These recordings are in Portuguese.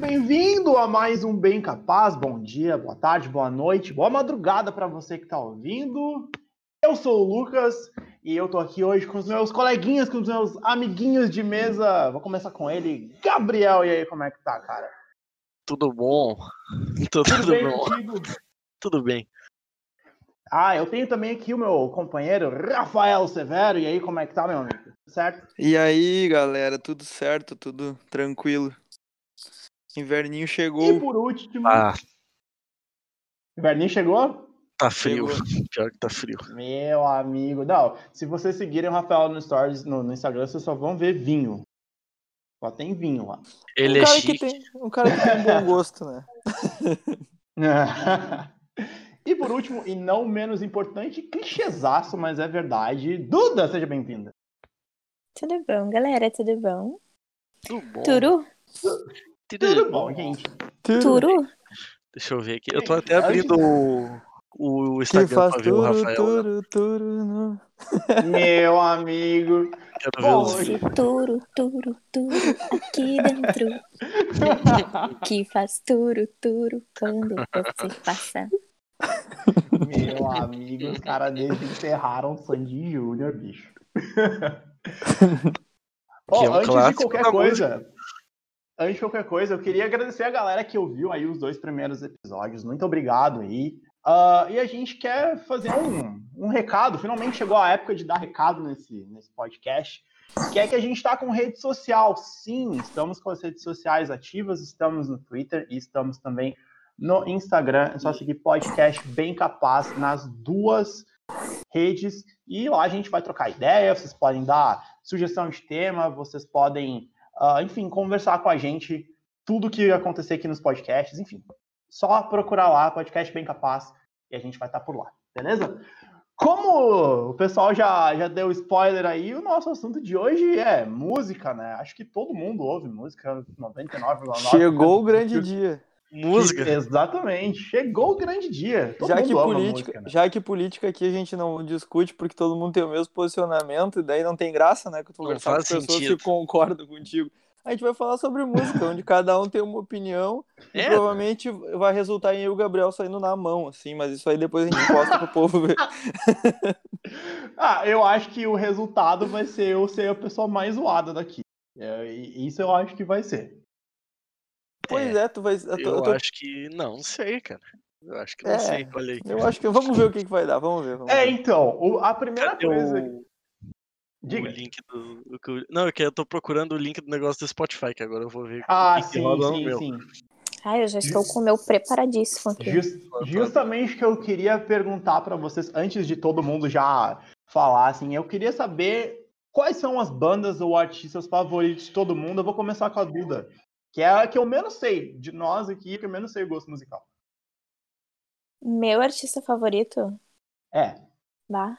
bem-vindo a mais um Bem Capaz. Bom dia, boa tarde, boa noite, boa madrugada para você que está ouvindo. Eu sou o Lucas e eu tô aqui hoje com os meus coleguinhas, com os meus amiguinhos de mesa. Vou começar com ele, Gabriel. E aí, como é que tá, cara? Tudo bom? Tudo, tudo Bem, bom? contigo? Tudo bem. Ah, eu tenho também aqui o meu companheiro Rafael Severo. E aí, como é que tá, meu amigo? Certo? E aí, galera, tudo certo? Tudo tranquilo? Inverninho E chegou. por último, Ah, o Verninho chegou? tá frio. Chegou. Pior que tá frio. Meu amigo. Não, se vocês seguirem o Rafael no Stories, no, no Instagram, vocês só vão ver vinho. Só tem vinho lá. Ele um é cara chique. que tem, um cara que tem bom gosto, né? e por último, e não menos importante, clichêzaço, mas é verdade. Duda, seja bem-vinda. Tudo bom, galera? Tudo bom? Tudo bom. Turu? Tudo bom, gente? Turu? Deixa eu ver aqui. Eu tô Gente, até abrindo o, o Que Instagram faz pra ver o turu, Rafael. né? turu, turu, no- Meu amigo. Quero Bom, ver os... Esse Turu, turu, turu, aqui dentro. Que faz turu, turu, quando você passa. Meu amigo, os caras desenterraram Sandy Júnior, bicho. Ó, Que é um antes de clássico qualquer da coisa, antes de qualquer coisa, eu queria agradecer a galera que ouviu aí os dois primeiros episódios. Muito obrigado aí. Ah, e a gente quer fazer um, um recado. Finalmente chegou a época de dar recado nesse, nesse podcast. Que é que a gente está com rede social. Sim, estamos com as redes sociais ativas, estamos no Twitter e estamos também no Instagram. É só seguir podcast bem capaz nas duas redes. E lá a gente vai trocar ideia, vocês podem dar sugestão de tema, vocês podem, ah, enfim, conversar com a gente tudo que acontecer aqui nos podcasts, enfim. Só procurar lá, podcast bem capaz, e a gente vai estar por lá, beleza? Como o pessoal já, já deu spoiler aí, o nosso assunto de hoje é música, né? Acho que todo mundo ouve música, 99,9%. Chegou o grande dia. Música. Exatamente. Chegou o grande dia. Todo Já mundo que, ama política, música, né? já que política aqui a gente não discute porque todo mundo tem o mesmo posicionamento e daí não tem graça, né? Que tu Não conversar com faz pessoas sentido. que concordam contigo. A gente vai falar sobre música, onde cada um tem uma opinião e É. provavelmente vai resultar em eu e o Gabriel saindo na mão, assim, mas isso aí depois a gente posta pro povo ver. Ah, eu acho que o resultado vai ser eu ser a pessoa mais zoada daqui. É, e- Isso eu acho que vai ser. Pois é, tu vai. a tu- Eu a tu- acho que. Não sei, cara. Eu acho que não É. sei. Olha aí. eu acho que. Vamos ver o que, que vai dar, vamos ver. Vamos É, ver. então, o- a primeira Cadê coisa. o, o Diga. link do. o que eu- Não, é que eu tô procurando o link do negócio do Spotify, que agora eu vou ver. o Ah, que que sim, rola no sim, meu. sim. Ai, eu já estou com o meu preparadíssimo aqui. Jus- justamente que eu queria perguntar pra vocês, antes de todo mundo já falar, assim, eu queria saber quais são as bandas ou artistas favoritos de todo mundo. Eu vou começar com a Duda, que é a que eu menos sei de nós aqui, que eu menos sei o gosto musical. Meu artista favorito? É. Bah.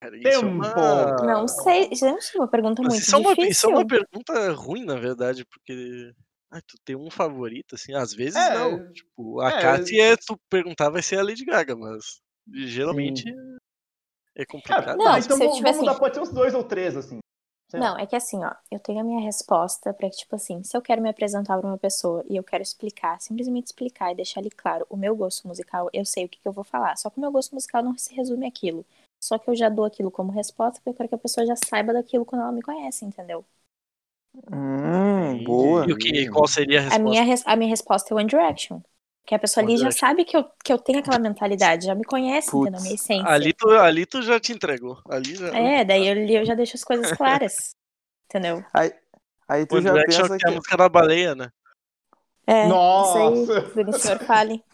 Cara, isso é Tempo! uma- Não sei. Gente, uma pergunta Nossa, muito Ah. isso, é uma, isso é difícil. uma pergunta ruim, na verdade, porque. Ah, tu tem um favorito, assim, às vezes É, não. Tipo, a é. Katy é, tu perguntar, vai ser a Lady Gaga, mas geralmente é complicado. Não, tá, se então eu vamos, tivesse- vamos dar, pode ser uns dois ou três, assim. Tá. sei lá. Não, é que assim, ó, eu tenho a minha resposta pra que, tipo assim, se eu quero me apresentar pra uma pessoa e eu quero explicar, simplesmente explicar e deixar ali claro o meu gosto musical, eu sei o que, que eu vou falar. Só que o meu gosto musical não se resume àquilo. Só que eu já dou aquilo como resposta, porque eu quero que a pessoa já saiba daquilo quando ela me conhece, entendeu? Hum, boa. E o que, qual seria a A resposta? minha, res- a minha resposta é One Direction. Que a pessoa One ali já Direction. sabe que eu, que eu tenho aquela mentalidade, já me conhece, Putz, entendeu? A minha essência. ali, tu, ali tu já te entregou. Ali já. É, daí eu, ali eu já deixo as coisas claras. entendeu? Aí tu One já Direction pensa que é a que. música da baleia, né? É, isso Nossa! aí, Bruno Senhor Fale.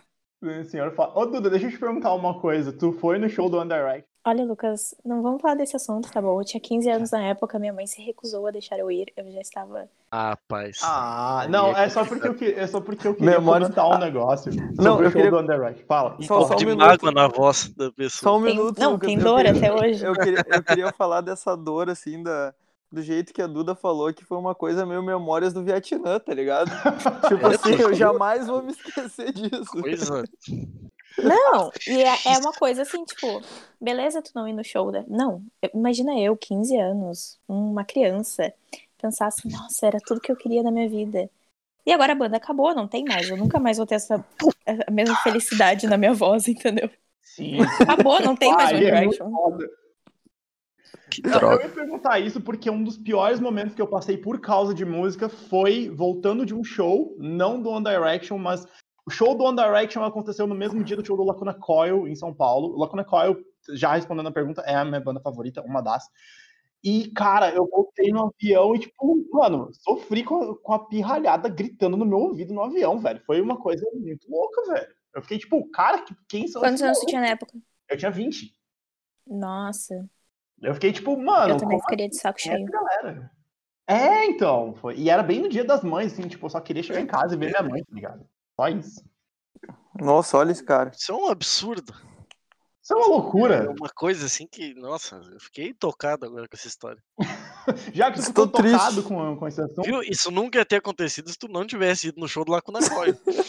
O senhor fala. Ô, Duda, deixa eu te perguntar uma coisa. Tu foi no show do One Direction? Olha, Lucas, não vamos falar desse assunto, tá bom? Eu tinha 15 anos na época, minha mãe se recusou a deixar eu ir, eu já estava. Ah, rapaz. Ah, não, é só porque eu, que- é só porque eu queria Memórias- comentar um negócio Não, sobre eu o show queria- do One Direction. Fala. um só- pouco só um de minuto. mágoa na voz da pessoa. Só um Tem- minuto. não, Lucas, tem eu dor queria- até hoje. Eu queria, eu queria falar dessa dor, assim, da, do jeito que a Duda falou, que foi uma coisa meio memórias do Vietnã, tá ligado? tipo assim, eu jamais vou me esquecer disso. É, Coisa. Não! E é, é uma coisa assim, tipo, beleza tu não ir no show, né? Não, eu- imagina eu, 15 anos, uma criança, pensar assim, nossa, era tudo que eu queria na minha vida. E agora a banda acabou, não tem mais. Eu nunca mais vou ter essa a mesma felicidade na minha voz, entendeu? Sim. Acabou, não tem mais um Ah, é One muito Direction. um foda. Que Não, droga. Eu ia perguntar isso porque um dos piores momentos que eu passei por causa de música foi voltando de um show, não do One Direction, mas o show do One Direction aconteceu no mesmo dia do show do Lacuna Coil em São Paulo. O Lacuna Coil, já respondendo a pergunta, é a minha banda favorita, uma das. E, cara, eu voltei no avião e, tipo, mano, sofri com, com a pirralhada gritando no meu ouvido no avião, velho. Foi uma coisa muito louca, velho. Eu fiquei tipo, cara, que- quem são Quantos esses anos você malucos? tinha na época? Eu tinha 20. Nossa, Eu fiquei tipo, Ah, mano, eu também como ficaria de saco é, cheio. galera. É, então. Foi. E era bem no dia das mães, assim, tipo, eu só queria chegar em casa e ver minha mãe, tá ligado? Só isso. Nossa, olha esse cara. Isso é um absurdo. Isso é uma É loucura. uma coisa assim que, nossa, eu fiquei tocado agora com essa história. Já que eu Estou tô tocado triste. com, com esse assunto. Viu? Isso nunca ia ter acontecido se tu não tivesse ido no show do Lacuna Coil. Podia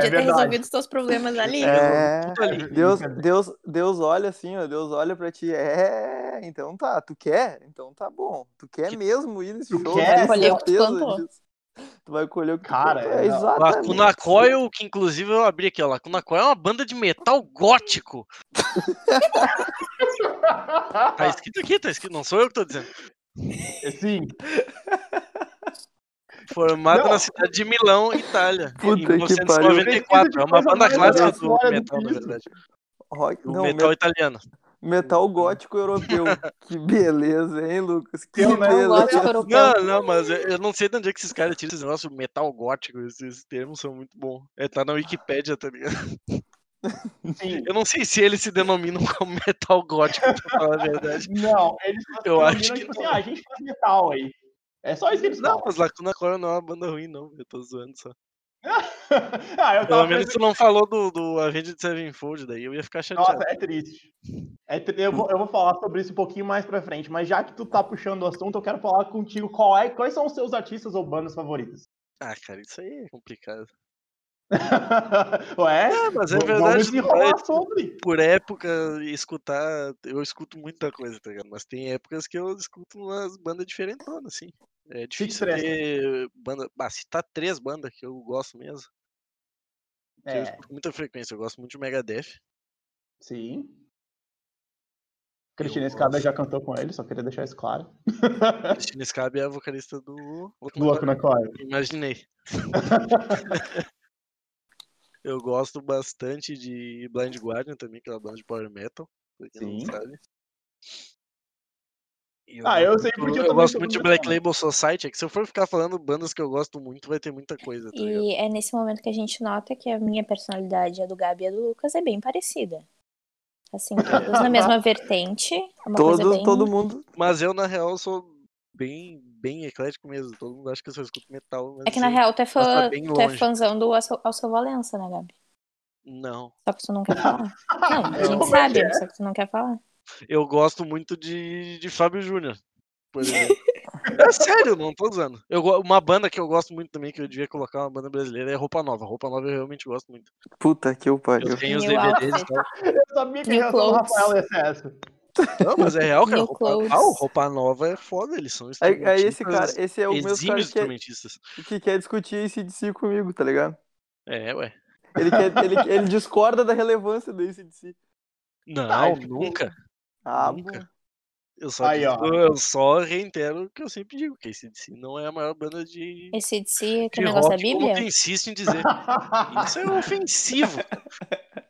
ter verdade. resolvido os seus problemas ali. É. Tudo ali. Deus, Deus, Deus olha assim, ó, Deus olha pra ti, é, então tá, tu quer? Então tá bom. Tu quer Que- mesmo ir nesse Tu show? quer? Tem Colher o que tu certeza plantou. disso? Tu vai colher o que tu Cara, plantou, é, não. exatamente. Lacuna Coil, que inclusive eu abri aqui, ó. Lacuna Coil é uma banda de metal gótico. Tá escrito aqui, tá escrito. Não sou eu que tô dizendo. Sim. Formado Não. na cidade de Milão, Itália. em Puta que pariu. 1994. É Precisa uma de banda coisa clássica mais do fora do metal, que na isso. verdade. Rock, O não, metal metal... italiano. metal gótico europeu. que beleza, hein, Lucas? Que Eu não beleza. gosto europeu. Não, não, mas eu, eu não sei de onde é que esses caras tiram esse negócio metal gótico. Esses termos são muito bons. É, tá na Wikipédia, tá ligado? Sim. Eu não sei se eles se denominam como metal gótico, pra falar a verdade. Não, eles só Eu se acho combinam, que tipo não. assim, ah, a gente faz metal aí. É só isso que eles Não, falam. mas Lacuna Coil não é uma banda ruim, não. Eu tô zoando só. ah, eu Pelo tava menos tu não falou do, do Avenged Sevenfold, daí eu ia ficar chateado. Nossa, é triste. É tri- eu, vou, eu vou falar sobre isso um pouquinho mais pra frente, mas já que tu tá puxando o assunto, eu quero falar contigo qual é, quais são os seus artistas ou bandas favoritos. Ah, cara, isso aí é complicado. Ué? É, mas é V- verdade. Vamos tu vai- enrolar sobre. por época, escutar. Eu escuto muita coisa, tá ligado? Mas tem épocas que eu escuto umas bandas diferentonas, assim. É difícil interessa? ter banda. Ah, citar três bandas que eu gosto mesmo. Que eu É, escuto com muita frequência. Eu gosto muito de Megadeth. sim. Cristina Eu Escada gosto. já cantou com ele, só queria deixar isso claro. Cristina Scabe é a vocalista do. Lacuna Louco Coil, na Core. Imaginei. eu gosto bastante de Blind Guardian também, que é uma banda de power metal. pra quem não Sim. sabe. E Ah, eu sei Eu- porque eu, eu, também gosto sou muito de muito Black fã. Label Society. É que se eu for ficar falando bandas que eu gosto muito, vai ter muita coisa. Tá ligado? E é nesse momento que a gente nota que a minha personalidade e a do Gabi e a do Lucas é bem parecida. Assim, todos na mesma vertente. é Uma coisa Todo, bem... todo mundo. Mas eu, na real, sou bem, bem eclético mesmo. Todo mundo acha que eu só escuto metal. Mas É que na eu- real tu é, fã, Mas tá bem tu é longe. fãzão do Alceu, Alceu Valença, né, Gabi? Não. Só que tu não quer falar. Não, a Como é gente que sabe, é? só que tu não quer falar. Eu gosto muito de, de Fábio Júnior. por exemplo. É sério, não tô usando. Eu, go- uma banda que eu gosto muito também, que eu devia colocar uma banda brasileira, é Roupa Nova. Roupa Nova eu realmente gosto muito. Puta que o Eu pariu. tenho os New DVDs e Outfit. tal. Eu sabia que a New relação do Clothes. Rafael ia ser essa. Não, mas é real, cara. New Roupa, Clothes. ah, o Roupa Nova é foda, eles são Aí, instrumentistas, aí esse cara, esse é o mesmo cara exímios que, é- instrumentistas. que quer discutir ACDC comigo, tá ligado? É, ué. Ele, quer- ele, ele discorda da relevância do ACDC. Não, Tá, ele ficou- nunca. Ah, Nunca. bom. Eu só, Aí, digo- ó. eu só reitero o que eu sempre digo, que ACDC não é a maior banda de, Esse de si, de aquele negócio da rock, como Bíblia? tu insiste em dizer. Isso é ofensivo.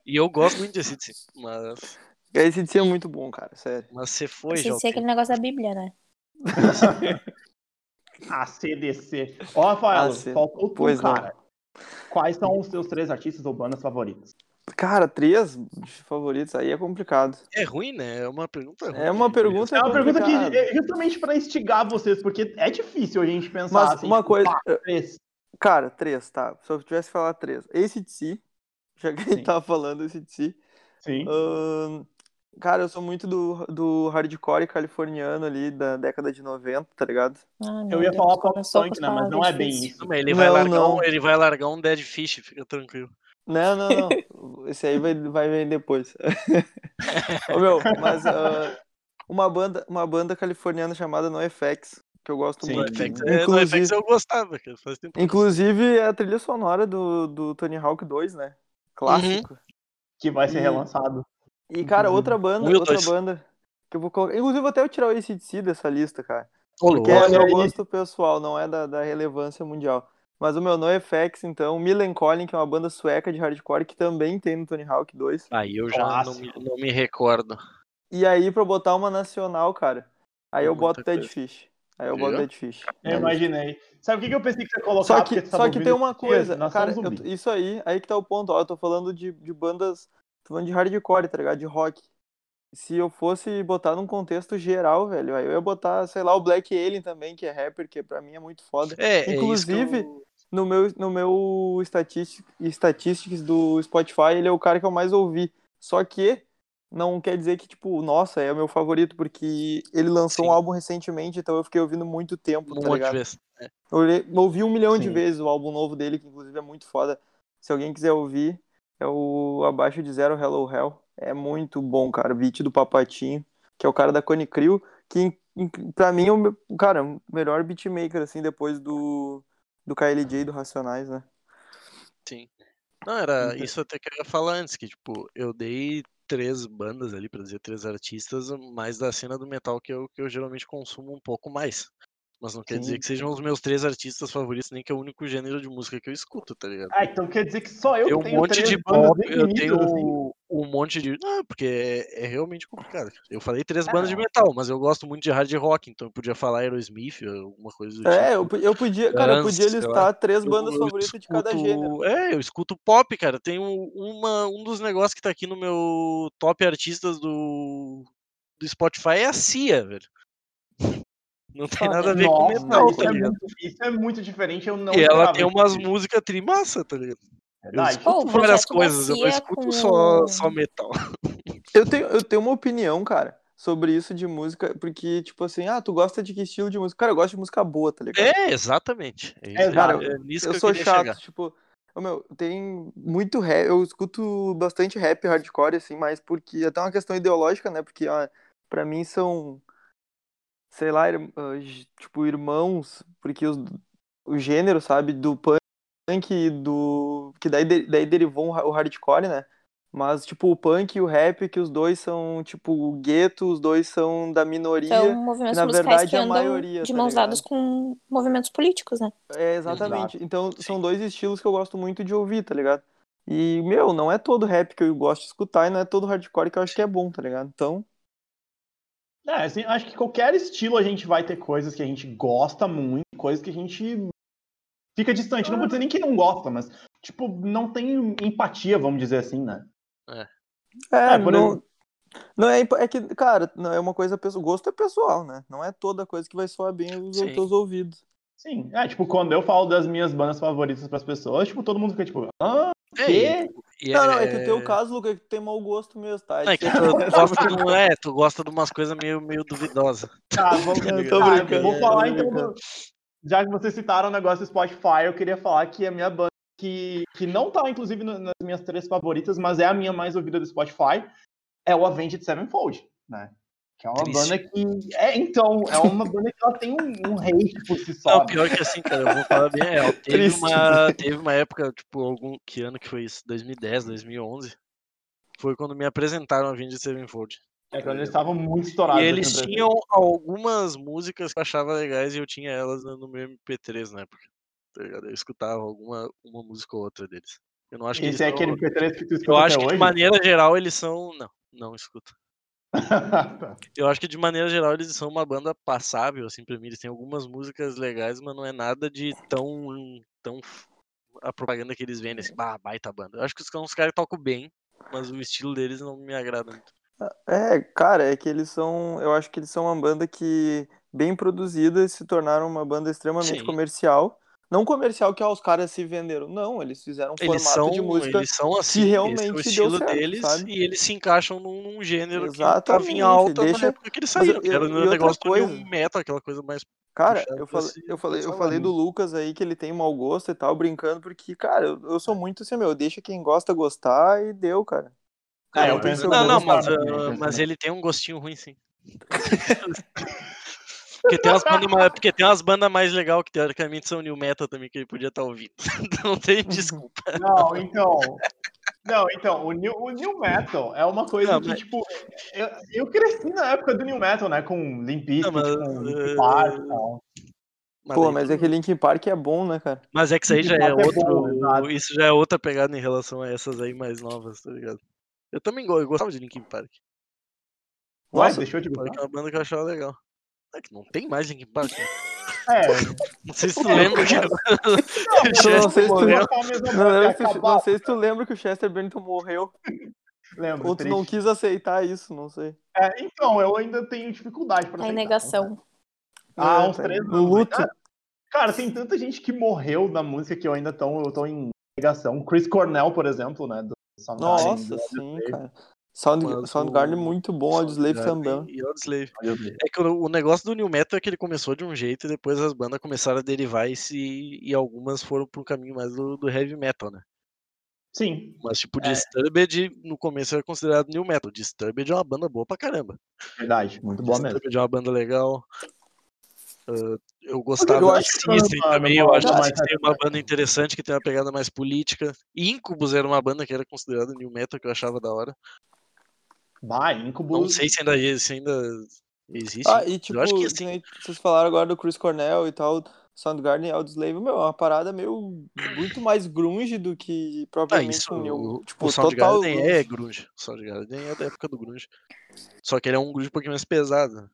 E eu gosto muito de ACDC, mas, ACDC é muito bom, cara, sério. mas você foi, Esse já. de si é aquele negócio da Bíblia, né? A CDC. Ó, Rafael, AC. faltou tu, Pois não. cara. Quais são os seus três artistas ou bandas favoritos? Cara, três favoritos aí é complicado. É ruim, né? É uma pergunta ruim. É uma pergunta. É uma pergunta que complicada. é justamente pra instigar vocês, porque é difícil a gente pensar Mas assim, uma tipo, coisa. eh, pá, três. Cara, três, tá. Se eu tivesse que falar três. ACDC, já que a Sim. gente tava falando ACDC. Sim. Ah, Ahn, cara, eu sou muito do, do hardcore californiano ali da década de 90, tá ligado? Ah, meu Eu ia Deus, falar pop começou com punk, as né? Mas não é palavras bem difíceis. isso. Não, mas ele, vai Não, largar não. Um, ele vai largar um Dead Fish, fica tranquilo. Não, não, não. Esse aí vai, vai vir depois. Ô, meu, mas ah, uma, banda, uma banda californiana chamada NoFX, que eu gosto Sim. muito. No Effects- É, no Effects Inclusive, eu gostava, cara. Faz tempo. inclusive é a trilha sonora do, do Tony Hawk 2, né? Clássico. que vai ser E- relançado. E, cara, Inclusive. outra banda, Um e o outra dois. banda que eu vou colocar. Inclusive, vou até eu tirar o ACDC dessa lista, cara. Ô, Porque louco. é meu aí. gosto pessoal, não é da, da relevância mundial. Mas o meu NoFX, então, Millencolin, que é uma banda sueca de hardcore que também tem no Tony Hawk 2. Aí eu já não me, Clássico. não me recordo. E aí, pra eu botar uma nacional, cara, aí eu Muita boto Dead coisa. Fish. Aí eu boto Viu? Dead Fish. Eu imaginei. Sabe o que que eu pensei que você ia colocar? É Só Porque tá que, tu tava só que tem ouvindo uma esses dias? coisa, Nação cara, eu Zumbi. tô- isso aí, aí que tá o ponto, ó, eu tô falando de, de bandas, tô falando de hardcore, tá ligado, de rock. Se eu fosse botar num contexto geral, velho, aí eu ia botar, sei lá, o Black Alien também, que é rapper, que pra mim é muito foda. É, Inclusive, é isso no meu, no meu statistic, statistics do Spotify, ele é o cara que eu mais ouvi. Só que não quer dizer que, tipo, nossa, é o meu favorito, porque ele lançou Sim. um álbum recentemente, então eu fiquei ouvindo muito tempo, que eu, um tá monte de ligado? vezes. Eu olhei- eu ouvi um milhão de Sim. vezes o álbum novo dele, que inclusive é muito foda. Se alguém quiser ouvir, é o Abaixo de Zero Hello Hell. É muito bom, cara. Beat do Papatinho, que é o cara da Cone Crew, que in- in- pra mim é o meu, cara, o melhor beatmaker, assim, depois do, do KLJ e do Racionais, né? Não, era tá. Então- isso até que eu ia falar antes, que tipo, eu dei três bandas ali, pra dizer, três artistas, mais da cena do metal que eu, que eu geralmente consumo um pouco mais. Mas não quer dizer Sim. que sejam os meus três artistas favoritos, nem que é o único gênero de música que eu escuto, tá ligado? Ah, então quer dizer que só eu Tem que um tenho monte três de bandas pop, eu definidas, tenho assim. um monte de. Não, porque é, é realmente complicado. cara. Eu falei três Ah, bandas de não. metal, mas eu gosto muito de hard rock, então eu podia falar Aerosmith, alguma coisa do É, tipo. eu, po- eu podia, cara, eu Guns, podia sei lá. listar três Eu- bandas eu favoritas de cada escuto- gênero. É, eu escuto pop, cara. Tem um, uma, um dos negócios que tá aqui no meu top artistas do, do Spotify é a Cia, velho. Não tem Ah, Foda. nada a ver com Nossa, metal, isso, tá é ligado? muito, isso é muito diferente. Eu não E ela esperava tem isso. É umas músicas trimassa, tá ligado? Eu Verdade. Pô, escuto o várias projeto da coisas, eu não Cia escuto com- só, só metal. Eu tenho, eu tenho uma opinião, cara, sobre isso de música, porque, tipo assim, ah, tu gosta de que estilo de música? Cara, eu gosto de música boa, tá ligado? É, exatamente. É, isso aí, Exato. é nisso eu que sou queria chato, chegar. tipo, ô, meu, tem muito rap, eu escuto bastante rap hardcore, assim, mas porque até uma questão ideológica, né? Porque ó, pra mim são, sei lá, ir- ah, j- tipo, irmãos, porque os, o gênero, sabe, do punk e do. Que daí, de- daí derivou um ra- o hardcore, né? Mas, tipo, o punk e o rap, que os dois são, tipo, gueto, os dois são da minoria. São Então, movimentos na musicais verdade, que a andam maioria, de tá mãos ligado? dadas com movimentos políticos, né? É, exatamente. Então, são dois estilos que eu gosto muito de ouvir, tá ligado? E, meu, não é todo rap que eu gosto de escutar e não é todo hardcore que eu acho que é bom, tá ligado? Então, É, assim, acho que qualquer estilo a gente vai ter coisas que a gente gosta muito, coisas que a gente fica distante. Não vou dizer nem que não gosta, mas, tipo, não tem empatia, vamos dizer assim, né? é, É, por não, não é, impo- é que, cara, não é uma coisa pessoal, gosto é pessoal, né? Não é toda coisa que vai soar bem aos Sim. teus ouvidos. Sim. É, tipo, quando eu falo das minhas bandas favoritas pras pessoas, tipo, todo mundo fica tipo, ah, É, quê? e- e Não, não, é que o teu caso, Luca, é que tu tem mau gosto mesmo, tá? Não, é que tu gosta de um- é, tu gosta de umas coisas meio, meio duvidosas. Tá, vamos Não, eu Tá, tô eu brincando. vou eu tô falar então. brincando. do- Já que vocês citaram o negócio do Spotify, eu queria falar que a minha banda, que, que não tá inclusive no- nas minhas três favoritas, mas é a minha mais ouvida do Spotify, é o Avenged Sevenfold, né? Que é uma Triste. banda que. É, então, é uma banda que ela tem um, um hate por si só. né? Não, pior que assim, cara, eu vou falar bem real. Teve Triste. uma, teve uma época, tipo, algum, que ano que foi isso? 2010, 2011? Foi quando me apresentaram a Vindy Sevenfold. É quando eles estavam muito estourados. E aqui eles no Brasil. tinham algumas músicas que eu achava legais e eu tinha elas no meu MP3 na época. Tá ligado? Eu escutava alguma uma música ou outra deles. Eu não acho que eles Esse é são- aquele MP3 que tu Eu escuta até acho que de hoje. maneira geral eles são. Não, não escuta. Eu acho que de maneira geral eles são uma banda passável, assim, pra mim. Eles têm algumas músicas legais, mas não é nada de tão. tão f- a propaganda que eles vendem, assim, bah, baita banda. Eu acho que os, são uns caras que tocam bem, mas o estilo deles não me agrada muito. É, cara, é que eles são. Eu acho que eles são uma banda que, bem produzida, se tornaram uma banda extremamente Sim. comercial. Não comercial que ah, os caras se venderam. Não, eles fizeram um Eles formato são, de música. eles são assim, realmente esse é o deu estilo certo, deles sabe? e eles se encaixam num, num gênero que tava em Exatamente, alta deixa- na época que eles Mas eu- saíram, que era eu- um e outra negócio do coisa. new metal, aquela coisa mais Cara, puxado eu pra falei, esse- eu falei, essa eu falei do Lucas aí que ele tem mau gosto e tal, brincando, porque, cara, eu, eu sou muito assim, meu, deixa quem gosta gostar e deu, cara. É, Cada eu um tem penso seu não, não, gosto mas, também, ah, eu penso mas também. ele tem um gostinho ruim, sim. Porque tem umas bandas mais, porque tem umas bandas mais legal que teoricamente são new metal também que ele podia estar ouvindo. Então, Não tem Uhum. desculpa. Não, então. Não, então, o new, o new metal é uma coisa Não, que, mas- tipo, eu, eu cresci na época do new metal, né? Com Limp Bizkit, Não, mas, com Linkin eh, Park e tal. Pô, daí- mas é que Linkin Park é bom, né, cara? mas é que isso aí já é Exato, é outro. bom, exato. isso já é outra pegada em relação a essas aí mais novas, tá ligado? Eu também go- eu gostava de Linkin Park. Ué, Nossa, deixou de Park gostar? é uma banda que eu achava legal. É que não tem mais Linkin Park. né? É, Não sei se tu lembra que eu não sei se tu- morreu. botar a mesma Não, banda lembra e se tu- acabar. não sei se tu lembra que o Chester Bennington morreu. Lembro, Ou tu não triste. quis aceitar isso, não sei. É, então, eu ainda tenho dificuldade pra Tá em aceitar. negação. Ah, É, uns tá três no anos. luto. Ah, Cara, tem tanta gente que morreu na música que eu ainda tô, eu tô em negação. Chris Cornell, por exemplo, né? Do Soundgarden, Nossa, do sim, Audioslave. cara. Sound, Mas Soundgarden é o- muito bom, Audioslave também. E Audioslave. Audioslave. É que o, o negócio do New Metal é que ele começou de um jeito e depois as bandas começaram a derivar e, se, e algumas foram para um caminho mais do, do Heavy Metal, né? Sim. Mas tipo, É. Disturbed no começo era considerado New Metal. Disturbed é uma banda boa pra caramba. Verdade, muito boa mesmo. Disturbed é uma banda legal. Ah, eu gostava eu de acho que foi System uma- né? também, uma eu acho banda que mais System é heavy uma banda interessante que tem uma pegada mais política. Incubus era uma banda que era considerada New Metal, que eu achava da hora. Bah, Não Incubus. sei se ainda, se ainda existe. Ah, e Incubus. tipo, eu acho que que assim, nem vocês falaram agora do Chris Cornell e tal, Soundgarden e Audioslave, meu, é uma parada meio muito mais grunge do que Ah, propriamente isso, um new, o, tipo, o total Soundgarden grunge. é grunge. O Soundgarden é da época do grunge. Só que ele é um grunge um pouquinho mais pesado.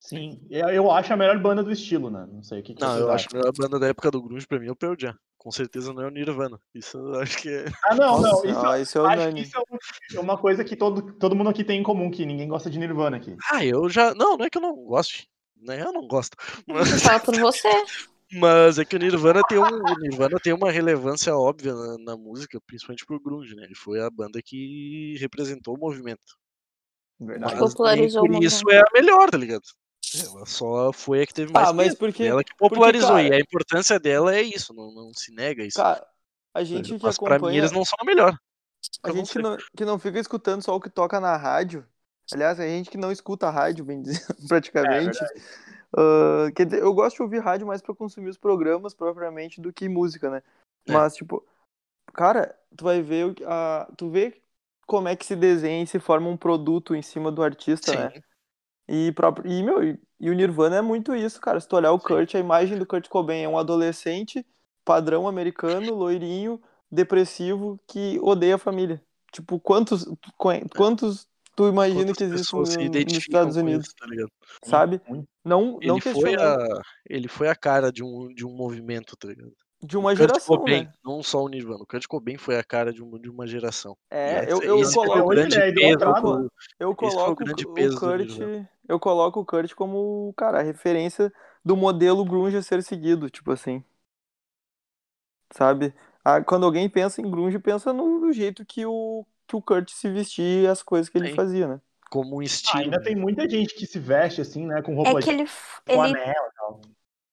Sim. Eu, eu acho a melhor banda do estilo, né? Não sei o que, que Não, vocês eu acho acham. que a melhor banda da época do grunge pra mim é o Pearl Jam. Com certeza não é o Nirvana. Isso eu acho que é... Ah, não, Nossa, não. Isso, ah, isso é acho que unânime. isso é um- é uma coisa que todo, todo mundo aqui tem em comum, que ninguém gosta de Nirvana aqui. Ah, eu já... Não, não é que eu não goste. Né? Eu não gosto. Mas, Fala por você. mas é que o Nirvana tem, um, o Nirvana tem uma relevância óbvia na, na música, principalmente pro grunge, né? Ele foi a banda que representou o movimento. Verdade. Mas Popularizou o nem por isso movimento. é a melhor, tá ligado? Ela só foi a que teve é mais Ah, mas peso, porque- ela que porque, popularizou e cara- a importância dela é isso, não, não se nega isso. Cara, a gente que é Mas pra mim acompanha, eles não são a melhor. eu a não gente que sei. não, que não fica escutando só o que toca na rádio, aliás, é a gente que não escuta a rádio, bem dizer, praticamente. É Ah, quer dizer, eu gosto de ouvir rádio mais pra consumir os programas propriamente do que música, né? É. Mas, tipo, cara, tu vai ver o que- a, tu vê como é que se desenha e se forma um produto em cima do artista, né? Sim. E, próprio, e, meu, e, e o Nirvana é muito isso, cara. Se tu olhar o Sim. Kurt, a imagem do Kurt Cobain é um adolescente padrão americano, loirinho, depressivo, que odeia a família. Tipo, quantos, tu conhe- quantos tu imagina É. Quantas que existem pessoas se no- nos identificam Estados com Unidos, isso, tá ligado? sabe? Muito. Não, não Ele, foi questionando. a, ele foi a cara de um, de um movimento, tá ligado? De uma Kurt geração, Cobain, né? não só o Nirvana. O Kurt Cobain foi a cara de uma, de uma geração. E É, essa- eu, eu esse foi o coloco, né? hoje ele grande é peso idolatrado, do- eu foi o coloco o, grande o peso do né? Kurt, Nirvana. eu coloco o Kurt como, cara, a referência do modelo grunge a ser seguido, tipo assim. Sabe? Ah, quando alguém pensa em grunge, pensa no, no jeito que o que o Kurt se vestia e as coisas que ele Sim. fazia, né? como um estilo. ah, Ainda tem muita gente que se veste assim, né? Com roupa É que ele, de ele né? flanela e tal.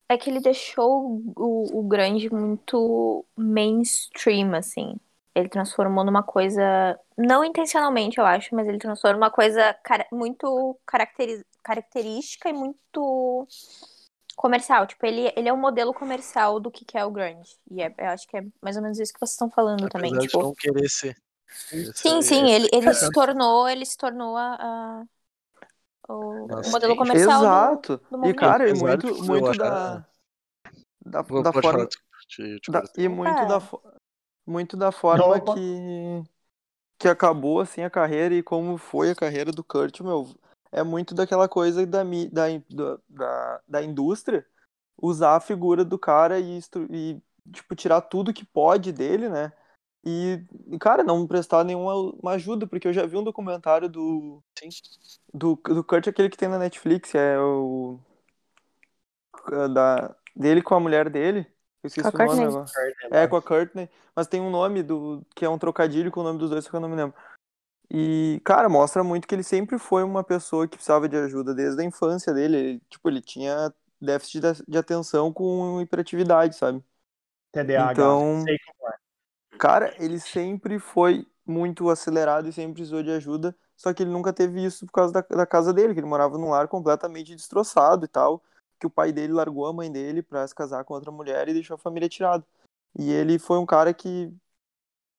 É que ele deixou o, o grunge muito mainstream, assim. Ele transformou numa coisa. Não intencionalmente, eu acho, mas ele transformou numa coisa cara- muito caracteri- característica e muito comercial. Tipo, ele, ele é um modelo comercial do que, que é o grunge. E é- eu acho que é mais ou menos isso que vocês estão falando também. Apesar de Tipo, não querer ser. Essa- sim, sim, ele, ele se É. tornou, ele se tornou a- a- o, o Nossa, modelo gente. comercial do- Exato. do E movimento. cara, e Apesar muito de que eu muito acho- da da, Pô, da é, pode forma falar, desculpa, te- te da- cortei. e muito Ah. da fo- muito da forma Não, pode- que que acabou assim a carreira e como foi a carreira do Kurt, meu, é muito daquela coisa da mi- da in- da, da, da indústria usar a figura do cara e, estru- e tipo tirar tudo que pode dele, né? E cara, não prestar nenhuma uma ajuda, porque eu já vi um documentário do Sim. do, do Kurt, aquele que tem na Netflix, é o é da dele com a mulher dele. Eu esqueci Com o a nome Courtney. agora. É, com a Courtney. Mas tem um nome do que é um trocadilho com o nome dos dois, só que eu não me lembro. E, cara, mostra muito que ele sempre foi uma pessoa que precisava de ajuda desde a infância dele. Ele, tipo, ele tinha déficit de- de atenção com hiperatividade, sabe? TDAH. Então- Sei como é. Cara, ele sempre foi muito acelerado e sempre precisou de ajuda, Só que ele nunca teve isso por causa da, da casa dele, que ele morava num lar completamente destroçado e tal. Que o pai dele largou a mãe dele pra se casar com outra mulher e deixou a família tirada. E ele foi um cara que.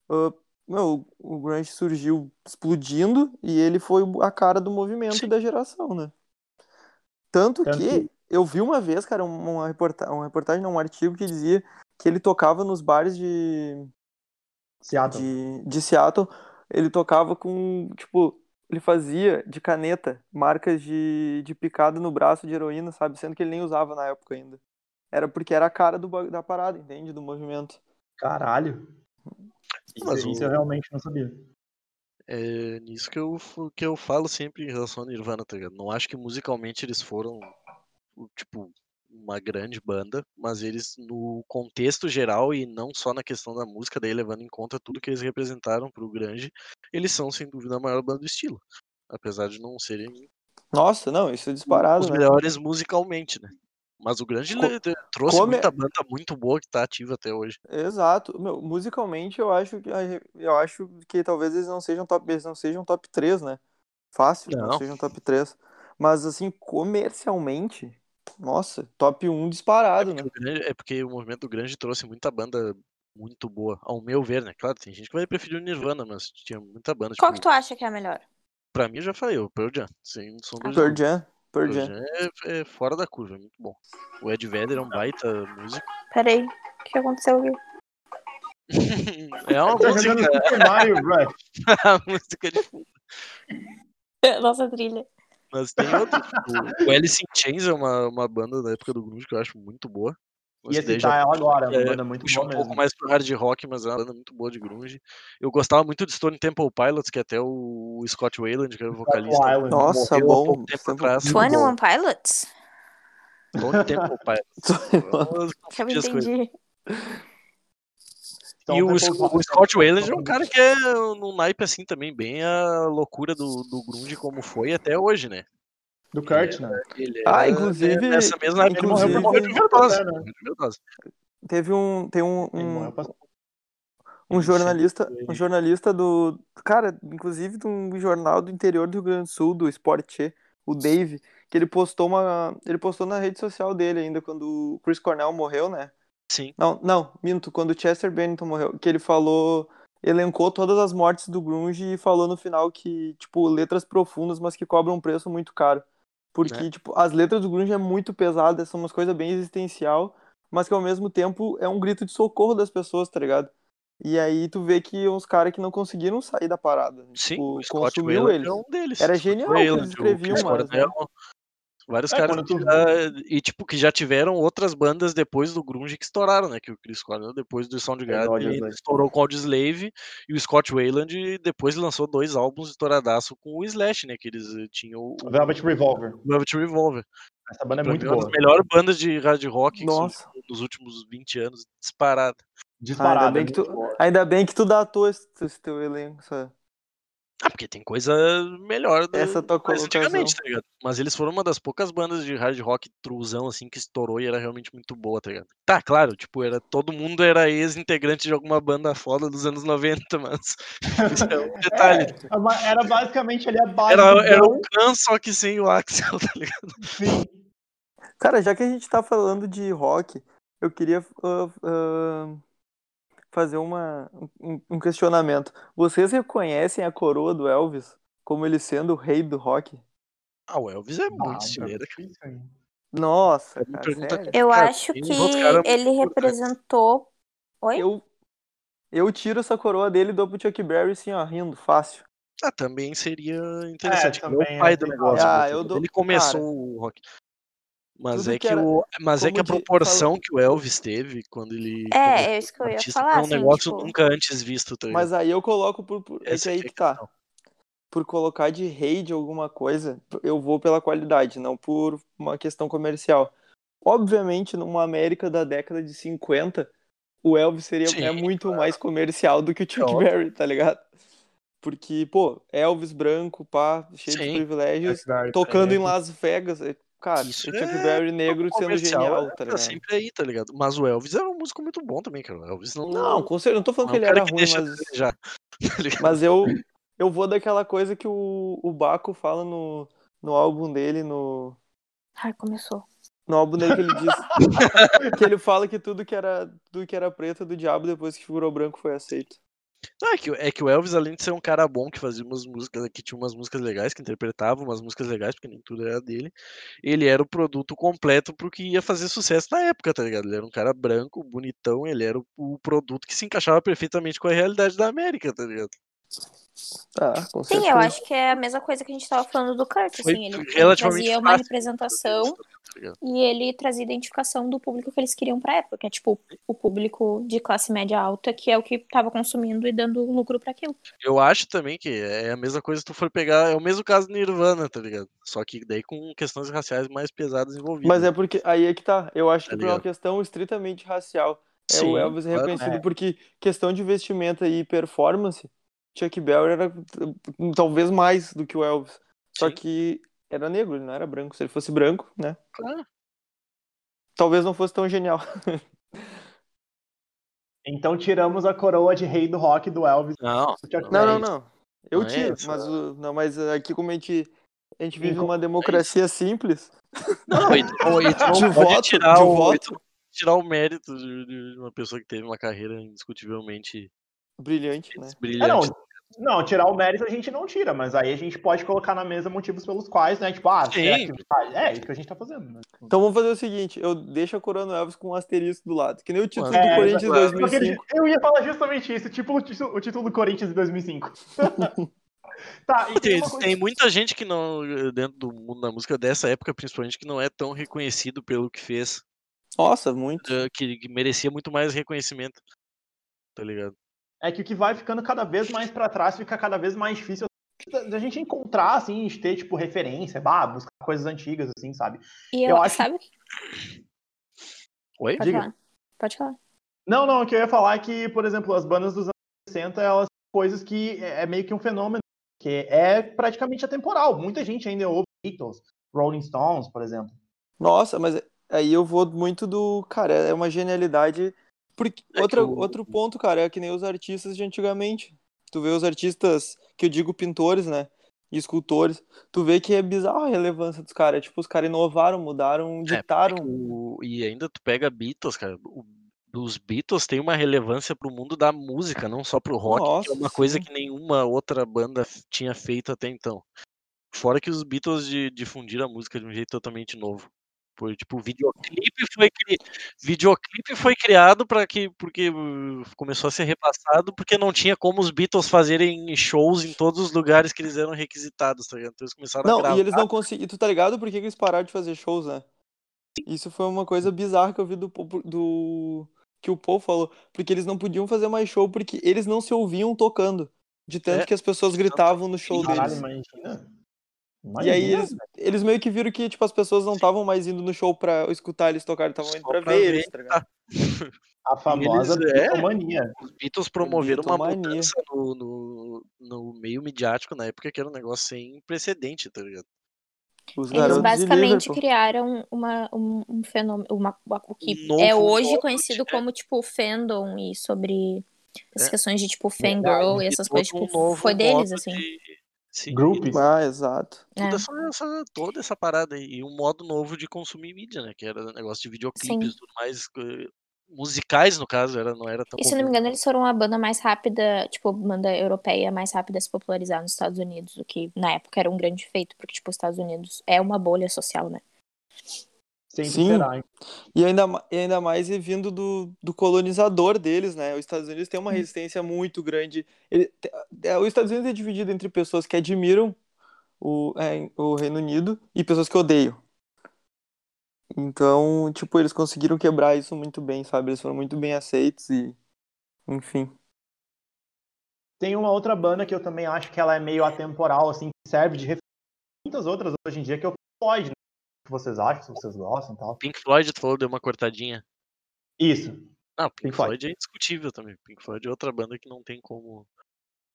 ah, meu, o grunge surgiu explodindo e ele foi a cara do movimento e da geração, né? Tanto Tanto que eu vi uma vez, cara, um- uma, reporta uma reportagem, não, um artigo que dizia que ele tocava nos bares de, Seattle. de, de Seattle, ele tocava com, tipo, ele fazia de caneta marcas de, de picada no braço de heroína, sabe? Sendo que ele nem usava na época ainda. Era porque era a cara do, ba- da parada, entende? Do movimento. Caralho. Mas Isso, o- isso eu realmente não sabia. É nisso que eu, f- que eu falo sempre em relação ao Nirvana, tá ligado? Não acho que musicalmente eles foram, o- tipo, uma grande banda, mas eles, no contexto geral e não só na questão da música, daí levando em conta tudo que eles representaram pro grande, eles são, sem dúvida, a maior banda do estilo. Apesar de não serem Nossa, não, isso é disparado, os né? melhores musicalmente, né? Mas o grande Co- le- de- trouxe come- muita banda muito boa que tá ativa até hoje. Exato. Meu, musicalmente eu acho que eu acho que talvez eles não sejam top, eles não sejam top 3, né? Fácil, não, Não. sejam top 3. Mas assim, comercialmente, nossa, top 1 disparado, né? O grande- é porque o movimento do grande trouxe muita banda muito boa, ao meu ver, né? Claro, tem gente que vai preferir o Nirvana, mas tinha muita banda. Qual que tipo, tu acha que é a melhor? pra mim, eu já falei, o Pearl Jam, sem sombra de Pearl dúvida. Jam, Ah, Pearl Pearl Jam. Jam é, é fora da curva, é muito bom. O Ed Vedder é um baita músico. Peraí, o que aconteceu aqui? é uma Tá jogando música, Super Mario Bros. a música de fundo. É, Nossa trilha. Mas tem outro, tipo, o Alice in Chains é uma, uma banda da época do grunge que eu acho muito boa. Mas Ia que daí citar ela tá, agora, uma é, banda muito puxa boa um pouco mesmo. mais pro hard rock, mas é uma banda muito boa de grunge. Eu gostava muito de Stone Temple Pilots, que até o Scott Wayland, que era o vocalista, Island. Nossa, morreu há bom, pouco Tá tempo sempre atrás. muito bom. 21 é Pilots? Stone Temple Pilots. Eu Que eu confundi as coisas. entendi. Então, e o, Temple Sc- Pilots o Scott é- Wayland é um cara que é num naipe assim também, bem a loucura do, do grunge como foi até hoje, né? Do Kurt, né? Ele Ah, era inclusive- Nessa mesma época Ele morreu ele por morreu de Covid, overdose. né? morreu de overdose. Teve um, tem um, Ele um- morreu pra... um Ele sempre jornalista, um foi- jornalista do, cara, inclusive de um jornal do interior do Rio Grande do Sul, do Esporte, o Dave, que ele postou uma, ele postou na rede social dele ainda quando o Chris Cornell morreu, né? Sim. Não, não, minto, quando o Chester Bennington morreu, que ele falou, elencou todas as mortes do grunge e falou no final que, tipo, letras profundas, mas que cobram um preço muito caro. Porque, tipo, as letras do grunge é muito pesada, são umas coisas bem existencial, mas que ao mesmo tempo é um grito de socorro das pessoas, tá ligado? E aí tu vê que é uns caras que não conseguiram sair da parada, Sim, tipo, o Scott consumiu Wayland eles. é um deles. Era Scott genial o que eles Wayland, o escreviam, Chris mas, né? Cornell, um, Vários É, caras quando que tu já- e tipo que já tiveram outras bandas depois do grunge que estouraram, né? Que o Chris Cornell depois É, do Soundgarden Audio ele Slave. estourou com o Audioslave e o Scott Wayland depois lançou dois álbuns estouradaço com o Slash, né? Que eles eh, tinham o Velvet Revolver. Velvet Revolver. Essa banda é Pra muito mim, uma boa. das melhores bandas de hard rock que surgiu Nossa. nos últimos 20 anos, disparada. Disparada. Ah, ainda bem é que muito tu- boa. Ainda bem que tu datou esse, esse teu elenco, sabe? Ah, porque tem coisa melhor do, Essa tua mais colocação. Hum, antigamente, tá ligado? Mas eles foram uma das poucas bandas de hard rock truzão, assim, que estourou e era realmente muito boa, tá ligado? Tá, claro, tipo, era, todo mundo era ex-integrante de alguma banda foda dos anos 90, mas isso é um detalhe. É, mas era basicamente ali a base Era, do era Guns, o Khan, só que sem o Axel, tá ligado? sim. Cara, já que a gente tá falando de rock, eu queria ah, ah, fazer uma, um, um questionamento. Vocês reconhecem a coroa do Elvis como ele sendo o rei do rock? Ah, o Elvis é Ah, muito estileira, cara. difícil, hein? tá É Nossa, uma cara, pergunta sério? Eu Cara, acho tem que uns outros caras muito ele né? importantes. representou. Oi? Eu, eu tiro essa coroa dele e dou pro Chuck Berry, assim, ó, rindo, fácil. Ah, também seria interessante. que ele É, também é o pai do legal. negócio. Ah, né? eu Ele dou- começou cara, o rock. Mas tudo é que que, era- o, mas é que a como de- proporção que o Elvis teve quando ele começou É, é isso que eu ia artista falar, foi um assim, negócio tipo. nunca antes visto, tá ligado? Mas aí eu coloco por. por- é Essa que aí que é que a tá. questão. Por colocar de rei de alguma coisa, eu vou pela qualidade, não por uma questão comercial. Obviamente, numa América da década de 50, o Elvis seria Sim, é muito mais comercial do que o Chuck óbvio. Berry, tá ligado? Porque, pô, Elvis branco, pá, cheio de Sim. privilégios, Chuck Berry, tocando em né? Las Vegas, é- cara, Isso o Chuck é Berry negro sendo comercial genial, é- tá tá ligado? sempre aí, tá ligado? Mas o Elvis era um músico muito bom também, cara. O Elvis não, Não, com certeza, não tô falando não que é um ele cara era que ruim, deixa a mas desejar. Tá ligado? mas eu eu vou daquela coisa que o, o Baco fala no, no álbum dele, no, Ai, começou. no álbum dele que ele diz. que ele fala que tudo que era, tudo que era preto é do diabo depois que virou branco foi aceito. Não, é, que, o- é que o Elvis, além de ser um cara bom que fazia umas músicas, que tinha umas músicas legais, que interpretava umas músicas legais, porque nem tudo era dele, ele era o produto completo pro que ia fazer sucesso na época, tá ligado? Ele era um cara branco, bonitão, ele era o, o produto que se encaixava perfeitamente com a realidade da América, tá ligado? Ah, com Sim, eu certeza. acho que é a mesma coisa que a gente tava falando do Kurt, Foi assim, ele relativamente fazia fácil uma de fazer representação isso, tá ligado? e ele trazia identificação do público que eles queriam pra época, que é tipo o público de classe média alta, que é o que tava consumindo e dando lucro pra aquilo. Eu acho também que é a mesma coisa se tu for pegar, é o mesmo caso do Nirvana, tá ligado? Só que daí com questões raciais mais pesadas envolvidas. Mas é porque aí é que tá. Eu acho Tá que por uma ligado? questão estritamente racial. É Sim, o Elvis é claro. reconhecido É. porque questão de vestimenta e performance, Chuck Berry era t- talvez mais do que o Elvis. Só Sim, que era negro, ele não era branco. Se ele fosse branco, né? claro. Talvez não fosse tão genial. Então tiramos a coroa de rei do rock do Elvis. Não, do Chuck Não, Berry. não, não. Eu Não é Então, é tiro, isso, mas o- não, mas aqui como a gente a gente vive Enco- uma democracia simples, Não, e tu- e tu De não pode voto, tirar de o, voto. e tu não pode tirar o mérito de, de uma pessoa que teve uma carreira indiscutivelmente brilhante, né? É, não, brilhante. não, tirar o mérito a gente não tira, mas aí a gente pode colocar na mesa motivos pelos quais, né? Tipo, ah, será Sim. que vai? É, é isso que a gente tá fazendo. Né? Então vamos fazer o seguinte, eu deixo a Coroa no Elvis com um asterisco do lado, que nem o título É, do Corinthians exato. 2005. Porque Eu ia falar justamente isso, tipo o tí- o título do Corinthians de 2005. tá, e tem Tem, uma coisa- tem muita gente que não, dentro do mundo da música dessa época, principalmente, que não é tão reconhecido pelo que fez, Nossa, muito. eh, que, que merecia muito mais reconhecimento. Tá ligado? É que o que vai ficando cada vez mais pra trás fica cada vez mais difícil da- da gente encontrar, assim, de ter, tipo, referência, bah, buscar coisas antigas, assim, sabe? E eu, Eu acho- sabe? Oi? Pode Diga. falar. Pode falar. Não, não, o que eu ia falar é que, por exemplo, as bandas dos anos 60, elas são coisas que é é meio que um fenômeno, que é praticamente atemporal. Muita gente ainda ouve Beatles, Rolling Stones, por exemplo. Nossa, mas aí eu vou muito do. Cara, é uma genialidade. Porque É que outra, o- outro ponto, cara, é que nem os artistas de antigamente. Tu vê os artistas, que eu digo pintores, né? E escultores. Tu vê que é bizarro a relevância dos caras. Tipo, os caras inovaram, mudaram, É, ditaram. o- e ainda tu pega Beatles, cara. o- os Beatles têm uma relevância pro mundo da música, não só pro rock, que é Nossa, uma coisa sim. que nenhuma outra banda f- tinha feito até então. Fora que os Beatles di- difundiram a música de um jeito totalmente novo. Foi tipo, o videoclipe foi, cri... videoclipe foi criado para que porque uh, começou a ser repassado porque não tinha como os Beatles fazerem shows em todos os lugares que eles eram requisitados, tá ligado? Então eles começaram a Não, gravar. e eles não conseguiram. Tu tá ligado por que que eles pararam de fazer shows, né? Isso foi uma coisa bizarra que eu vi do, po- do- que o Paul falou. Porque eles não podiam fazer mais show porque eles não se ouviam tocando. De tanto É. que as pessoas gritavam no show Caralho, deles. Caralho, imagina. E aí Imagina. eles, eles meio que viram que tipo, as pessoas não estavam mais indo no show pra escutar eles tocar, estavam Só indo pra, pra ver ver, eles, tá ligado? A famosa eles- é. bitomania. Os Beatles promoveram uma Beatomania. mudança no, no, no meio midiático na época que era um negócio sem precedente, tá ligado? Tipo, Os Eles garotos de tipo, basicamente Liverpool. criaram uma, um, um fenômeno, uma, uma- o que Um novo é hoje modo conhecido de- como, tipo, fandom e sobre as É. questões de, tipo, fangirl Verdade. e E essas todo coisas, tipo, um novo foi deles, modo assim. de- Sim, Group. Ah, exato. É. toda essa, essa- toda essa parada aí, e um modo novo de consumir mídia, né? Que era negócio de videoclipes e tudo mais. eh, Musicais, no caso, era, não era tão E se eu não me comum. engano, eles foram a banda mais rápida, tipo, banda europeia mais rápida a se popularizar nos Estados Unidos, o que na época era um grande feito, porque, tipo, os Estados Unidos é uma bolha social, né? Sempre Sim. será, hein? E ainda, ma- e ainda mais e vindo do, do colonizador deles, né? Os Estados Unidos tem uma resistência muito grande. Ele, te- é, os Estados Unidos é dividido entre pessoas que admiram o, é, o Reino Unido e pessoas que odeiam. Então, tipo, eles conseguiram quebrar isso muito bem, sabe? Eles foram muito bem aceitos e. Enfim. Tem uma outra banda que eu também acho que ela é meio atemporal, assim, que serve de referência a muitas outras hoje em dia, que é o Pink Floyd, né? O que vocês acham, se vocês gostam e tal. Pink Floyd, tu falou, deu uma cortadinha. Isso. Não, Pink, Pink Floyd. Floyd é indiscutível também. Pink Floyd é outra banda que não tem como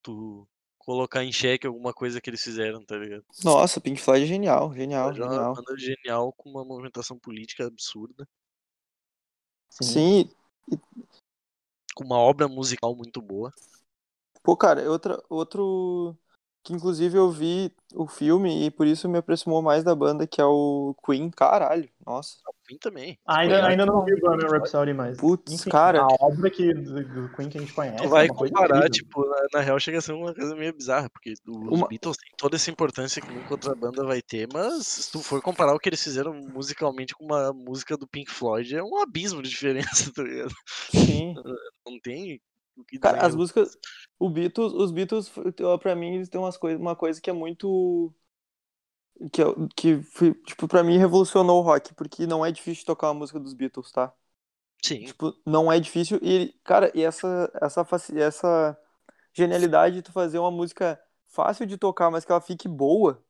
tu colocar em xeque alguma coisa que eles fizeram, tá ligado? Nossa, Pink Floyd é genial, genial, Floyd é uma genial. banda genial com uma movimentação política absurda, Sim, com uma obra musical muito boa. pô, cara, outra, é outro. que inclusive eu vi o filme e por isso me aproximou mais da banda, que é o Queen. Caralho, nossa. O Queen também. Ah, ainda, ainda não vi Bohemian Rhapsody, mas... Putz, Enfim, cara. A obra que, do, do Queen que a gente conhece. Tu vai é uma coisa comparar, incrível. tipo, na, na real chega a ser uma coisa meio bizarra, porque os Uma- Beatles têm toda essa importância que nunca outra banda vai ter, mas se tu for comparar o que eles fizeram musicalmente com uma música do Pink Floyd, é um abismo de diferença, tá ligado? Sim. Não tem o que Cara, dizer. as músicas. O Beatles, os Beatles, pra mim, eles têm umas coisas, uma coisa que é muito. Que, é, que foi, tipo, pra mim revolucionou o rock, porque não é difícil tocar uma música dos Beatles, tá? Sim, Tipo, não é difícil. E, cara, e essa, essa, faci- essa genialidade de tu fazer uma música fácil de tocar, mas que ela fique boa.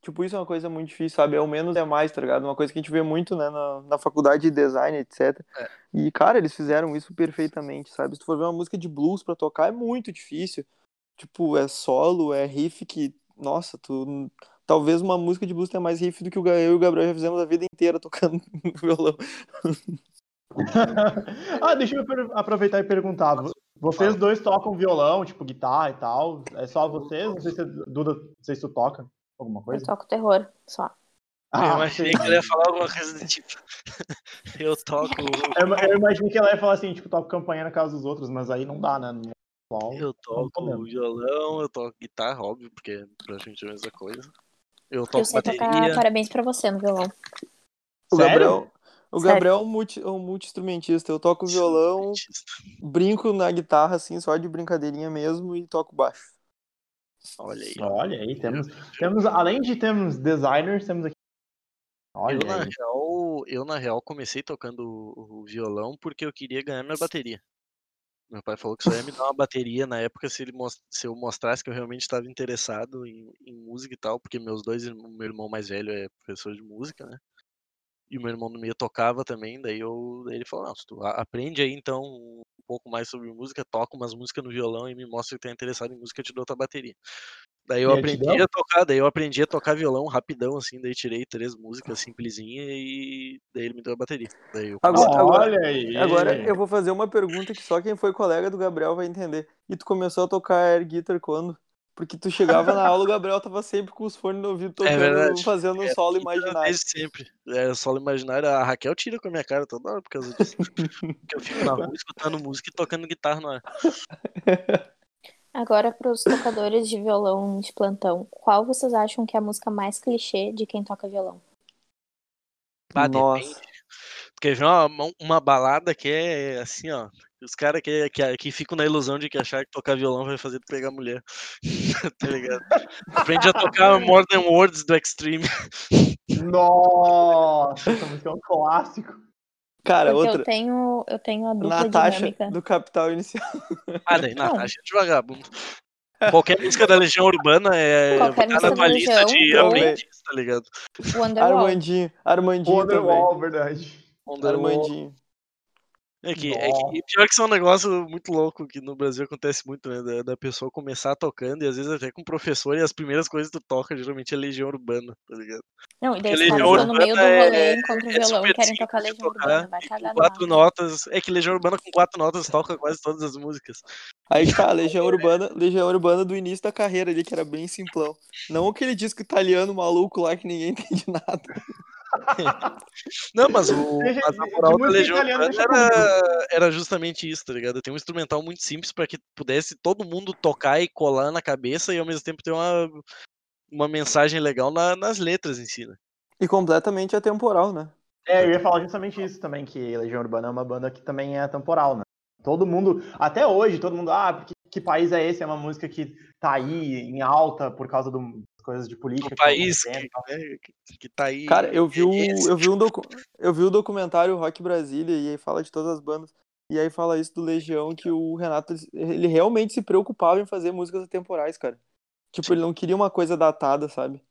Tipo, isso é uma coisa muito difícil, sabe? É o menos é mais, tá ligado? Uma coisa que a gente vê muito, né, na, na faculdade de design, etc. É. E, cara, eles fizeram isso perfeitamente, sabe? Se tu for ver uma música de blues pra tocar, é muito difícil. Tipo, é solo, é riff que. Nossa, tu. Talvez uma música de blues tenha mais riff do que o Ga- eu e o Gabriel já fizemos a vida inteira tocando no violão. ah, deixa eu per- aproveitar e perguntar. Vo- Vocês Fala. dois tocam violão, tipo guitarra e tal? É só vocês? Não sei se Duda, não sei se tu toca alguma Eu coisa. é. toco terror só. eu Ah, imaginei que ele ia falar alguma coisa do tipo. eu toco. eu, ima- eu imaginei que ela ia falar assim, tipo, toca campanha na casa dos outros, mas aí não dá, né? No pessoal. Eu toco podemos. violão, eu toco guitarra, óbvio, porque é praticamente a mesma coisa. Eu Eu toco sei tocar bateria. parabéns pra você no violão. O Sério? Gabriel, o Sério. Gabriel é um multi- é um multi-instrumentista. eu toco violão, brinco na guitarra, assim, só de brincadeirinha mesmo, e toco baixo. Olha aí. Olha aí, temos, temos, além de termos designers, temos aqui. Olha Eu na, aí. real, eu, na real, comecei tocando o o violão porque eu queria ganhar minha bateria. Meu pai falou que só ia me dar uma bateria na época se, ele mos- se eu mostrasse que eu realmente estava interessado em, em música e tal, porque meus dois, irm- meu irmão mais velho é professor de música, né? E o meu irmão no meio tocava também, daí, eu, daí ele falou, não, se tu a- aprende aí então um pouco mais sobre música, toca umas músicas no violão e me mostra que tá interessado em música, eu te dou tua bateria. Daí eu E ele te aprendi deu? a tocar, daí eu aprendi a tocar violão rapidão, assim, daí tirei três músicas simplesinha e daí ele me deu a bateria. Daí eu Agora- comecei- Olha aí. Agora eu vou fazer uma pergunta que só quem foi colega do Gabriel vai entender. E tu começou a tocar air guitar quando? Porque tu chegava na aula, o Gabriel tava sempre com os fones no ouvido tocando, É verdade. fazendo um É, solo Então, imaginário. Desde sempre. É, solo imaginário, a Raquel tira com a minha cara toda hora por causa disso. Porque eu fico na rua escutando música e tocando guitarra na hora. Agora, pros tocadores de violão de plantão, qual vocês acham que é a música mais clichê de quem toca violão? Bah, Nossa. tá depende. Porque vem uma, uma balada que é assim, ó. Os caras que, que, que ficam na ilusão de que achar que tocar violão vai fazer tu pegar mulher. tá ligado? Aprende a tocar More Than Words do Extreme. Nossa, essa música é um clássico. Cara, Porque eu outra. tenho, eu tenho a dupla Natasha, dinâmica. do Capital Inicial. Ah, daí, Não. Natasha de vagabundo. Qualquer música da Legião Urbana é. tá Qualquer na música tua da lista de Legião, ou- aprendiz, tá ligado? Wonderwall. Armandinho. Armandinho também. Wonderwall, verdade. Armandinho. Então, É que, é que- Nossa. pior que isso é um negócio muito louco que no Brasil acontece muito, né? Da, da pessoa começar tocando e às vezes até com professor e as primeiras coisas que tu toca geralmente é Legião Urbana, tá ligado? Não, e daí Porque os Legião caras estão no meio do Urbana rolê, é- encontram o é violão e super querem tocar simples de Legião tocar, Urbana. Vai e cagar com no quatro mato. notas. É que Legião Urbana com quatro notas toca quase todas as músicas. Aí que tá, Legião Urbana, Legião Urbana do início da carreira ali, que era bem simplão. Não aquele disco italiano maluco lá que ninguém entende nada. Não, mas o Deixa- mas a de moral da música Legião italiana, Urbana deixa era, era justamente isso, tá ligado? Tem um instrumental muito simples para que pudesse todo mundo tocar e colar na cabeça e ao mesmo tempo ter uma, uma mensagem legal na- nas letras em si, né? E completamente atemporal, né? É, eu ia falar justamente isso também, que Legião Urbana é uma banda que também é temporal, né? Todo mundo, até hoje, todo mundo, ah, porque, que país é esse? É uma música que tá aí em alta por causa do- das coisas de política. o que estão país que, acontecendo. né, que, que tá aí. Cara, eu vi, o, Esse- eu, vi um tipo docu- eu vi o documentário Rock Brasília e aí fala de todas as bandas. E aí fala isso do Legião, que o Renato, ele realmente se preocupava em fazer músicas atemporais, cara. Tipo, ele não queria uma coisa datada, sabe?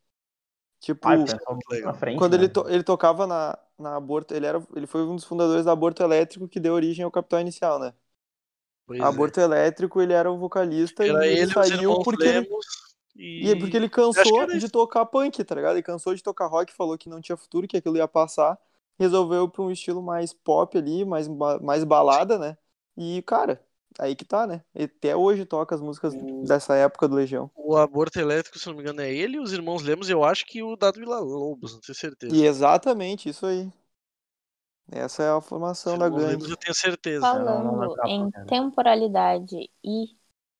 Tipo, Ai, pessoal, legal. tá na frente, quando né? ele, to- ele tocava na, na Aborto, ele, era, ele foi um dos fundadores da Aborto Elétrico que deu origem ao Capital Inicial, né? Pois é. Aborto Elétrico, ele era o vocalista Era e ele, ele, os saiu irmãos porque ele, Lemos e... e é porque ele acho que cansou era de tocar punk, tá ligado? Ele cansou de tocar rock, falou que não tinha futuro, que aquilo ia passar. Resolveu ir pra um estilo mais pop ali, mais, ba- mais balada, né? E, cara, aí que tá, né? E até hoje toca as músicas Hum. dessa época do Legião. O Aborto Elétrico, se não me engano, é ele, os Irmãos Lemos, eu acho que o Dado Vila Lobos, não tenho certeza. E exatamente, isso aí. Essa é a formação Os da Irmãos gangue. Lemos, eu tenho certeza. Falando em temporalidade e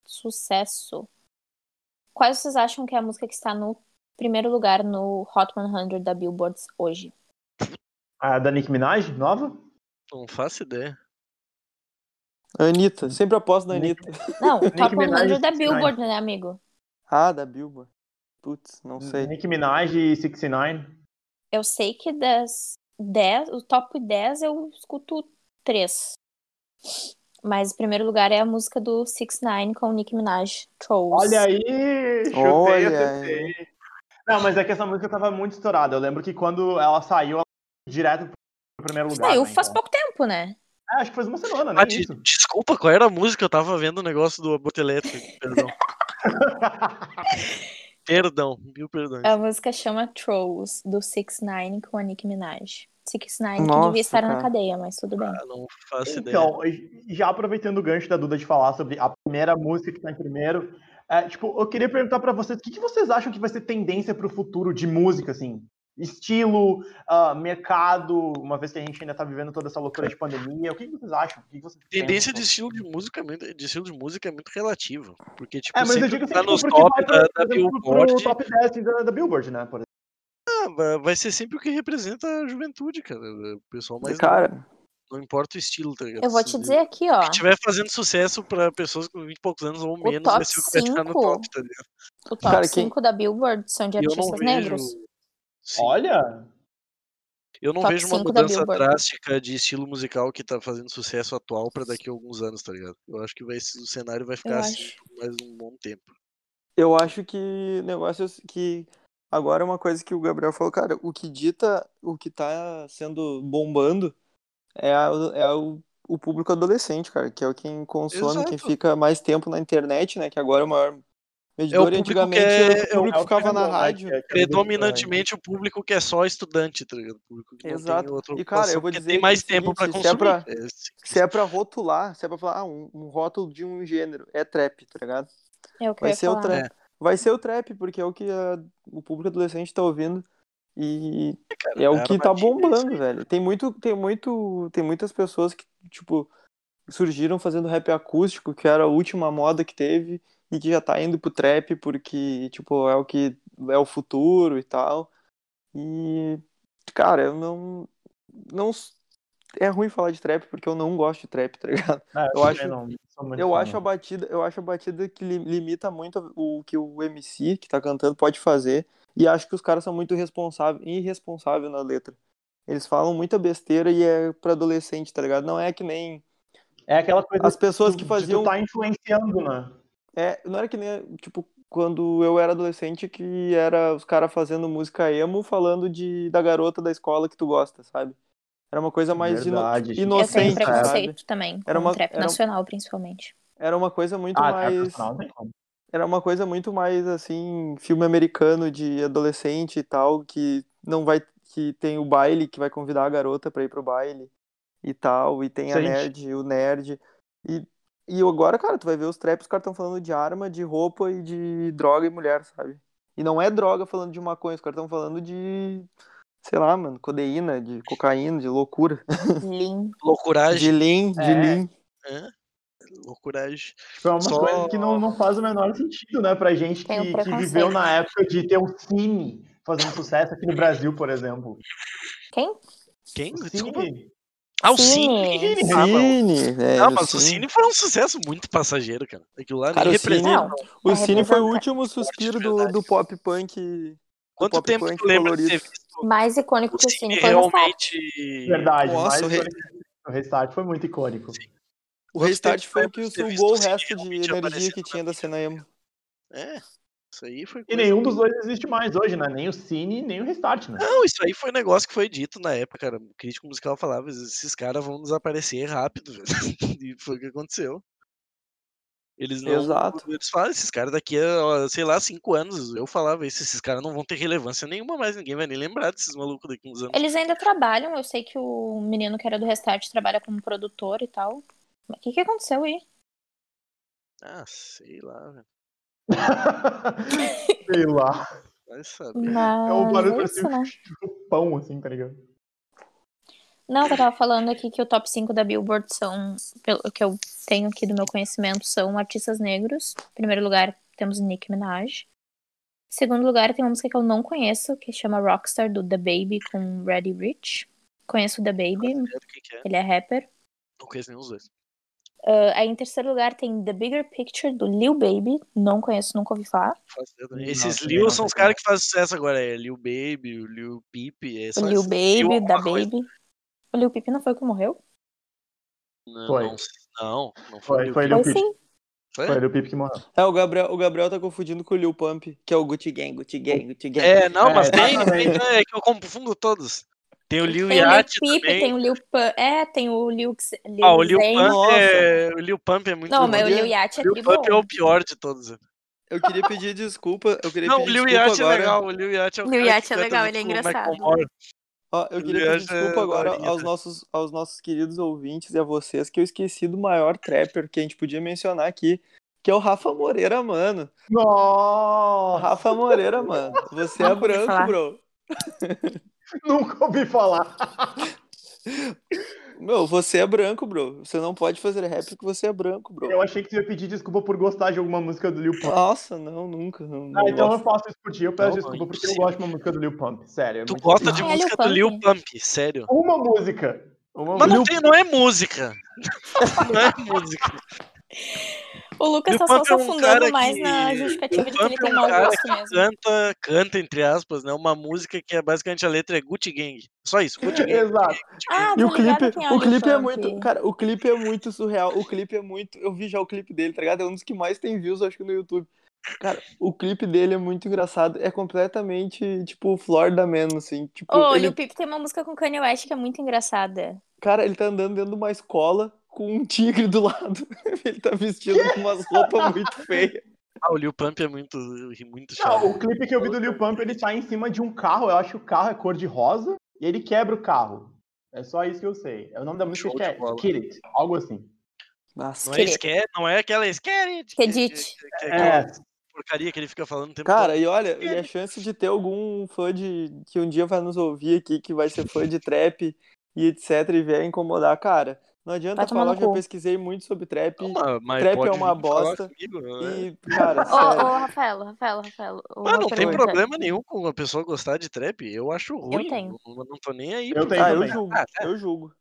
sucesso, quais vocês acham que é a música que está no primeiro lugar no Hot 100 da Billboard hoje? Ah, A da Nick Minaj, nova? Não faço ideia. Anitta, sempre aposto na Nick- Anitta. Não, o Top Minaj 100 da e 69. Billboard, né, amigo? Ah, da Bilba. Putz, Hum, não sei. Nick Minaj e 69. Eu sei que das 10, o top 10 eu escuto três. Mas o primeiro lugar é a música do 6ix9ine com Nicki Minaj, Trolls. Olha aí! Chutei, Olha acertei. Não, mas é que essa música tava muito estourada. Eu lembro que quando ela saiu, ela foi direto pro primeiro lugar. Saiu né, faz então. pouco tempo, né? É, acho que faz uma semana, né? Ah, te- desculpa, qual era a música? Eu tava vendo o negócio do Aborto Elétrico, perdão. perdão, mil perdões. É A música chama Trolls, do 6ix9ine com a Nicki Minaj. 6ix9ine que Nossa, devia estar na cara. cadeia, mas tudo bem. Ah, não faço ideia. Então, já aproveitando o gancho da Duda de falar sobre a primeira música que tá em primeiro, é, tipo, eu queria perguntar pra vocês, o que, que vocês acham que vai ser tendência pro futuro de música, assim? Estilo, ah, mercado, uma vez que a gente ainda tá vivendo toda essa loucura de pandemia, o que, que vocês acham? O que que vocês Tendência de pensam? estilo de música é muito, de estilo de música é muito relativo. Porque, tipo, É, mas eu sempre digo assim, tá tipo, nos porque top vai pra, da, por da exemplo, pro Billboard. top 10 da, da Billboard, né? Por exemplo. Ah, va- vai ser sempre o que representa a juventude, cara. né, O pessoal mais novo, Cara, não importa o estilo, tá ligado? Eu vou Se te dizer aqui, ó. Se tiver fazendo sucesso pra pessoas com 20 e poucos anos ou menos, vai top ser o que vai ficar no cinco. top, tá ligado? O top Cara, quem- 5 da Billboard são E de eu não artistas vejo. negros. Sim, Olha, eu não top vejo uma cinco da mudança Billboard. drástica de estilo musical que tá fazendo sucesso atual pra daqui a alguns anos, tá ligado? Eu acho que vai, o cenário vai ficar Eu assim acho. por mais um bom tempo. É eu acho que o negócio é o se- que agora é uma coisa que o Gabriel falou, cara, o que dita, o que tá sendo bombando é, a- é o, o público adolescente, cara, que é o quem consome, quem Exato. fica mais tempo na internet, né, que agora é o maior É o medidor, e público antigamente que é- era o público que ficava na rádio. Predominantemente o público que é só estudante, tá ligado? O público que não tem Exato. outra E, cara, ocupação, eu vou porque dizer tem que mais é o tempo pra seguinte, se é consumir. pra- É simples. Se é pra rotular, se é pra falar ah, um, um rótulo de um gênero, é trap, tá ligado? É o que eu Vai ia ser o falar. trap. Vai ser o trap, porque é o que a- o público adolescente tá ouvindo. E Cara, é a o que tá armadilha é isso bombando, velho. Tem muito, tem muito, tem muitas pessoas que, tipo, surgiram fazendo rap acústico, que era a última moda que teve, e que já tá indo pro trap, porque, tipo, é o que é o futuro e tal. E, cara, eu não. não é ruim falar de trap porque eu não gosto de trap, tá ligado? eu acho- Eu acho a batida, eu acho a batida que li- limita muito o que o MC que tá cantando pode fazer e acho que os caras são muito responsável, irresponsável na letra. Eles falam muita besteira e é pra adolescente, tá ligado? Não é que nem É aquela coisa as pessoas de que tu faziam, tá influenciando, né? é, não era que nem tipo quando eu era adolescente que era os caras fazendo música emo falando de da garota da escola que tu gosta, sabe? Era uma coisa mais ino- tipo, Verdade, gente. Eu tenho inocente, sabe? preconceito também, com Era uma- trap era um- nacional, principalmente. Era uma coisa muito Ah, tá, mais profissional, não tem como. era uma coisa muito mais assim, filme americano de adolescente e tal, que não vai que tem o baile que vai convidar a garota pra ir pro baile e tal, e tem a Sim. nerd, o nerd. E e agora, cara, tu vai ver os traps, os caras estão falando de arma, de roupa e de droga e mulher, sabe? E não é droga falando de maconha, os caras estão falando de sei lá, mano, codeína, de cocaína, de loucura, Lean. É Loucuragem. de lean, de É. lean. Loucuragem. Foi Tipo, é uma Só- coisa que não, não faz o menor sentido, né? Pra gente Tem um que, que preconceito. viveu na época de ter um cine fazendo sucesso aqui no Brasil, por exemplo. Quem? Quem? O Desculpa. Cine, Ah, o Cine. Cine. Cine. Ah, mas- Cine, é, velho, Ah, mas o Cine. Cine foi um sucesso muito passageiro, cara. Aquilo lá Cara, nem o Cine- representa. Não, O Tá Cine foi o representando- último suspiro do, verdade. do pop punk. Quanto pop tempo punk tu lembra de ter colorido. visto mais icônico o que o Cine Cine foi o Restart. realmente. verdade, Nossa, o mas re- o restart foi muito icônico. O Quanto restart tempo foi o leva que de ter visto sugou o o Cine resto de realmente energia aparecendo que na tinha da cena emo. É. Isso aí foi. E coisa- nenhum dos dois existe mais hoje, né? Nem o Cine, nem o Restart, né? Não, isso aí foi um negócio que foi dito na época, cara. O crítico musical falava, esses caras vão desaparecer rápido, velho. E foi o que aconteceu. Eles não. Exato. Eles falam, esses caras daqui a, ó, sei lá, cinco anos, eu falava isso, esses caras não vão ter relevância nenhuma mais, ninguém vai nem lembrar desses malucos daqui a uns anos. Eles ainda trabalham, eu sei que o menino que era do Restart trabalha como produtor e tal. Mas o que, que aconteceu aí? Ah, sei lá, velho. Sei lá. Vai saber. Mas É um barulho é parecido isso, né? Pão, assim, tá ligado? Não, que eu tava falando aqui que o top 5 da Billboard são, pelo que eu tenho aqui do meu conhecimento, são artistas negros. Em primeiro lugar, temos Nicki Minaj. Em segundo lugar, tem uma música que eu não conheço, que chama Rockstar, do The Baby com Ready Rich. Conheço o The Baby, Sabe o que que é? ele é rapper. Não conheço nenhum dos dois. Ah, aí em terceiro lugar tem The Bigger Picture, do Lil Baby. Não conheço, nunca ouvi falar. Não faço ideia também. Não, Esses também Lil não são os sei caras que fazem sucesso agora. É Lil Baby, o Lil Peep. É O só Lil esses- Baby, da alguma coisa. Baby. O Lil Peep não foi o que morreu? Não, Foi. não, não, não foi. Foi, foi Lil Lil Peep. Foi Peep. sim. Foi? Foi o Pip que morreu. É, o Gabriel, o Gabriel tá confundindo com o Lil Pump, que é o Gucci Gang, Gucci Gang, Gucci Gang. É, não, mas É, tem, exatamente. tem, é que eu confundo todos. Tem o Lil Tem o Lil Yachty Peep, também. tem o Lil Pump. É, tem o Lil, X- Lil Ah, o Lil Zane. Pump Nossa. é, o Lil Pump é muito Não, ruim. mas o Lil Lil Yachty é Lil tribo Pump é bom. o pior de todos. Eu queria pedir desculpa, eu queria Não, o pedir Lil desculpa Yachty agora. é legal. O Lil Yachty é, o Lil cara que Yachty é canta legal, junto ele é com o Michael engraçado. Moore. Ó, eu queria Aliás, pedir desculpa é agora daorinha, aos né? nossos, aos nossos queridos ouvintes e a vocês que eu esqueci do maior trapper que a gente podia mencionar aqui, que é o Rafa Moreira, mano. Nossa! Rafa Moreira, mano. Você é Nunca ouvi branco, falar. bro. Nunca ouvi falar. Meu, você é branco, bro. Você não pode fazer rap porque você é branco, bro. Eu achei que tu ia pedir desculpa por gostar de alguma música do Lil Pump. Nossa, não, nunca. Não, Ah, não então eu gosto. faço isso por ti, eu peço Não, desculpa não, porque eu impossível. gosto de uma música do Lil Pump, sério. é Tu muito gosta de difícil. É, Lil música do Lil Pump. Pump, sério. Uma música. Uma Mas não, música. tem, não é música. Não é música. O Lucas Lil tá só Pump se é um afundando cara mais que- na justificativa de que Pump ele é tem um mau cara gosto mesmo. Canta, canta, entre aspas, né? Uma música que é basicamente a letra é Gucci Gang. Só isso, Gucci É. Gang. Exato. Ah, E tô o ligada clipe, quem é o Lil clipe é Pump. muito, cara, o clipe é muito surreal. O clipe é muito, eu vi já o clipe dele, tá ligado? É um dos que mais tem views, acho que no YouTube. Cara, o clipe dele é muito engraçado. É completamente tipo Florida Man, assim, tipo, Ô, ele, Lil Peep tem uma música com Kanye West que é muito engraçada. cara, ele tá andando dentro de uma escola com um tigre do lado. Ele tá vestido com umas roupas muito feias. Ah, o Lil Pump é muito, muito chato. Não, o clipe que eu vi do Lil Pump, ele tá em cima de um carro, eu acho que o carro é cor de rosa, e ele quebra o carro. É só isso que eu sei. É o nome da música Show que de é bola. Kill It, algo assim. Nossa, Não é, Querer. esque... não é aquela esquerite. Esquedite. Que, é aquela É, porcaria que ele fica falando o tempo Cara, e olha, e a chance de ter algum fã de que um dia vai nos ouvir aqui, que vai ser fã de trap e etc, e vier incomodar, cara. Não adianta Vai tomar falar, no eu já cu. pesquisei muito sobre trap todo. Não, mas trap pode é uma vir falar bosta comigo, né? e, cara, Ô, ô, sério. Rafael, Rafael, Rafael. Mas uma não tem pergunta. problema nenhum com a pessoa gostar de trap. Eu acho ruim. tenho. Não, não tô nem aí. eu pro- tenho Ah, eu também. julgo, Ah, eu julgo.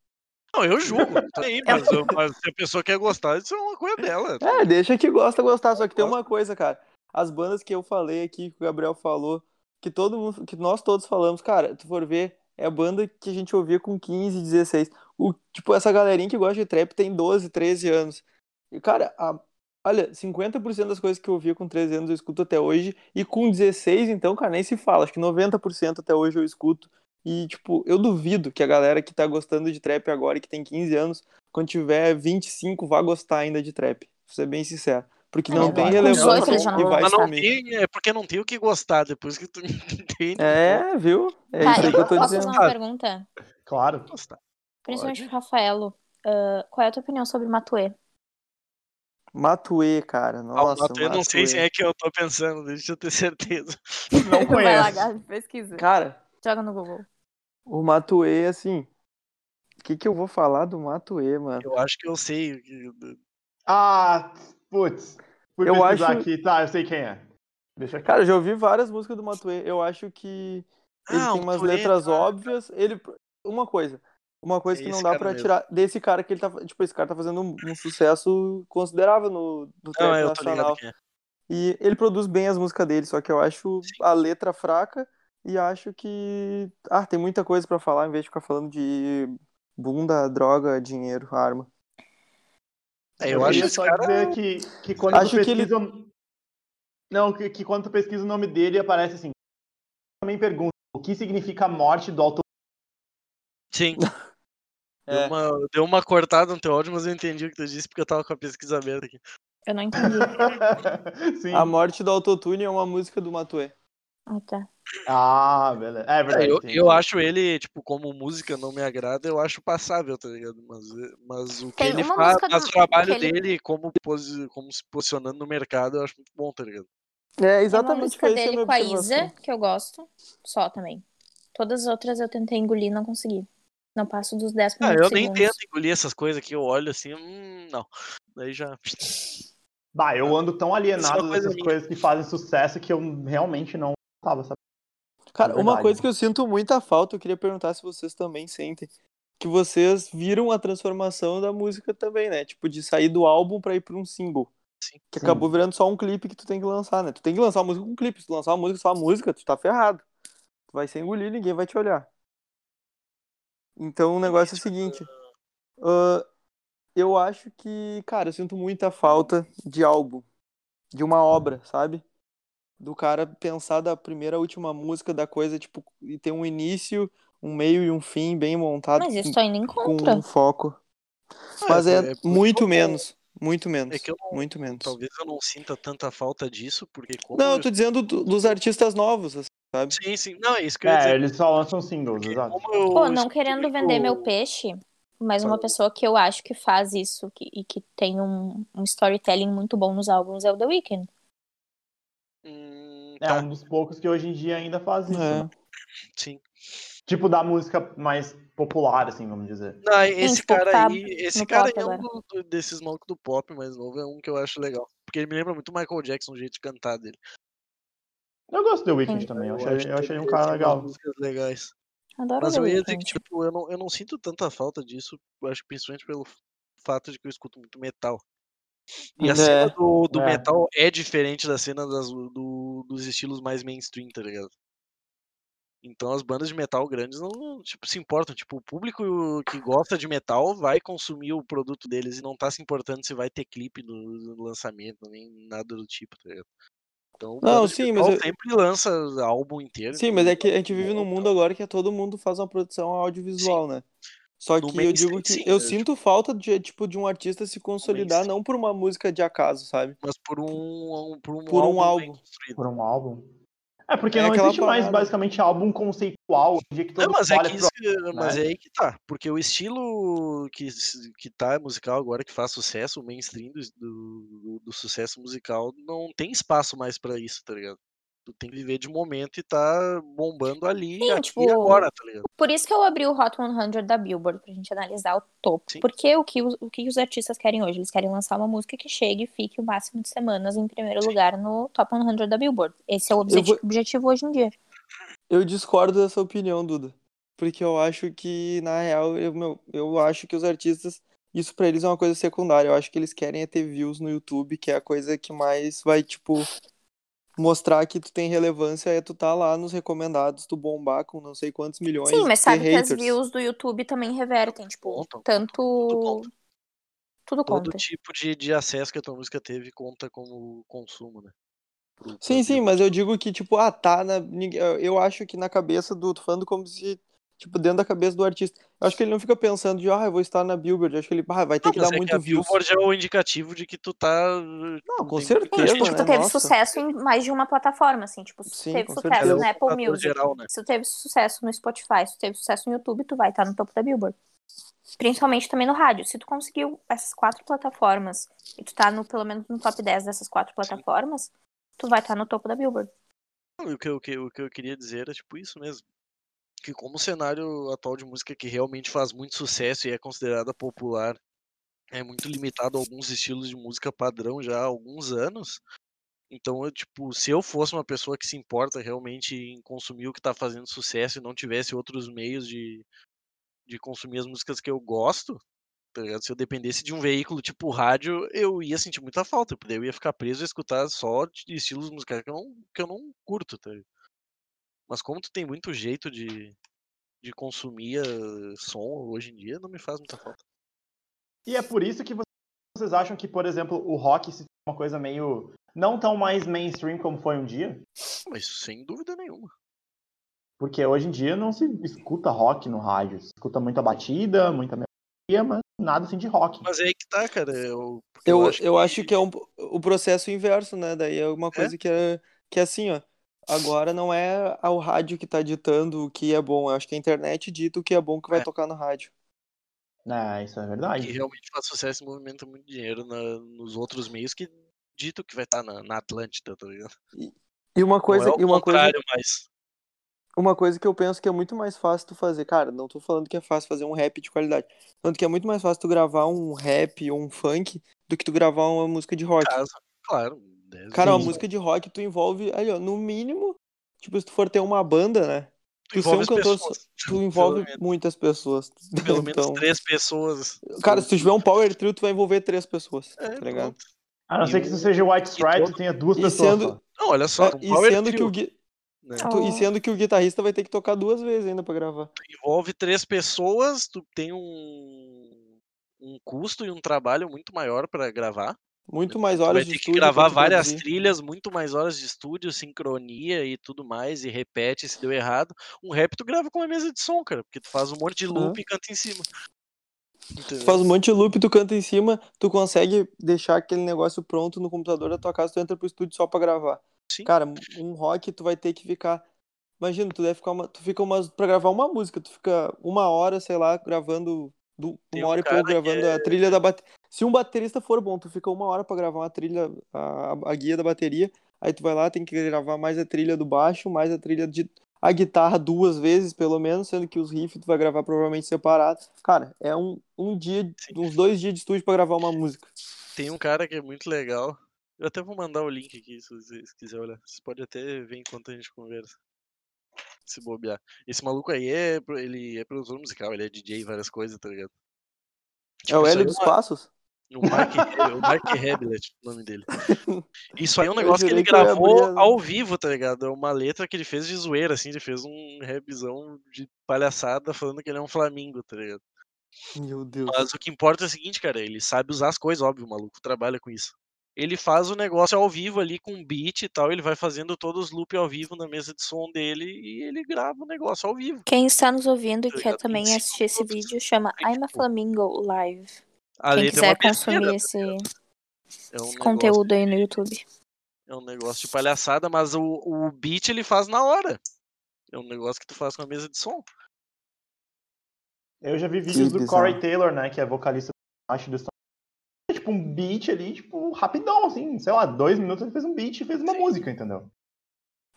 Não, eu julgo. Não tô nem aí, mas, eu- mas se a pessoa quer gostar, isso é uma coisa dela. É, deixa que gosta gostar, só que tem uma coisa, cara. As bandas que eu falei aqui, que o Gabriel falou, que todo mundo, que nós todos falamos, cara, tu for ver, é banda que a gente ouvia com 15, 16. O, tipo, essa galerinha que gosta de trap tem 12, 13 anos. E, cara, a- olha, 50% das coisas que eu ouvia com 13 anos eu escuto até hoje, e com 16, então, cara, nem se fala, acho que 90% até hoje eu escuto. E, tipo, eu duvido que a galera que tá gostando de trap agora, e que tem 15 anos, quando tiver 25, vá gostar ainda de trap. Pra ser bem sincero. Porque É, não com tem 18 relevância eles já não e vão vai Mas não sumir. tem, é porque não tem o que gostar, depois que tu entende. É, viu? É Tá, isso aí eu que eu tô posso fazer dizendo. uma pergunta? Claro. Gostar. Principalmente pro Rafaelo. Ah, qual é a tua opinião sobre Matuê? Matuê, cara. Nossa, Nossa, Ah, eu não sei se Matuê. é que eu tô pensando, deixa eu ter certeza. Não Vai lá, conheço. Gabi, pesquisa. Cara, Joga no Google. o Matuê, assim. O que, que eu vou falar do Matuê, mano? Eu acho que eu sei. Ah, putz. Fui Eu pesquisar acho- aqui. Tá, eu sei quem é. Deixa aqui. Cara, eu já ouvi várias músicas do Matuê. Eu acho que ele Ah, tem o umas Tourette, letras ah, óbvias. Ele. Uma coisa. Uma coisa É que não esse dá cara pra mesmo. tirar desse cara que ele tá. Tipo, esse cara tá fazendo um, um sucesso considerável no, no Não, trap eu tô ligado nacional. quem é. E ele produz bem as músicas dele, só que eu acho Sim. a letra fraca e acho que. Ah, tem muita coisa pra falar em vez de ficar falando de bunda, droga, dinheiro, arma. É, Eu, eu acho queria esse só cara. dizer que, que quando Acho tu que ele- pesquisa. o- Não, que, que quando tu pesquisa o nome dele, aparece assim. Também pergunta o que significa a morte do autor. Sim. Deu, É. uma, deu uma cortada no teu áudio, mas eu entendi o que tu disse porque eu tava com a pesquisa aberta aqui. Eu não entendi. Sim. A Morte do Autotune é uma música do Matuê. Ah, tá. Ah, beleza. É verdade. eu, entendi. eu acho ele, tipo, como música não me agrada, eu acho passável, tá ligado? Mas, mas o que Tem ele uma faz, música mas do- o trabalho que ele- dele como, posi- como se posicionando no mercado, eu acho muito bom, tá ligado? É, Tem uma exatamente música foi esse a dele minha com a observação. Isa, que eu gosto. Só também. Todas as outras eu tentei engolir, não consegui. Não passo dos 10 Ah, primeiros eu nem segundos. tento engolir essas coisas que eu olho assim, hum, não. Daí já. Ah, Bah, eu ando tão alienado Isso é uma coisa dessas minha. coisas que fazem sucesso que eu realmente não tava sabendo. Cara, uma Verdade. coisa que eu sinto muita falta, eu queria perguntar se vocês também sentem. Que vocês viram a transformação da música também, né? Tipo, de sair do álbum pra ir pra um single. Sim. Que acabou virando só um clipe que tu tem que lançar, né? Tu tem que lançar uma música com um clipe. Se tu lançar uma música só a música, tu tá ferrado. Tu vai ser engolido, ninguém vai te olhar. Então o negócio é o seguinte. ah, eu acho que, cara, eu sinto muita falta de álbum, de uma obra, sabe? Do cara pensar da primeira à última música da coisa, tipo, e ter um início, um meio e um fim bem montado, Mas isso com- tô indo em com contra. um foco. Mas é, é por- muito menos, muito menos, É que eu não- muito menos. Talvez eu não sinta tanta falta disso, porque como. Não, eu- eu tô dizendo do- dos artistas novos, assim, sabe? Sim, sim. Não, é isso que eu ia É, dizer. eles só lançam singles, exato. Como eu Pô, não escuto querendo muito- vender meu peixe, mas uma pessoa que eu acho que faz isso que- e que tem um, um storytelling muito bom nos álbuns é o The Weeknd. Hum, É tá, um dos poucos que hoje em dia ainda faz isso. É. né? sim. Tipo da música mais popular, assim, vamos dizer. Não, esse tipo, cara tá aí, esse no cara pop aí é um agora. do- do- desses malucos do pop mais novo, é um que eu acho legal. Porque ele me lembra muito o Michael Jackson, o jeito de cantar dele. Eu gosto do The Weeknd Sim. também, eu Eu acho achei, eu que é achei ele um ele cara tem umas legal. músicas legais. Adoro Mas o eu The ia dizer então. Weeknd. que, tipo, eu não, eu não sinto tanta falta disso, eu acho que principalmente pelo f- fato de que eu escuto muito metal. E a É. cena do, do É. metal é diferente da cena das- do- dos estilos mais mainstream, tá ligado? Então as bandas de metal grandes não, não, tipo, se importam. Tipo, o público que gosta de metal vai consumir o produto deles e não tá se importando se vai ter clipe no, no lançamento, nem nada do tipo, tá ligado? Então, Não, banda de sim, mas metal eu- sempre lança álbum inteiro. então tá Sim, mas é que a gente vive num mundo agora que é todo mundo faz uma produção audiovisual, né? Só No que eu mainstream, digo que sim, eu né? sinto falta de, tipo, de um artista se consolidar mainstream. não por uma música de acaso, sabe? Mas por um, um- por um Por um álbum, bem álbum. construído. Por um álbum. É, porque É não aquela existe mais parada. basicamente álbum conceitual, hoje em dia que todo Não, mas é mundo olha que isso que- mas né? é aí que tá. Porque o estilo que, se- que tá musical agora, que faz sucesso, o mainstream do, do, do sucesso musical, não tem espaço mais pra isso, tá ligado? Tu tem que viver de momento e tá bombando ali, Sim, aqui e tipo, agora, tá ligado? Por isso que eu abri o Hot 100 da Billboard, pra gente analisar o topo. Sim. Porque o que, os- o que os artistas querem hoje? Eles querem lançar uma música que chegue e fique o máximo de semanas em primeiro lugar no Top 100 da Billboard. Esse é o obje- vou- objetivo hoje em dia. Eu discordo dessa opinião, Duda. Porque eu acho que, na real, eu, meu, eu acho que os artistas, isso pra eles é uma coisa secundária. Eu acho que eles querem é ter views no YouTube, que é a coisa que mais vai, tipo, mostrar que tu tem relevância, é tu tá lá nos recomendados, tu bombar com não sei quantos Então, milhões Sim, mas ter sabe que as haters. views do YouTube também revertem. Tipo, Contam, tudo tanto. conta. Tudo Todo conta. tipo de, de acesso que a tua música teve conta como consumo, né? Pro- pra Sim, sim, Billboard. mas eu digo que, tipo, ah, tá na. ninguém- eu- Eu acho que na cabeça do fã, como se. Tipo, dentro da cabeça do artista. Eu acho que ele não fica pensando de, ah, eu vou estar na Billboard. Eu acho que ele, ah, vai ter Não, que mas é dar que a muito views. Billboard é o indicativo de que tu tá. uh, Não, tipo, com tem muita certeza, gente Tipo, né? tu teve Nossa. sucesso em mais de uma plataforma, assim. Tipo, se Sim, tu teve com sucesso certeza. na É um Apple fator Music, geral, né? se tu teve sucesso no Spotify, se tu teve sucesso no YouTube, tu vai estar no topo da Billboard. Principalmente também no rádio. Se tu conseguiu essas quatro plataformas e tu tá no, pelo menos no top 10 dessas quatro plataformas, tu vai estar no topo da Billboard. Não, O que, eu- o, que, o que eu queria dizer era tipo isso mesmo. Que como o cenário atual de música que realmente faz muito sucesso e é considerada popular é muito limitado a alguns estilos de música padrão já há alguns anos. Então, eu, tipo, se eu fosse uma pessoa que se importa realmente em consumir o que tá fazendo sucesso e não tivesse outros meios de, de consumir as músicas que eu gosto, tá ligado? Se eu dependesse de um veículo tipo rádio, eu ia sentir muita falta, porque daí eu ia ficar preso a escutar só de de estilos musicais que eu não, que eu não curto, tá ligado? Mas como tu tem muito jeito de, de consumir eh, som hoje em dia, não me faz muita falta. E é por isso que vo- vocês acham que, por exemplo, o rock se tornou uma coisa meio não tão mais mainstream como foi um dia? Mas sem dúvida nenhuma. Porque hoje em dia não se escuta rock no rádio. Se escuta muita batida, muita melodia, mas nada assim de rock. Mas é aí que tá, cara. Eu, porque Eu, eu acho que é um, o processo inverso, né? Daí é uma coisa que é, que é assim, ó. Agora não é o rádio que tá ditando o que é bom, eu acho que a internet dita o que é bom que vai É. tocar no rádio. É, isso é Ah, que verdade. realmente faz sucesso e movimenta muito dinheiro na- nos outros meios que dito que vai estar na, na Atlântida, tá ligado? E uma coisa, Não é o e uma coisa, contrário, mas uma coisa que eu penso que é muito mais fácil tu fazer, cara, não tô falando que é fácil fazer um rap de qualidade, tanto que é muito mais fácil tu gravar um rap ou um funk do que tu gravar uma música de rock. caso, claro. dez Cara, uma vezes. música de rock tu envolve, ali, ó, no mínimo, tipo, se tu for ter uma banda, né? Tu ser envolve um as cantor, pessoas. tu envolve menos- muitas pessoas. Pelo menos Então, três pessoas. cara, se tu tiver um power trio, tu vai envolver três pessoas, É, tá ligado? pronto. A não ser que isso seja White Stripes e tenha duas E pessoas. sendo- só. Não, olha só. É, um e power sendo que trio, o gui- né? Ah. tu- e sendo que o guitarrista vai ter que tocar duas vezes ainda pra gravar. Tu envolve três pessoas, tu tem um, um custo e um trabalho muito maior pra gravar. Muito mais Tu horas vai de ter que estúdio gravar pra tu várias produzir. trilhas, muito mais horas de estúdio, sincronia e tudo mais, e repete se deu errado. Um rap tu grava com uma mesa de som, cara, porque tu faz um monte de loop e canta em cima. Tu Entendeu? faz um monte de loop, tu canta em cima, tu consegue deixar aquele negócio pronto no computador da tua casa, tu entra pro estúdio só pra gravar. Sim. Cara, um rock tu vai ter que ficar. Imagina, tu deve ficar uma. Tu fica umas. Pra gravar uma música, tu fica uma hora, sei lá, gravando. do- Tem uma um hora e cara pouco que gravando a trilha da bateria. Se um baterista for bom, tu fica uma hora pra gravar uma trilha, a, a- a guia da bateria. Aí tu vai lá, tem que gravar mais a trilha do baixo, mais a trilha de. A guitarra duas vezes, pelo menos, sendo que os riffs tu vai gravar provavelmente separado. Cara, é um, um dia, Sim. uns dois dias de estúdio pra gravar uma música. Tem um cara que é muito legal. Eu até vou mandar o link aqui se vocês quiserem olhar. Vocês podem até ver enquanto a gente conversa. Se bobear. Esse maluco aí é, pro- ele é produtor musical, ele é DJ, várias coisas, tá ligado? é o isso aí Hélio é dos uma- Passos? O Mark, é o Mark Heblet, o nome dele. Isso aí é um Eu negócio que jurei ele que eu ia gravou abrir a- ao vivo, tá ligado? É uma letra que ele fez de zoeira, assim, ele fez um rapzão de palhaçada falando que ele é um flamingo, tá ligado? Meu Deus. Mas o que importa é o seguinte, cara, ele sabe usar as coisas, óbvio, o maluco trabalha com isso. Ele faz o negócio ao vivo ali com beat e tal, ele vai fazendo todos os loops ao vivo na mesa de som dele e ele grava o negócio ao vivo. Quem está nos ouvindo e Tá quer ligado? Tem também cinco assistir esse minutos. vídeo chama Tem, I'm a tipo, Flamingo Live. A Quem letra é uma quiser besteira, consumir tá esse ligado? é um negócio, conteúdo aí no YouTube. é um negócio de palhaçada, mas o, o beat ele faz na hora. É um negócio que tu faz com a mesa de som. Eu já vi vídeos do bizarro. Corey Taylor, né? Que é vocalista acho, do Stone Temple. Tipo, um beat ali, tipo, rapidão, assim. Sei lá, dois minutos ele fez um beat e fez uma música, entendeu?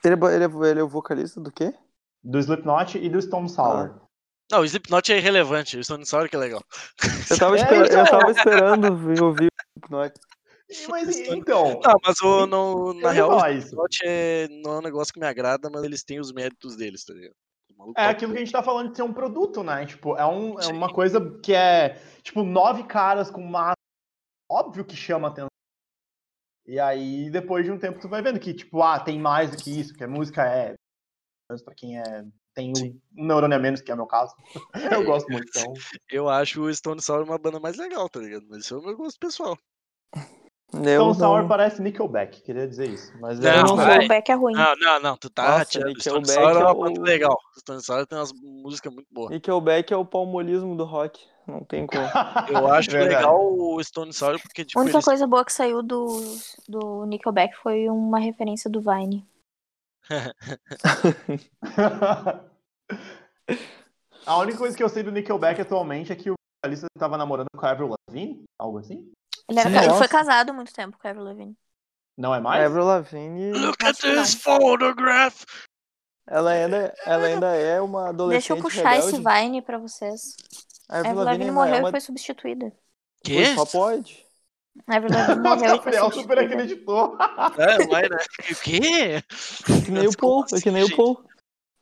Ele é, ba- ele, é, ele é o vocalista do quê? Do Slipknot e do Stone Sour. Não, o Slipknot é irrelevante, o Stone Sour que é legal. Eu tava, É, esper- então. eu tava esperando vir ouvir o Slipknot. E, Mas, e- então, Não, mas o, no, eu Ah, na ia real, o falar isso. Slipknot é, não é um negócio que me agrada, mas eles têm os méritos deles, tá ligado? O maluco É toca aquilo que a gente tá falando de ser um produto, né? Tipo, é, um, é Sim. uma coisa que é, tipo, nove caras com massa. Óbvio que chama atenção. E aí, depois de um tempo, tu vai vendo que, tipo, ah, tem mais do que isso, que a música é. Mas pra quem é. Tem um, Sim. um neurônio a menos, que é o meu caso. Eu gosto muito, então. Eu acho o Stone Sour uma banda mais legal, tá ligado? Mas isso é o meu gosto pessoal. Eu Então, não... Sour parece Nickelback, queria dizer isso. Mas Não, é, Não, não, mas- vai. Nickelback é ruim. Não, não, não, tu tá Nossa, tirando. O Stone Nickelback Sour é uma é banda o- legal. O Stone Sour tem umas músicas muito boas. Nickelback é o palmolismo do rock. Não tem como. Eu acho Verdade. legal o Stone Sour porque, tipo, A única eles... coisa boa que saiu do, do Nickelback foi uma referência do Vine. a única coisa que eu sei do Nickelback atualmente é que o vocalista tava namorando com a Avril Lavigne, algo assim? Ele, era Sim, ca- ele foi nossa. casado há muito tempo com a Avril Lavigne. Não é mais? Avril Lavigne, Look at at this this photograph! ela ainda, ela ainda é uma adolescente Deixa eu puxar rebelde. esse Vine pra vocês. A A Avril Avril Lavigne Lavigne ainda morreu é uma... e foi substituída. Que? Só pode. A Avril Lavigne morreu e foi Gabriel super substituída. acreditou. É, vai, né? O quê? É Que nem o Paul, é que nem o Paul.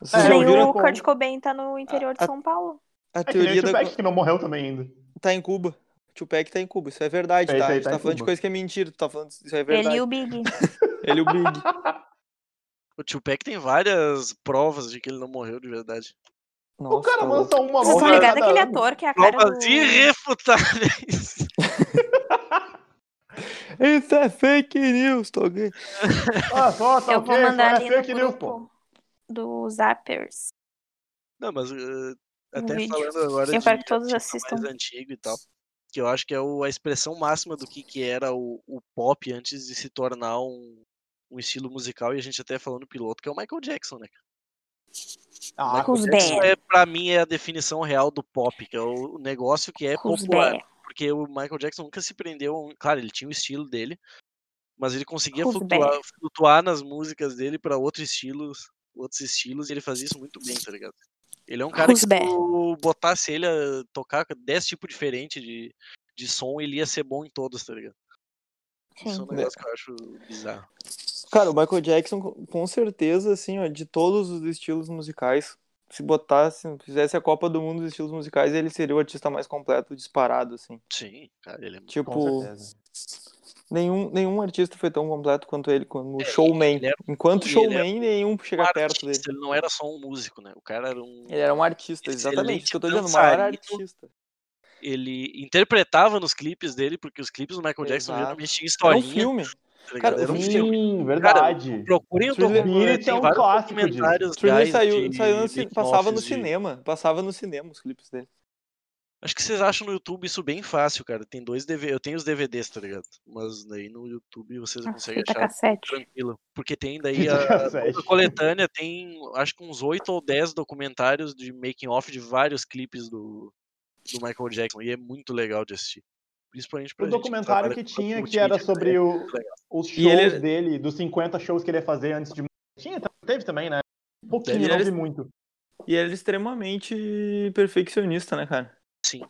Vocês É, já Nem ouviram o Paul. Kurt Cobain tá no interior de A- São Paulo. a É que nem o teoria da... Tupac, que não morreu também ainda. Tá em Cuba. Tupac tá em Cuba, isso é verdade, Esse tá? aí A gente tá tá, em falando de Cuba. coisa que é mentira, tu tá falando isso é Ele verdade. e o Big. Ele e o Big. O Tupac tem várias provas de que ele não morreu de verdade. Nossa, o cara tá lança louco. uma Vocês estão música a ligados cada aquele ano. ator que é a cara Provas do... irrefutáveis. Isso é fake news, tá ok? Ah, só, tá Eu ok, vou mandar é ali fake no news, pô. grupo do Zappers. Não, mas eh, até vídeo. falando agora Eu de quero que todos artista assistam. mais antigo e tal, que eu acho que é o- a expressão máxima do que, que era o, o pop antes de se tornar um, um estilo musical, e a gente até falou no piloto, que é o Michael Jackson, né? Ah, Michael Who's Jackson there? é, pra mim, é a definição real do pop, que é o negócio que é Who's popular. there? Porque o Michael Jackson nunca se prendeu a um. Claro, ele tinha o estilo dele, mas ele conseguia Who's flutuar, flutuar nas músicas dele pra outros estilos, outros estilos, e ele fazia isso muito bem, tá ligado? Ele é um cara Who's que se there? tu botasse ele a tocar 10 tipos diferentes de, de som, ele ia ser bom em todos, tá ligado? Isso é Sim. um negócio que eu acho bizarro. Cara, o Michael Jackson, com- com certeza, assim, ó, de todos os estilos musicais, se botasse, fizesse a Copa do Mundo dos estilos musicais, ele seria o artista mais completo, disparado, assim. Sim, cara, ele é muito. Tipo, Com certeza. Nenhum, nenhum artista foi tão completo quanto ele, como É, showman. É, ele era Enquanto ele é um showman, nenhum chega perto artista, dele. ele não era só um músico, né? O cara era um. Ele era um artista, exatamente. Excelente Isso que eu tô dizendo, o maior dançarino. artista. Ele interpretava nos clipes dele, porque os clipes do Michael Jackson Exato. geralmente tinham Era um historinha. filme. tá ligado? Cara, era um o filme. Sim, verdade. Procurem o Thriller documentário. Beat é Tem um vários clássico disso. documentários Thriller guys saiu, de saiu no ci- making passava no offs de- cinema. Passava no cinema os clipes dele. Acho que vocês acham no YouTube isso bem fácil, cara. Tem dois DV... Eu tenho os DVDs, tá ligado? Mas daí no YouTube vocês A conseguem Ah, fita achar cassete. tranquilo. Porque tem daí Fita a, cassete. toda a coletânea, tem acho que uns oito ou dez documentários de making off de vários clipes do, do Michael Jackson. E é muito legal de assistir. Principalmente pra O gente documentário trabalha que com tinha, que multimídia, era sobre né? o- os E shows ele- dele, dos 50 shows que ele ia fazer antes de. Tinha, teve também, né? Um pouquinho, Ele não era- vi muito. E ele era extremamente perfeccionista, né, cara? Sim.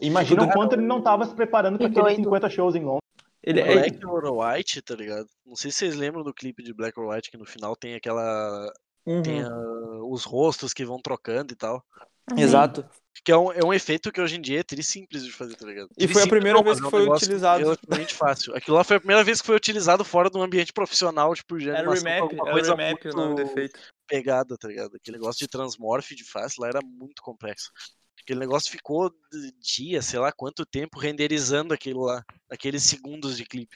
Imagina o Cara, quanto ele não tava se preparando para Que aqueles doido. 50 shows em Londres. Ele é. Black or White, tá ligado? Não sei se vocês lembram do clipe de Black or White, que no final tem aquela. Uhum, Tem a- eh, os rostos que vão trocando e tal. Amém. Exato. Que é um, é um efeito que hoje em dia é tri simples de fazer, tá ligado? E foi a Trissímples primeira não, vez mas que é um foi negócio utilizado. Relativamente fácil. Aquilo lá foi a primeira vez que foi utilizado fora de um ambiente profissional, tipo, de Era animação, com remap, alguma era coisa remap o nome do muito efeito. pegada, tá ligado? Aquele negócio de transmorph de face lá era muito complexo. Aquele negócio ficou de dia, sei lá quanto tempo, renderizando aquilo lá, aqueles segundos de clipe.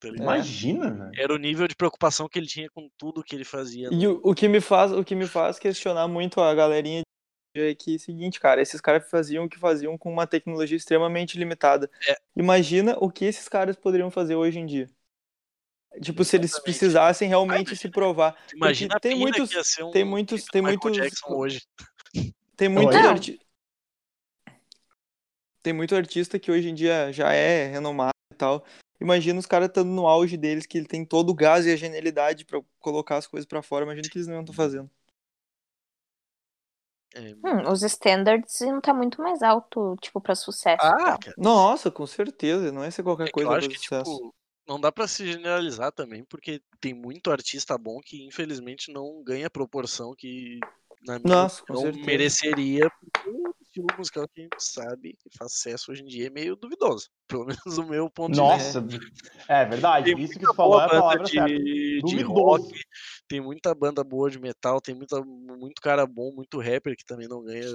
tá ligado? É. Imagina, velho. Era o nível de preocupação que ele tinha com tudo que ele fazia. né? E o, o que me faz, o que me faz questionar muito a galerinha de hoje é que é o seguinte, cara, esses caras faziam o que faziam com uma tecnologia extremamente limitada. É. Imagina o que esses caras poderiam fazer hoje em dia. Tipo, se eles Exatamente. precisassem realmente se provar. Imagina a tem pena muitos- que ia ser um tem muitos- clipe do tem Michael muitos- Jackson hoje. Tem muito Não. arti- Tem muito artista que hoje em dia já é renomado e tal. Imagina os caras estando no auge deles, que ele tem todo o gás e a genialidade pra colocar as coisas pra fora. Imagina o que eles não estão fazendo. É, Hum, os standards não tá muito mais alto, tipo, pra sucesso. ah, cara, Nossa, com certeza. Não ia ser é qualquer que coisa eu acho pra que, sucesso. tipo, não dá pra se generalizar também, porque tem muito artista bom que infelizmente não ganha a proporção que na minha Nossa, com opinião, certeza. mereceria, porque o estilo musical que a gente sabe que faz sucesso hoje em dia é meio duvidoso. Pelo menos o meu ponto Nossa. É verdade. de Isso vista. Tem que muita você falou é boa a banda palavra certa. de, de Duvidoso. rock, tem muita banda boa de metal, tem muita, muito cara bom, muito rapper que também não ganha,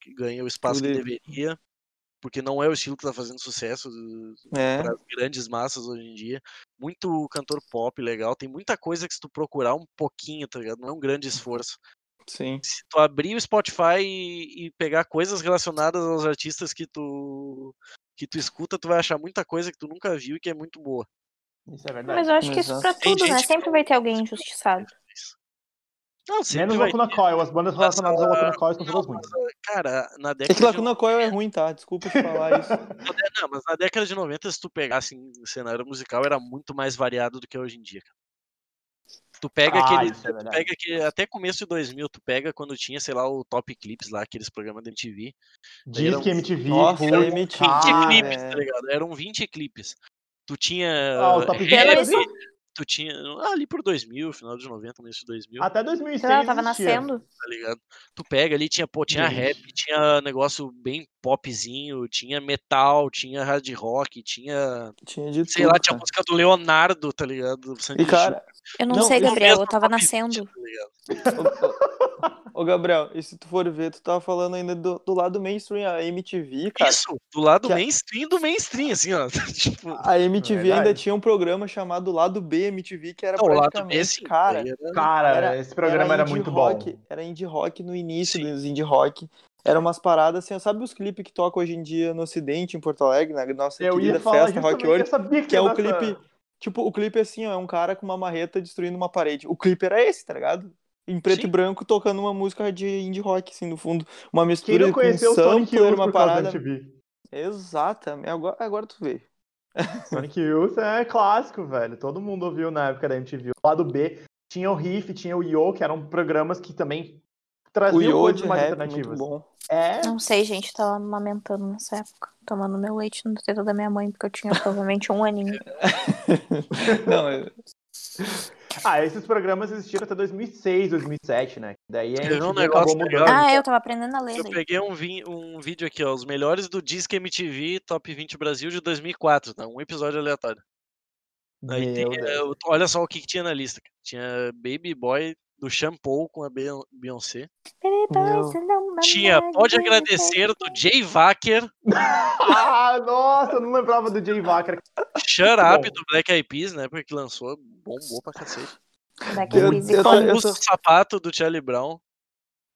que ganha o espaço que Tudo- deveria, porque não é o estilo que tá fazendo sucesso uh, É. para as grandes massas hoje em dia. Muito cantor pop legal, tem muita coisa que se tu procurar um pouquinho, tá ligado? Não é um grande esforço. Sim. Se tu abrir o Spotify e, e pegar coisas relacionadas aos artistas que tu que tu escuta, tu vai achar muita coisa que tu nunca viu e que é muito boa. Isso é Mas verdade. eu acho que isso pra Exato. Tem tudo, né? gente que Sempre não- vai ter alguém injustiçado. Não, sempre Menos vai Lacuna ter, Coil. As bandas mas, relacionadas a ah, Lacuna Coil são Tipo, não, todas ruins. mas, ah, Cara, na década É que de Lacuna Coil é ruim, tá? Desculpa te falar isso. É, Não, mas na década de 90, se tu pegasse o cenário musical, era muito mais variado do que é hoje em dia. cara. Tu pega Ah, aquele. isso é tu verdade. pega aquele. Até começo de 2000, tu pega quando tinha, sei lá, o Top Clips lá, aqueles programas da MTV. Diz Eram que MTV. Nossa, é, putz, era MTV, cara. clipes, velho. tá ligado? Eram 20 clipes. Tu tinha. é. Ah, o Top rap, Gear Pelo isso, tu tinha. Ali por 2000, final de 90, começo de 2000, Até sei 2006 lá, eu tava é. existia. nascendo. tá ligado? Tu pega ali, tinha, pô, Uhum. tinha rap, tinha negócio bem popzinho, tinha metal, tinha hard rock, tinha. Tinha de Sei tudo, lá, tinha a cara. música do Leonardo, tá ligado? E Sandy cara, Eu não, Não, sei, isso Gabriel, mesmo eu tava top 20, nascendo. tá ligado? ô, ô, Gabriel, e se tu for ver, tu tava falando ainda do, do lado mainstream, a MTV, cara. Isso, do lado que a- mainstream do mainstream, assim, ó. tipo, A MTV Verdade. ainda tinha um programa chamado Lado B MTV, que era não, o lado é assim, tá praticamente, B, sim. cara, daí era- Cara, Era- esse programa era, indie muito rock, bom. Era indie rock no início Sim. dos indie rock. Eram umas paradas assim, sabe os clipes que tocam hoje em dia no ocidente, em Porto Alegre, na nossa Eu querida ia falar festa justamente assim, Rock World? essa bica Que é o dessa- clipe, Tipo, o clipe é assim, ó, é um cara com uma marreta destruindo uma parede. O clipe era esse, tá ligado? Em preto Sim. e branco, tocando uma música de indie rock, assim, no fundo. Uma Quem mistura não com conheceu o Sonic sampler, Youth uma por causa da parada... MTV? Exatamente. É Agora, agora tu vê. Sonic Youth é clássico, velho. Todo mundo ouviu na época da MTV. O lado B tinha o Riff, tinha o Yo, que eram programas que também O traziam Yo coisas de um mais rap, muito alternativas. bom. É, Não sei, gente, eu tava amamentando nessa época. Tomando meu leite no teto da minha mãe, porque eu tinha provavelmente um aninho. Não, é- ah, esses programas existiram até 2006, 2007, né? Daí a Teve um MTV negócio acabou mudando. legal. Ah, é, eu tava aprendendo a ler. Eu gente. peguei um, vi- um vídeo aqui, ó. Os melhores do Disc MTV Top 20 Brasil de 2004, tá? Um episódio aleatório. Daí tem, Meu Deus. é, o- olha só o que, que tinha na lista. cara. Tinha Baby Boy do Shampoo com a Beyon- Beyoncé. Tá Tinha né? Pode Agradecer do Jay Wacker. Ah, nossa, eu não lembrava do Jay Wacker. Shut Up do Black Eyed Peas, né? Porque lançou, bombou pra cacete. Daqui Eu- Luiz eu e tô- Tom. Tom Busto Sapato do Charlie Brown.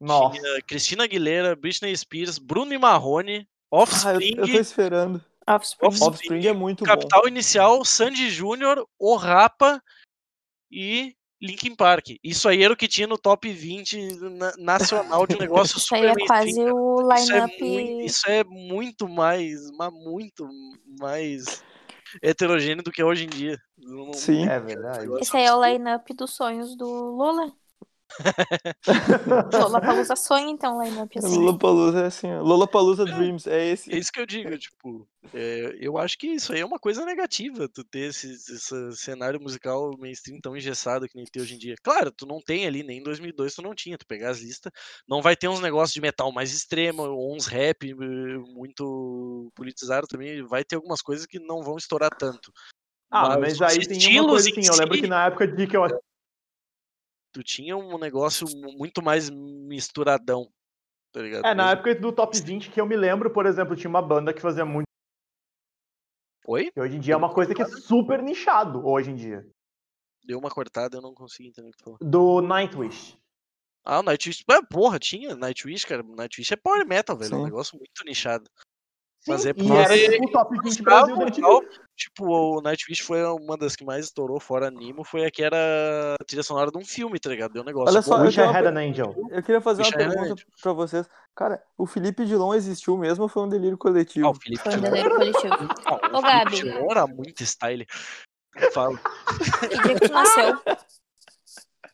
Nossa. Tinha Cristina Aguilera, Britney Spears, Bruno e Marrone, Ah, eu, eu Offspring, tô esperando. Offspring. Offspring. Offspring é muito bom. Capital Inicial, Sandy Júnior, O Rapa e Linkin Park. Isso aí era o que tinha no top 20 na- nacional de negócios Isso super aí é mainstream, cara. quase o Isso é, line-up. muito, isso é muito mais, mas muito mais heterogêneo do que é hoje em dia. Não- Sim. É verdade. Esse aí é o line-up dos sonhos do Lola. Lola Palusa sonha, então, line-up assim. Lollapalooza é assim, ó. Lollapalooza Dreams, é esse. É isso que eu digo, tipo, é, eu acho que isso aí é uma coisa negativa, tu ter esse, esse cenário musical mainstream tão engessado que nem tem hoje em dia. Claro, tu não tem ali, nem em 2002 tu não tinha, tu pegar as listas, não vai ter uns negócios de metal mais extremo, ou uns rap eh, muito politizado também, vai ter algumas coisas que não vão estourar tanto. Ah, mas aí os tem uma coisa em assim, eu lembro si, que na época de que eu tu tinha um negócio mu- muito mais misturadão, tá ligado? É, na Mesmo- época do top 20 que eu me lembro, por exemplo, tinha uma banda que fazia muito. Oi? que Hoje em dia é uma coisa que é super nichado hoje em dia. Deu uma cortada, eu não consegui entender o que tu falou. Do Nightwish. Ah, o Nightwish. Ah, porra, tinha Nightwish, cara. Nightwish é power metal, velho. É um Sim. negócio muito nichado. Sim, Mas é e porque- era tipo, o top 20 Brasil é um da MTV. Tal, tipo, o Nightwish foi uma das que mais estourou fora Nimo, foi a que era a trilha sonora de um filme, tá ligado? Deu um negócio. Olha só, bom. eu Wish I tenho uma Had an Angel. Eu queria fazer uma é Deixa eu pergunta pra vocês. Cara, o Felipe Dilon existiu mesmo ou foi um delírio coletivo? Ah, o Felipe Foi um Dilon. delírio coletivo. Ah, Ô, o Felipe Gabi. Dilon era muito style. Eu falo, Que dia que tu nasceu?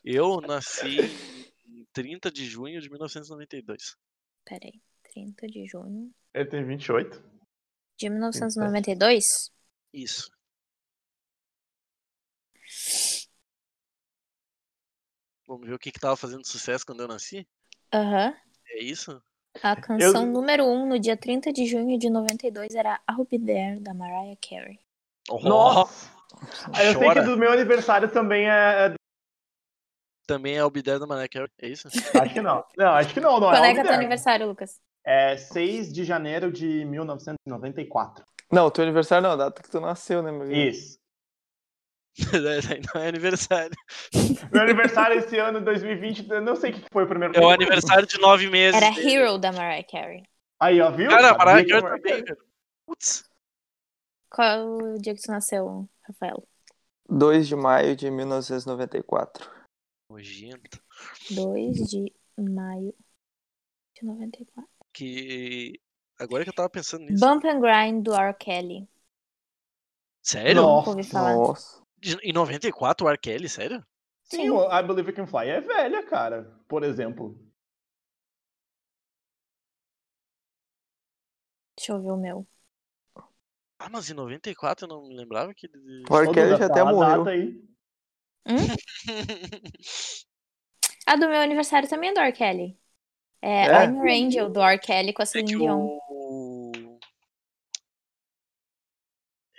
eu nasci em 30 de junho de 1992. Peraí, 30 de junho Ele tem 28. de 1992? Isso. Vamos ver o que que tava fazendo sucesso quando eu nasci? Aham. É isso? A canção Eu- número 1 um, no dia 30 de junho de 92 era I'll Be There, da Mariah Carey. Oh, Nossa! Ah, eu sei chora. que do meu aniversário também é. é- Também é o Bidé da Mané Carey, é isso? Acho que não. Não, acho que não, não Quando é. é que é teu Albuquerque. aniversário, Lucas? É 6 de janeiro de 1994. Não, teu aniversário não, a data que tu nasceu, né, meu querido? Isso. Daí não é aniversário. Meu aniversário esse ano, 2020, eu não sei o que foi o primeiro. É o aniversário de nove meses. Era dele. Hero, da Mariah Carey. Aí, ó, viu? Cara, a Mariah Sabia Carey que eu- também, velho. Putz, Qual é o dia que tu nasceu, Rafael? 2 de maio de 1994. nojento. 2 de maio de 94. Que. Agora que eu tava pensando nisso. Bump and Grind, do R. Kelly. Sério? Não. Nunca ouvi falar. Nossa. De- Em 94, o R. Kelly, sério? Sim, o I Believe I Can Fly é velha, cara, por exemplo. Deixa eu ver o meu. Ah, mas em 94 eu não me lembrava que. O R. Ô, Kelly Duda, já até fala a morreu. data aí. A do meu aniversário também é do R. Kelly. É, É? I'm your Angel, do R. Kelly com a É Celine que Dion. o.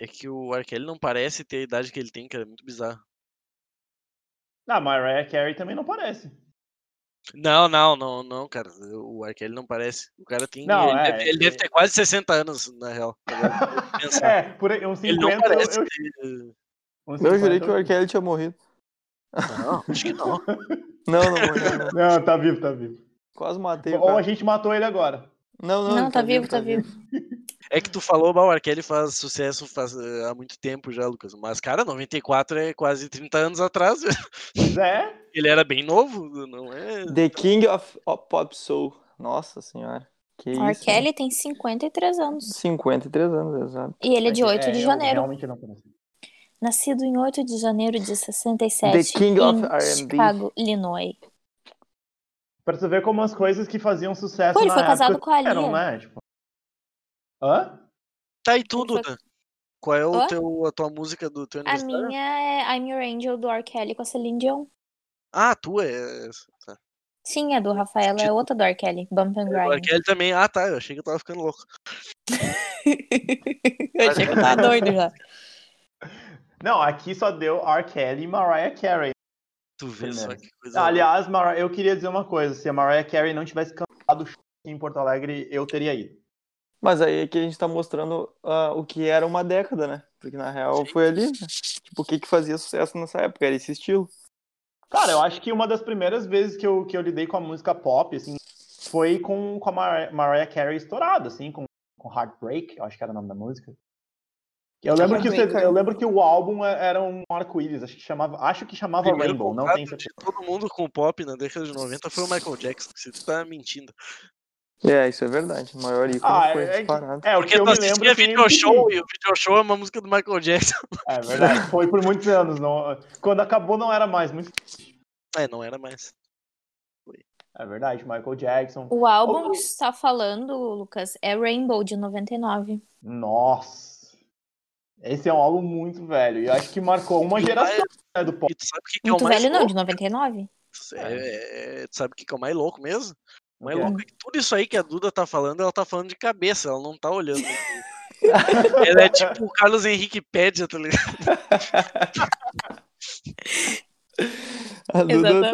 É que o R. Kelly não parece ter a idade que ele tem, cara. É muito bizarro. Ah, Mariah Carey também não parece. Não, não, não, não, cara. O R. Kelly não parece. O cara tem. Não, ele é, deve, ele ele- deve ter quase 60 anos, na real. Agora, eu pensar. É, por aí, uns 50. Ele não parece. eu- eu- ter- uns Eu 50, jurei que é o R. Kelly tinha morrido. Não, acho que não. Não, não morreu, não. Não, tá vivo, tá vivo. Quase matei o Ou a cara. gente matou ele agora. Não, não, Não, ele tá vivo, tá vivo. É que tu falou, bah, o Arkelly faz sucesso faz, eh, há muito tempo já, Lucas. Mas, cara, 94 é quase 30 anos atrás. velho. Zé, Ele era bem novo, não é? The King of of Pop Soul. Nossa senhora. Que R. isso. Kelly tem 53 anos. 53 anos, exato. E ele é de 8 de eu janeiro. realmente não conheço. Nascido em 8 de janeiro de 67 The King of em R&B. Chicago, Illinois. Pra tu ver como as coisas que faziam sucesso Pô, ele na foi época casado com a eram, Lia. né? Tipo... Hã? Tá e tudo, foi- né? Qual é o Hã? teu, a tua música do teu A aniversário? minha é I'm Your Angel, do R. Kelly com a Celine Dion. Ah, a tua é. essa, Tá. Sim, a do Rafaela é outra do R. Kelly, Bump and O Grind. Arkelly também. Ah, tá. Eu achei que eu tava ficando louco. Eu achei que eu tava Tá doido já. Não, aqui só deu R. Kelly e Mariah Carey. Tu vê só que coisa. louca. Aliás, Mara- eu queria dizer uma coisa: se a Mariah Carey não tivesse cantado o show aqui em Porto Alegre, eu teria ido. Mas aí é que a gente tá mostrando ah, o que era uma década, né? Porque na real foi ali, né? Tipo, o que que fazia sucesso nessa época? Era esse estilo. Cara, eu acho que uma das primeiras vezes que eu, que eu lidei com a música pop, assim, foi com, com a Mariah, Mariah Carey estourada, assim, com, com Heartbreak, eu acho que era o nome da música. Eu lembro, que o, CD eu lembro que o álbum é- era um arco-íris, acho que chamava, acho que chamava Primeiro Rainbow, não contato tenho de certeza. todo mundo com o pop na década de 90 foi o Michael Jackson. Se tu tá mentindo. É, isso é verdade. O maior ícone Ah, foi é, é, disparado. é, o que Porque eu tu me lembro assistia é video show e o video show é uma música do Michael Jackson. É verdade, foi por muitos anos. Não, quando acabou não era mais, muito. É, não era mais. É verdade, Michael Jackson. O álbum Ô, que você tá falando, Lucas, é Rainbow, de 99. Nossa. Esse é um álbum muito velho. E eu acho que marcou uma geração né, do pop. E tu sabe o que, que é o Muito mais velho não, louco? de 99. É, é, tu sabe o que, que é o mais louco mesmo? O mais O quê? louco é que tudo isso aí que a Duda tá falando, ela tá falando de cabeça, ela não tá olhando. ela é tipo o Carlos Henrique Pédia, tá ligado? A Duda tá-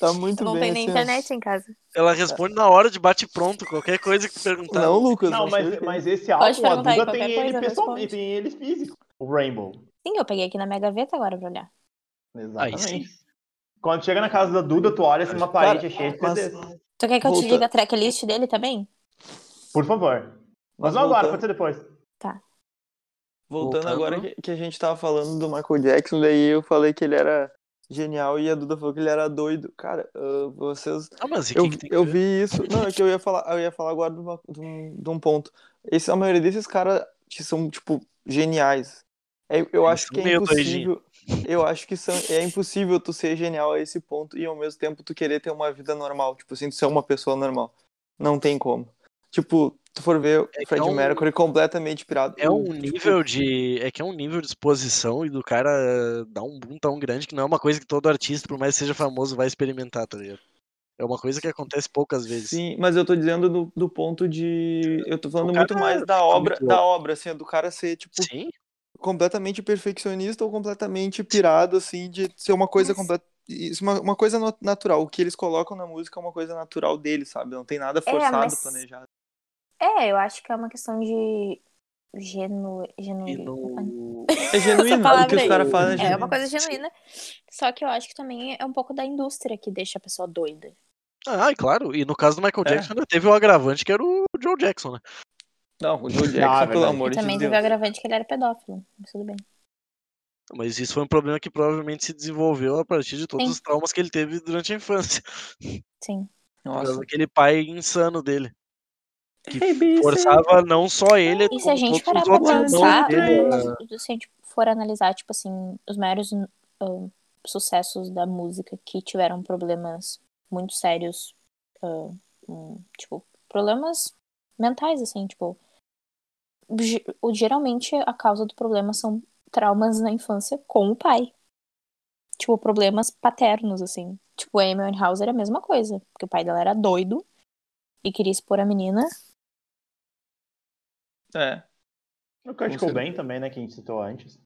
tá, muito Não bem. tem nem assim, ó. internet em casa. Ela responde na hora de bate-pronto, qualquer coisa que tu perguntar. Não, Lucas. Não, mas, sei. mas esse álbum, a perguntar aí Duda qualquer tem ele coisa, pessoalmente, responde. tem ele físico. O Rainbow. Sim, eu peguei aqui na minha gaveta agora pra olhar. Exatamente. sim. Quando chega na casa da Duda, tu olha assim, uma parede cheia de mas- CDs. Tu quer que eu te Volta. diga a tracklist dele também? Por favor. Mas não agora, pode ser depois. Voltando Voltando. agora que, que a gente tava falando do Michael Jackson, daí eu falei que ele era genial e a Duda falou que ele era doido. Cara, ah, vocês. Ah, mas e Eu, quem que tem que eu ver? vi isso. Não, é que eu ia falar, eu ia falar agora de, uma- de um, de um ponto. Esse, a maioria desses caras que são, tipo, geniais. É- eu acho são que é meio impossível. Eu acho que são, é impossível tu ser genial a esse ponto e ao mesmo tempo tu querer ter uma vida normal. Tipo assim, tu ser uma pessoa normal. Não tem como. Tipo, tu for ver É que o Fred é um- Mercury completamente pirado. É um Tipo, nível de. É que é um nível de exposição e do cara dar um boom tão grande que não é uma coisa que todo artista, por mais que seja famoso, vai experimentar, tá ligado? É uma coisa que acontece poucas vezes. Sim, mas eu tô dizendo do, do ponto de. Eu tô falando O muito cara é mais da obra, muito da obra, assim, do cara ser, tipo, Sim. completamente perfeccionista ou completamente pirado, assim, de ser uma coisa Mas- completa. Isso, uma, uma coisa no- natural. O que eles colocam na música é uma coisa natural deles, sabe? Não tem nada forçado, É, mas- planejado. É, eu acho que é uma questão de genu... genu... E no... É genuíno. O que palavra os aí. caras falam é É genuíno. uma coisa genuína. Só que eu acho que também é um pouco da indústria que deixa a pessoa doida. Ah, e claro. E no caso do Michael É. Jackson, ainda teve o agravante que era o Joe Jackson, né? Não, o Joe Ah, Jackson, é pelo verdade. amor de Também Deus. teve o agravante que ele era pedófilo. mas Tudo bem. Mas isso foi um problema que provavelmente se desenvolveu a partir de todos Sim. os traumas que ele teve durante a infância. Sim. Por causa Nossa. daquele é pai insano dele. Que Hey, baby. forçava não só ele, E se a como todos gente parar os pra outros irmãos pensar, né? dele. né? a- se a gente for analisar, tipo assim, os maiores ah, sucessos da música que tiveram problemas muito sérios, ah, hum, tipo, problemas mentais, assim, tipo. ge- o- Geralmente a causa do problema são traumas na infância com o pai. Tipo, problemas paternos, assim. Tipo, a Amy Winehouse era a mesma coisa. Porque o pai dela era doido e queria expor a menina. É. O Kurt Com Cobain também, né, que a gente citou antes.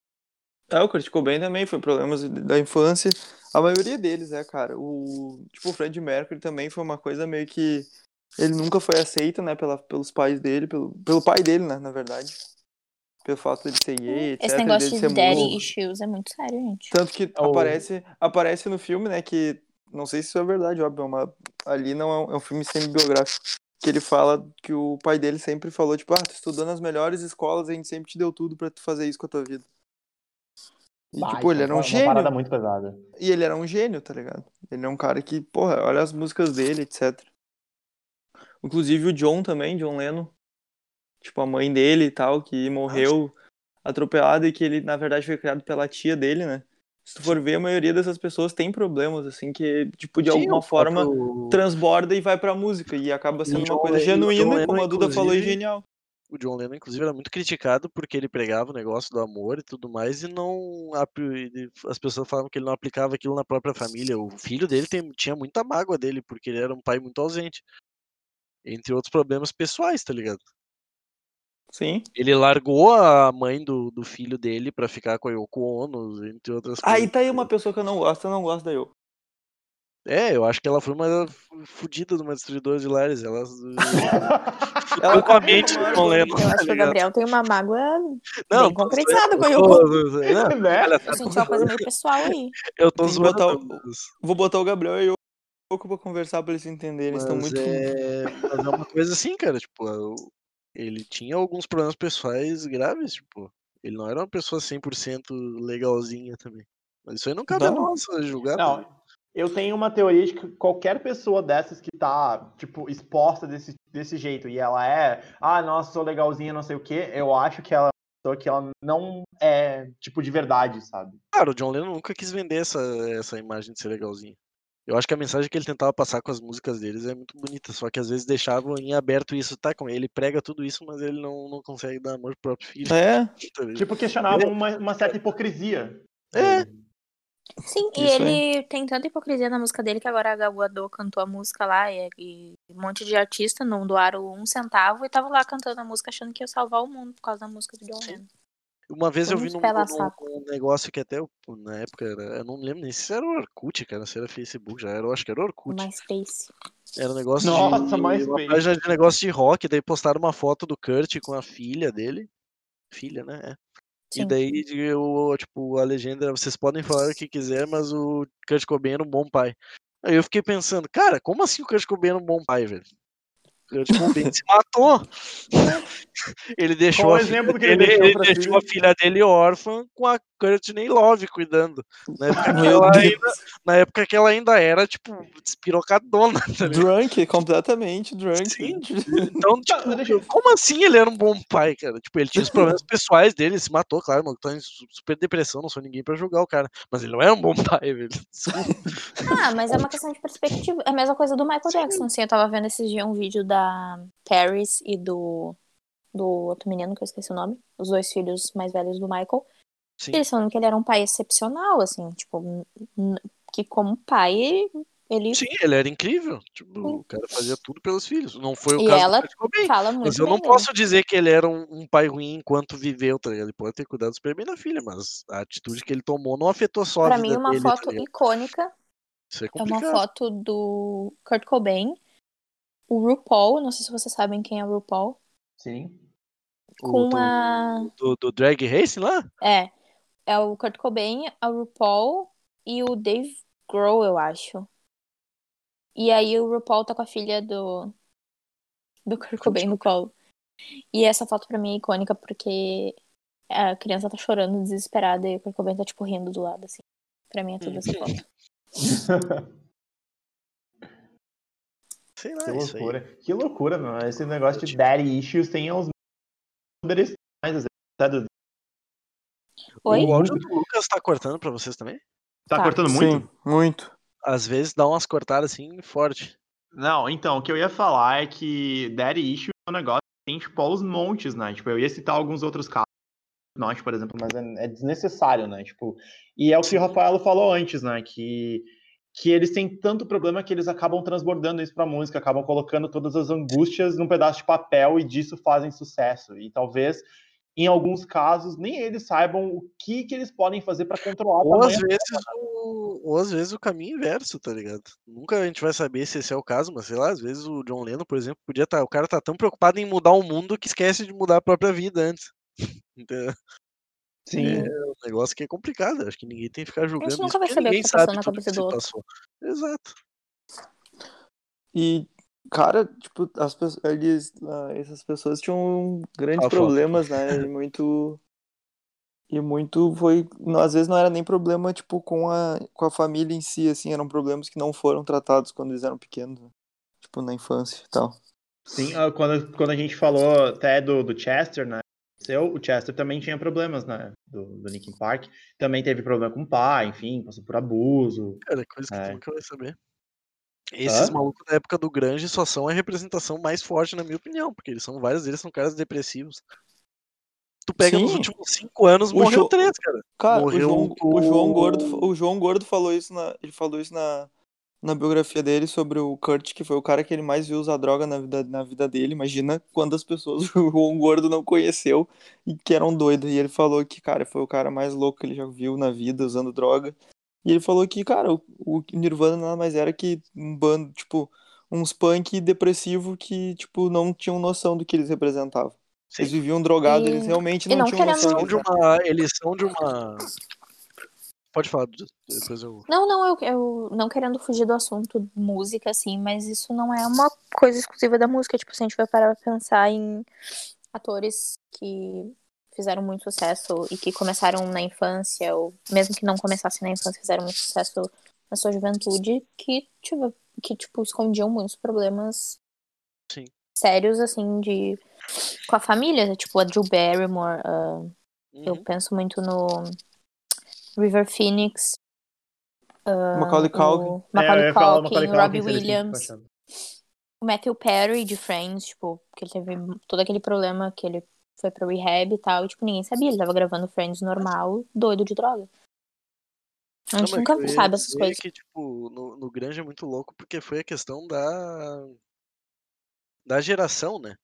É, o Kurt Cobain também foi problemas da infância. A maioria deles, é, cara. O, tipo, o Fred Mercury também foi uma coisa meio que. Ele nunca foi aceito, né, pela, pelos pais delo, pelo, pelo pai dele, né, na verdade. Pelo fato dele ser gay, etc. Esse dele negócio de ser daddy mudo. issues é muito sério, gente. Tanto que É o- aparece, aparece no filme, né, que. Não sei se isso é verdade, óbvio, é uma, ali não é um, é um filme semi-biográfico. que ele fala que o pai dele sempre falou, tipo, ah, tu estudou nas melhores escolas, a gente sempre te deu tudo para tu fazer isso com a tua vida. E, Bah, tipo, ele isso era é um uma parada gênio. muito pesada. E ele era um gênio, tá ligado? Ele é um cara que, porra, olha as músicas dele, etc. Inclusive o John também, John Lennon. Tipo, a mãe dele e tal, que morreu atropelada e que ele, na verdade, foi criado pela tia dele, né? Se tu for ver, a maioria dessas pessoas tem problemas, assim, que, tipo, de alguma forma O, transborda e vai pra música. E acaba sendo John uma coisa Lennon- John genuína, Lennon, como a Duda falou, e inclusive, genial. o John Lennon, inclusive, era muito criticado porque ele pregava o negócio do amor e tudo mais, e não. ap- ele- As pessoas falavam que ele não aplicava aquilo na própria família. O filho dele tem- tinha muita mágoa dele, porque ele era um pai muito ausente. Entre outros problemas pessoais, tá ligado? Sim. Ele largou a mãe do, do filho dele pra ficar com a Yoko Ono, entre outras Aí coisas. tá aí uma pessoa que eu não gosto, eu não gosto da Yo. É, eu acho que ela foi uma fu- fudida de uma destruidora de lares. Ela Ela ficou com a mente do John Lennon. Eu acho tá que o ligado? Gabriel tem uma mágoa Não, tô bem concretizada com tá a zoando, Yoko. tô zoando, não, Né? olha, Eu senti uma coisa meio pessoal aí. Eu tô Tem que zoando. botar o- mas- é, Vou botar o Gabriel e eu pouco pra conversar pra eles se entenderem. Eles estão Mas muito. é, mas é uma coisa assim, cara. Tipo, eu- ele tinha alguns problemas pessoais graves. Tipo, ele não era uma pessoa 100% legalzinha também. Mas isso aí não cabe Não. a nós julgar. Não, eu tenho uma teoria de que qualquer pessoa dessas que tá, tipo, exposta desse, desse jeito e ela é, ah, nossa, sou legalzinha, não sei o quê, eu acho que ela é uma pessoa que ela não é, tipo, de verdade, sabe? Cara, o John Lennon nunca quis vender essa, essa imagem de ser legalzinho. Eu acho que a mensagem que ele tentava passar com as músicas deles é muito bonita, só que às vezes deixavam em aberto isso, tá? como Ele prega tudo isso, mas ele não, não consegue dar amor pro próprio filho. É, tá ligado? Tipo, questionava uma, uma certa hipocrisia. É, Sim, e Isso aí. ele tem tanta hipocrisia na música dele que agora a Gal Gadot cantou a música lá e, e um monte de artista não doaram um centavo e tava lá cantando a música achando que ia salvar o mundo por causa da música do John Lennon. Uma vez eu Todo vi mundo num, pela num- saco. num negócio que até eu- na época era, eu não lembro nem se era o Orkut, cara, se era Facebook, já era, eu acho que era O Orkut. MySpace. Era um negócio Nossa, de mais uma bem. página de negócio de rock, daí postaram uma foto do Kurt com a filha dele. Filha, né? É. E Sim. daí eu, tipo, a legenda era, vocês podem falar o que quiser, mas o Kurt Cobain era um bom pai. Aí eu fiquei pensando, cara, como assim o Kurt Cobain era um bom pai, velho? O Kurt Cobain se matou. Ele deixou, Qual o a filha, exemplo que ele dele- deixou ele pra deixou a filha dele órfã com a Courtney Love cuidando. Na época, que Meu ela Deus. ainda, na época que ela ainda era, tipo, despirocadona. tá ligado? É, Drunk, completamente drunk. Sim. Então, Tá, tipo, deixa eu- como assim ele era um bom pai, cara? Tipo, ele tinha os problemas pessoais dele, ele se matou, claro, mano, tá em su- super depressão, não sou ninguém pra julgar o cara. Mas ele não era um bom pai, velho. Desculpa. Ah, mas é uma questão de perspectiva. É a mesma coisa do Michael Jackson, assim. Eu tava vendo esses dias um vídeo da Paris e do, do outro menino, que eu esqueci o nome. Os dois filhos mais velhos do Michael. Sim. E eles falando que ele era um pai excepcional, assim. Tipo, n- n- que como pai, ele Sim, ele era incrível. Tipo, o cara fazia tudo pelos filhos. Não foi o E caso ela do Kurt Cobain. fala muito Mas eu bem né? não dele. posso dizer que ele era um, um pai ruim enquanto viveu, tá ligado? Ele pode ter cuidado super bem da filha, mas a atitude que ele tomou não afetou só a Pra vida mim, uma dele, tá foto ligado? icônica Isso é é uma complicado. foto do Kurt Cobain, o RuPaul, não sei se vocês sabem quem é o RuPaul, Sim. O com do, a... do, do Drag Race lá? É, é o Kurt Cobain, a RuPaul e o Dave Grohl, eu acho. E aí o RuPaul tá com a filha do do Kurt Cobain no colo. E essa foto pra mim é icônica porque a criança tá chorando desesperada e o Kurt Cobain tá tipo rindo do lado assim. Pra mim é tudo essa foto. Sei Que lá, É isso aí. loucura. Que loucura, mano. Esse negócio de daddy issues tem aos poderes mais, às vezes, até do- Oi? O áudio do Lucas tá cortando pra vocês também? Tá, Tá. cortando muito? Sim, muito. Às vezes dá umas cortadas assim, forte. Não, então, o que eu ia falar é que daddy issue é um negócio que tem, tipo, aos montes, né? Tipo, eu ia citar alguns outros casos. Norte, por exemplo, mas é, é desnecessário, né? Tipo, e é o que o Sim. Rafaelo falou antes, né? Que, que eles têm tanto problema que eles acabam transbordando isso pra música, acabam colocando todas as angústias num pedaço de papel e disso fazem sucesso. E talvez, em alguns casos, nem eles saibam o que, que eles podem fazer pra controlar o Ou às, tamanho. né? vezes o, ou às vezes o caminho inverso, tá ligado? Nunca a gente vai saber se esse é o caso, mas sei lá, às vezes o John Lennon, por exemplo, podia estar. o cara tá tão preocupado em mudar o mundo que esquece de mudar a própria vida antes. Entendeu? Sim. É um negócio que é complicado. Acho que ninguém tem que ficar julgando isso. nunca vai porque saber o que ninguém tá passando sabe na tudo que cabeça se do outro. passou. Exato. E Cara, tipo, as pessoas, eles, ah, essas pessoas tinham grandes Ah, foda. problemas, né? E muito. E muito foi. não, Às vezes não era nem problema, tipo, com a, com a família em si, assim, eram problemas que não foram tratados quando eles eram pequenos, né? Tipo, na infância e tal. Sim, ah, quando, quando a gente falou até do, do Chester, né? Seu, o Chester também tinha problemas, né? Do, do Linkin Park. Também teve problema com o pai, enfim, passou por abuso. Cara, coisa que É. tu nunca vai saber. Esses Hã? malucos da época do Grunge só são a representação mais forte, na minha opinião, porque eles são vários deles, são caras depressivos. Tu pega nos Sim. últimos cinco anos, O morreu Jo- três, cara. Cara, Morreu um o, João, o o- João Gordo, o João Gordo falou isso na, ele falou isso na, na biografia dele sobre o Kurt, que foi o cara que ele mais viu usar droga na vida, na vida dele. Imagina quantas pessoas o João Gordo não conheceu e que eram doidas. E ele falou que, cara, foi o cara mais louco que ele já viu na vida usando droga. E ele falou que, cara, o, o Nirvana nada mais era que um bando, tipo, uns punk depressivo que, tipo, não tinham noção do que eles representavam. Eles Sim. viviam drogados, E- eles realmente e não não tinham noção São querendo- de disso. uma. Eles são de uma. Pode falar, depois eu. Não, não, eu, eu não querendo fugir do assunto música, assim, mas isso não é uma coisa exclusiva da música. Tipo, se a gente vai parar pra pensar em atores que fizeram muito sucesso e que começaram na infância, ou mesmo que não começassem na infância, fizeram muito sucesso na sua juventude, que, tipo, que, tipo escondiam muitos problemas Sim. sérios, assim, de com a família. Tipo, a Drew Barrymore, a eu Uhum. penso muito no River Phoenix. ah, Macaulay Culkin. É, O eu Macaulay ia falar Culkin, o Macaulay o Culkin, Robbie se ele tinha Williams, baixado. o Matthew Perry de Friends, tipo, porque ele teve todo aquele problema que ele foi pro rehab e tal, e tipo, ninguém sabia, ele tava gravando Friends normal, doido de droga. A Não, gente mas nunca eu ia sabe essas dizer coisas. que, tipo, no, no Grunge é muito louco porque foi a questão da. da geração, né?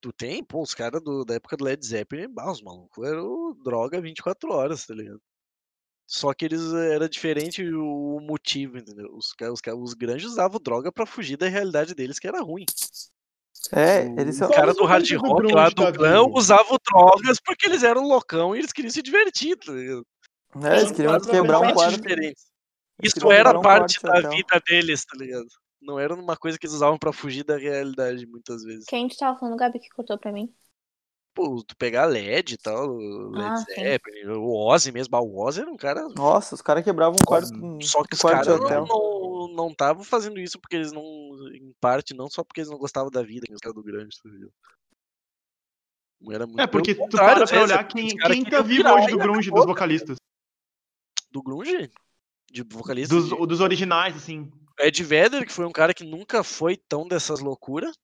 Tu tem, pô, os caras do- da época do Led Zeppelin, bah, os malucos eram droga 24 horas, tá ligado? Só que eles eh, era diferente o motivo, entendeu? Os, ca- os, ca- os grandes usavam droga pra fugir da realidade deles, que era ruim. É, O- eles o são. cara Todos do os hard artistas do rock grunge lá do da clã vida. usavam drogas porque eles eram loucão e eles queriam se divertir, tá ligado? É, eles Sim, queriam claro, quebrar um totalmente Totalmente quarto. diferentes. eles Isso queriam era quebrar um parte quarto de da hotel. vida deles, tá ligado? Não era uma coisa que eles usavam pra fugir da realidade, muitas vezes. Quem tu tava falando, Gabi, que cortou pra mim? Pô, tu pegar LED e tal, o Led Ah, sim. Zeppelin, o Ozzy mesmo, ah, o Ozzy era um cara Nossa, os caras quebravam um quarto, um Só que os quarto caras de hotel. não não estavam fazendo isso porque eles não. Em parte, não só porque eles não gostavam da vida, que os caras do grande, tá ligado? Não Era muito É, porque pelo tu contrário, para né, às pra vezes, olhar porque os quem, caras quem tá queriam vivo virar hoje e do grunge dos acabou. vocalistas. Do Grunge? De vocalista? Dos, de- dos originais, assim. Ed Vedder, que foi um cara que nunca foi tão dessas loucuras.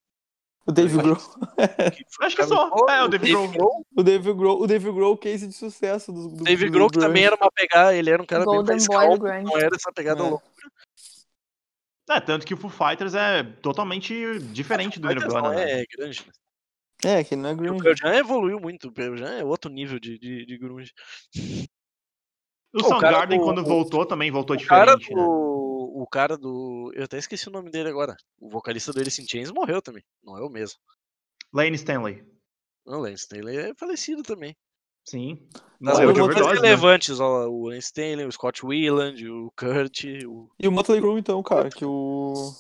O Dave Mas- Grohl. que foi um Acho que cara só. muito- É, o Dave Grohl. O Dave Grohl, o Dave Grohl, case de sucesso do, do, Dave do Grohl, que também grunge. era uma pegada, ele era um cara bem Golden mais Boy do calmo, grunge. não era essa pegada É. louca. É, tanto que o Foo Fighters é totalmente diferente do Mas não Nirvana, né? é grunge, né? É, que não é O grunge. Pearl Jam evoluiu muito, o Pearl Jam é outro nível de, de, de grunge. O Pô, o cara Soundgarden, do- quando voltou, também voltou O cara diferente, né? do. O cara do. Eu até esqueci o nome dele agora. O vocalista do Alice in Chains morreu também. Não é o mesmo. Lane Stanley. Não, o Lance Taylor é falecido também. Sim. Das Morreu de o pessoas overdose, né? relevantes, ó, o Lance Taylor, o Scott Wheeland, o Kurt, o. E o Motley Crue, então, cara, que o.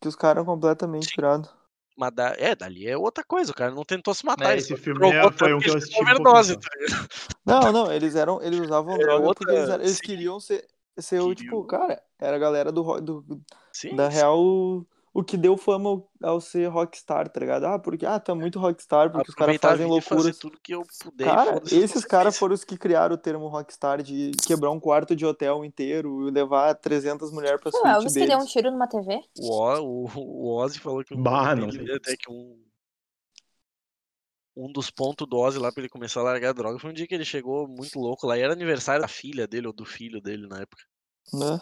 Que os caras eram completamente Sim. pirados. Mada... É, dali é outra coisa, o cara não tentou se matar. É, ele esse só se filme drogou é- Né, tanto foi um que eu ele teve assisti um overdose, pouquinho tá ligado? Não, não, eles eram. Eles usavam É, droga outra- porque eles, eram- eles sim. queriam ser, ser o, tipo, Queriam. cara, era a galera do, ro- do, Sim, Da sim. real, o- o que deu fama ao- ao ser rockstar, tá ligado? Ah, porque ah, tá muito rockstar, porque os caras Aproveitar a fazem vida e fazer loucuras. tudo que eu puder e Cara, foda-se as esses caras consequências. foram os que criaram o termo rockstar de quebrar um quarto de hotel inteiro e levar 300 mulheres pra Pô, suíte Elvis que deu um deles. tiro numa TV? O, o, o Ozzy falou que o Bah, não dele, sei. até que um, um dos pontos do Ozzy lá pra ele começar a largar a droga foi um dia que ele chegou muito louco lá e era aniversário da filha dele ou do filho dele na época. Né?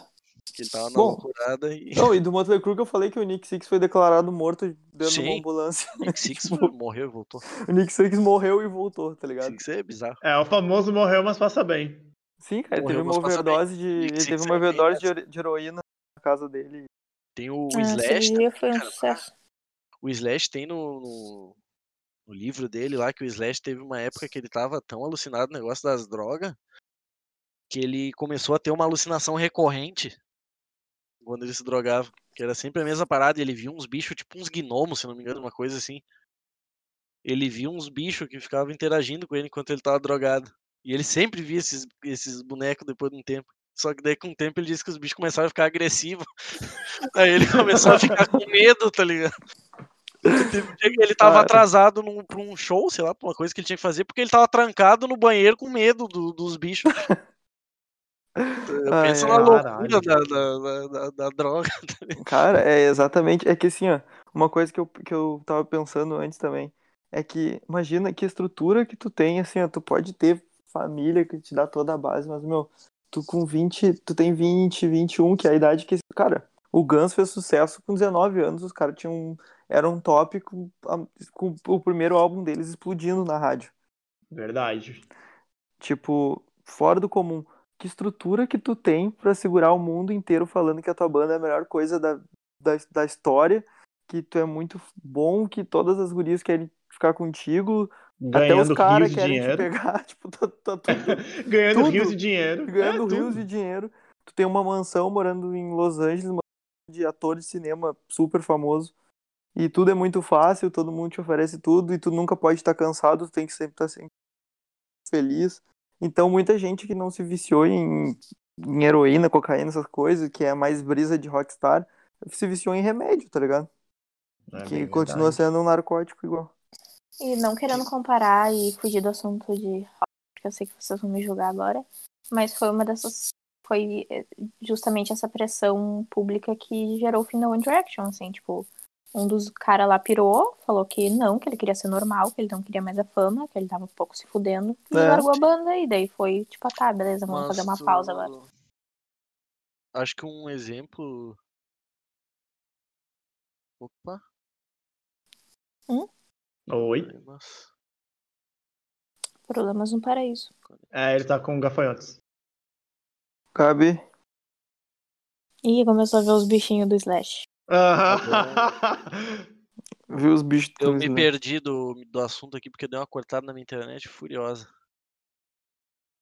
Que ele tava na Bom. loucurada e. Não, e do Motley Crue que eu falei que o Nick Six foi declarado morto dentro de uma Sim. ambulância. Nick Six Tipo, foi- morreu e voltou. o Nick Six morreu e voltou, tá ligado? Six é bizarro. É, o famoso morreu, mas passa bem. Sim, cara, ele Morreu, teve uma mas passa bem. overdose de. Nick Ele Six teve uma é bem overdose de hero- de heroína na casa dele. Tem o Ah, a Slash. tá cirurgia foi um cara, sucesso. O Slash tem no, no, no livro dele lá que o Slash teve uma época que ele tava tão alucinado no negócio das drogas que ele começou a ter uma alucinação recorrente quando ele se drogava. Que era sempre a mesma parada. Ele viu uns bichos, tipo uns gnomos, se não me engano, uma coisa assim. Ele viu uns bichos que ficavam interagindo com ele enquanto ele tava drogado. E ele sempre via esses, esses bonecos depois de um tempo. Só que daí com o tempo ele disse que os bichos começaram a ficar agressivos. Aí ele começou a ficar com medo, tá ligado? um Ele tava Cara. atrasado num, pra um show, sei lá, pra uma coisa que ele tinha que fazer, porque ele tava trancado no banheiro com medo do- dos bichos. Ai, Pensa na ai. loucura da, da, da- da- da droga. Cara, é exatamente. É que assim, ó, uma coisa que eu, que eu tava pensando antes também é que imagina que estrutura que tu tem, assim, ó, tu pode ter família que te dá toda a base, mas, meu, tu com 20, tu tem 20, 21, que é a idade que. esse- Cara, o Guns fez sucesso com 19 anos, os caras tinham. Era um top com, a- com o primeiro álbum deles explodindo na rádio. Verdade. Tipo, fora do comum. Que estrutura que tu tem pra segurar o mundo inteiro falando que a tua banda é a melhor coisa da, da, da história, que tu é muito bom, que todas as gurias querem ficar contigo, até Ganhando os rios caras de querem te dinheiro. pegar, tipo, tá, tá tudo Ganhando Tudo. rios de dinheiro. ganhando É, tudo. rios de dinheiro. Tu tem uma mansão morando em Los Angeles, uma de ator de cinema super famoso. E tudo é muito fácil, todo mundo te oferece tudo e tu nunca pode estar cansado, tu tem que sempre estar sempre feliz. Então muita gente que não se viciou em, em heroína, cocaína, essas coisas, que é mais brisa de rockstar, se viciou em remédio, tá ligado? É que bem continua verdade. sendo um narcótico igual. E não querendo comparar e fugir do assunto de rock, porque eu sei que vocês vão me julgar agora, mas foi uma dessas. Foi eh, justamente essa pressão pública que gerou o fim da One Direction, assim, tipo. Um dos caras lá pirou, falou que não, que ele queria ser normal, que ele não queria mais a fama, que ele tava um pouco se fudendo, e É. largou a banda, e daí foi, tipo, ah, tá, beleza, vamos fazer uma Mas pausa tu- agora. Acho que um exemplo. Opa, Oi. nossa. Problemas no paraíso. É, ele tá com gafanhotos. Cabe. Ih, começou a ver os bichinhos do Slash. Aham. Viu os bichos Eu tudo, me né? perdi do, do assunto aqui porque deu uma cortada na minha internet furiosa.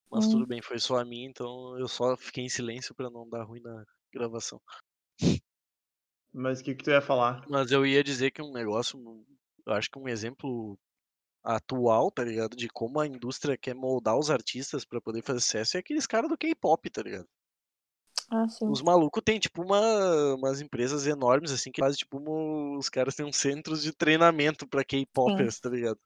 Mas Hum. tudo bem, foi só a minha, então eu só fiquei em silêncio pra não dar ruim na gravação. Mas o que, que tu ia falar? Mas eu ia dizer que um negócio, um- eu acho que um exemplo atual, tá ligado? De como a indústria quer moldar os artistas pra poder fazer sucesso é aqueles caras do K-pop, tá ligado? Ah, sim. Os malucos têm, tipo, uma, umas empresas enormes, assim, que fazem, tipo, uma- os caras têm uns centros de treinamento pra K-popers, tá ligado?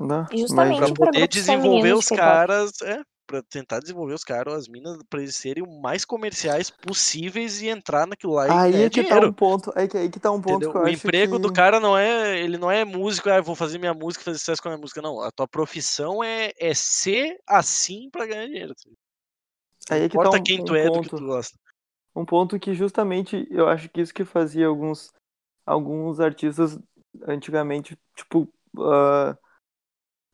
Não, Pra E tipo, Justamente pra poder grupos desenvolver femininos os de K-pop. caras, é, pra tentar desenvolver os caras, as minas, pra eles serem o mais comerciais possíveis e entrar naquilo lá e Aí ganhar é que tá dinheiro. um ponto, é que aí que tá um ponto Entendeu? que eu O acho emprego que... do cara não é. Ele não é músico, ah, eu vou fazer minha música, fazer sucesso com a minha música. Não, a tua profissão é, é ser assim pra ganhar dinheiro. tá ligado? Aí Não é que tá importa um- quem um tu é do que ponto. tu gosta. Um ponto que justamente eu acho que isso que fazia alguns, alguns artistas antigamente, tipo, ah,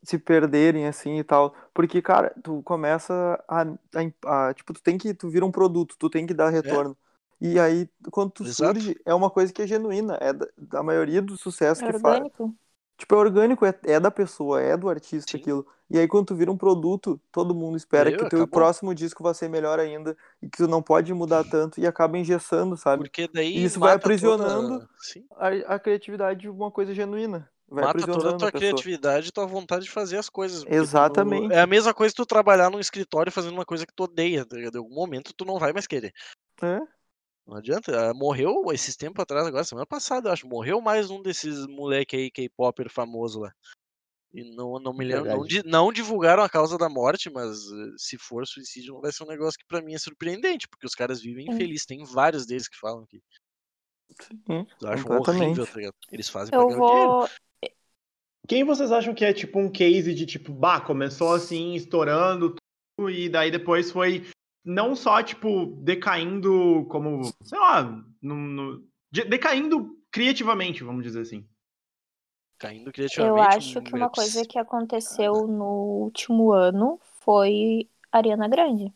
se perderem assim e tal. Porque, cara, tu começa a, a- a- Tipo, tu tem que. Tu vira um produto, tu tem que dar retorno. E aí, quando tu É. Exato. surge, é uma coisa que é genuína. É da, da maioria do sucesso É que faz. orgânico? Tipo, é orgânico, é, é da pessoa, é do artista Sim. aquilo. E aí, quando tu vira um produto, todo mundo espera Deu, que teu acabou. próximo disco vai ser melhor ainda e que tu não pode mudar tanto e acaba engessando, sabe? Porque daí. E isso vai mata toda- aprisionando sim, A, a criatividade de uma coisa genuína. Vai mata toda a aprisionando a tua pessoa. criatividade e tua vontade de fazer as coisas. porque tu não- Exatamente. é a mesma coisa que tu trabalhar num escritório fazendo uma coisa que tu odeia, tá ligado? Em algum momento tu não vai mais querer. É. Não adianta. ah, Morreu esses tempos atrás, agora, semana passada, eu acho. Morreu mais um desses moleque aí, K-Popper famoso lá. E não, não me lembro. Não, Verdade. di- não divulgaram a causa da morte, mas eh, se for suicídio, não vai ser um negócio que pra mim é surpreendente, porque os caras vivem Sim. infelizes. Tem vários deles que falam que Hum, eu acho horrível, completamente. tá ligado? Eles fazem pra Eu ganhar dinheiro. vou. Quem vocês acham que é tipo um case de tipo, bah, começou assim, estourando tudo, e daí depois foi não só, tipo, decaindo como, sei lá, no, no- de- decaindo criativamente, vamos dizer assim. Caindo Eu criativamente. acho um- que uma é coisa ps- que aconteceu no último ano foi a Ariana Grande,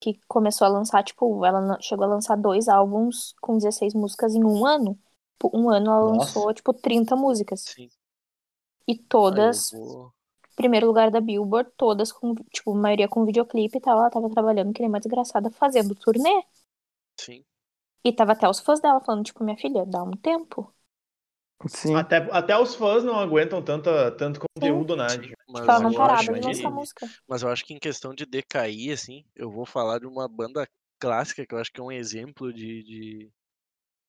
que começou a lançar, tipo, ela lan- chegou a lançar dois álbuns com 16 músicas em um ano. Tipo, Um ano ela Nossa. lançou, tipo, 30 músicas. Sim. E Ah, eu todas, vou- primeiro lugar da Billboard, todas com, tipo, maioria com videoclipe e tal. Ela tava trabalhando, que nem uma desgraçada, fazendo turnê. Sim. E tava até os fãs dela falando, tipo, minha filha, dá um tempo. Sim. Até, até os fãs não aguentam tanta, tanto conteúdo, né? Sim, mas Tipo, ela não Ah, eu parava acho de que- lançar música. Mas eu acho que em questão de decair, assim, eu vou falar de uma banda clássica que eu acho que é um exemplo de, de,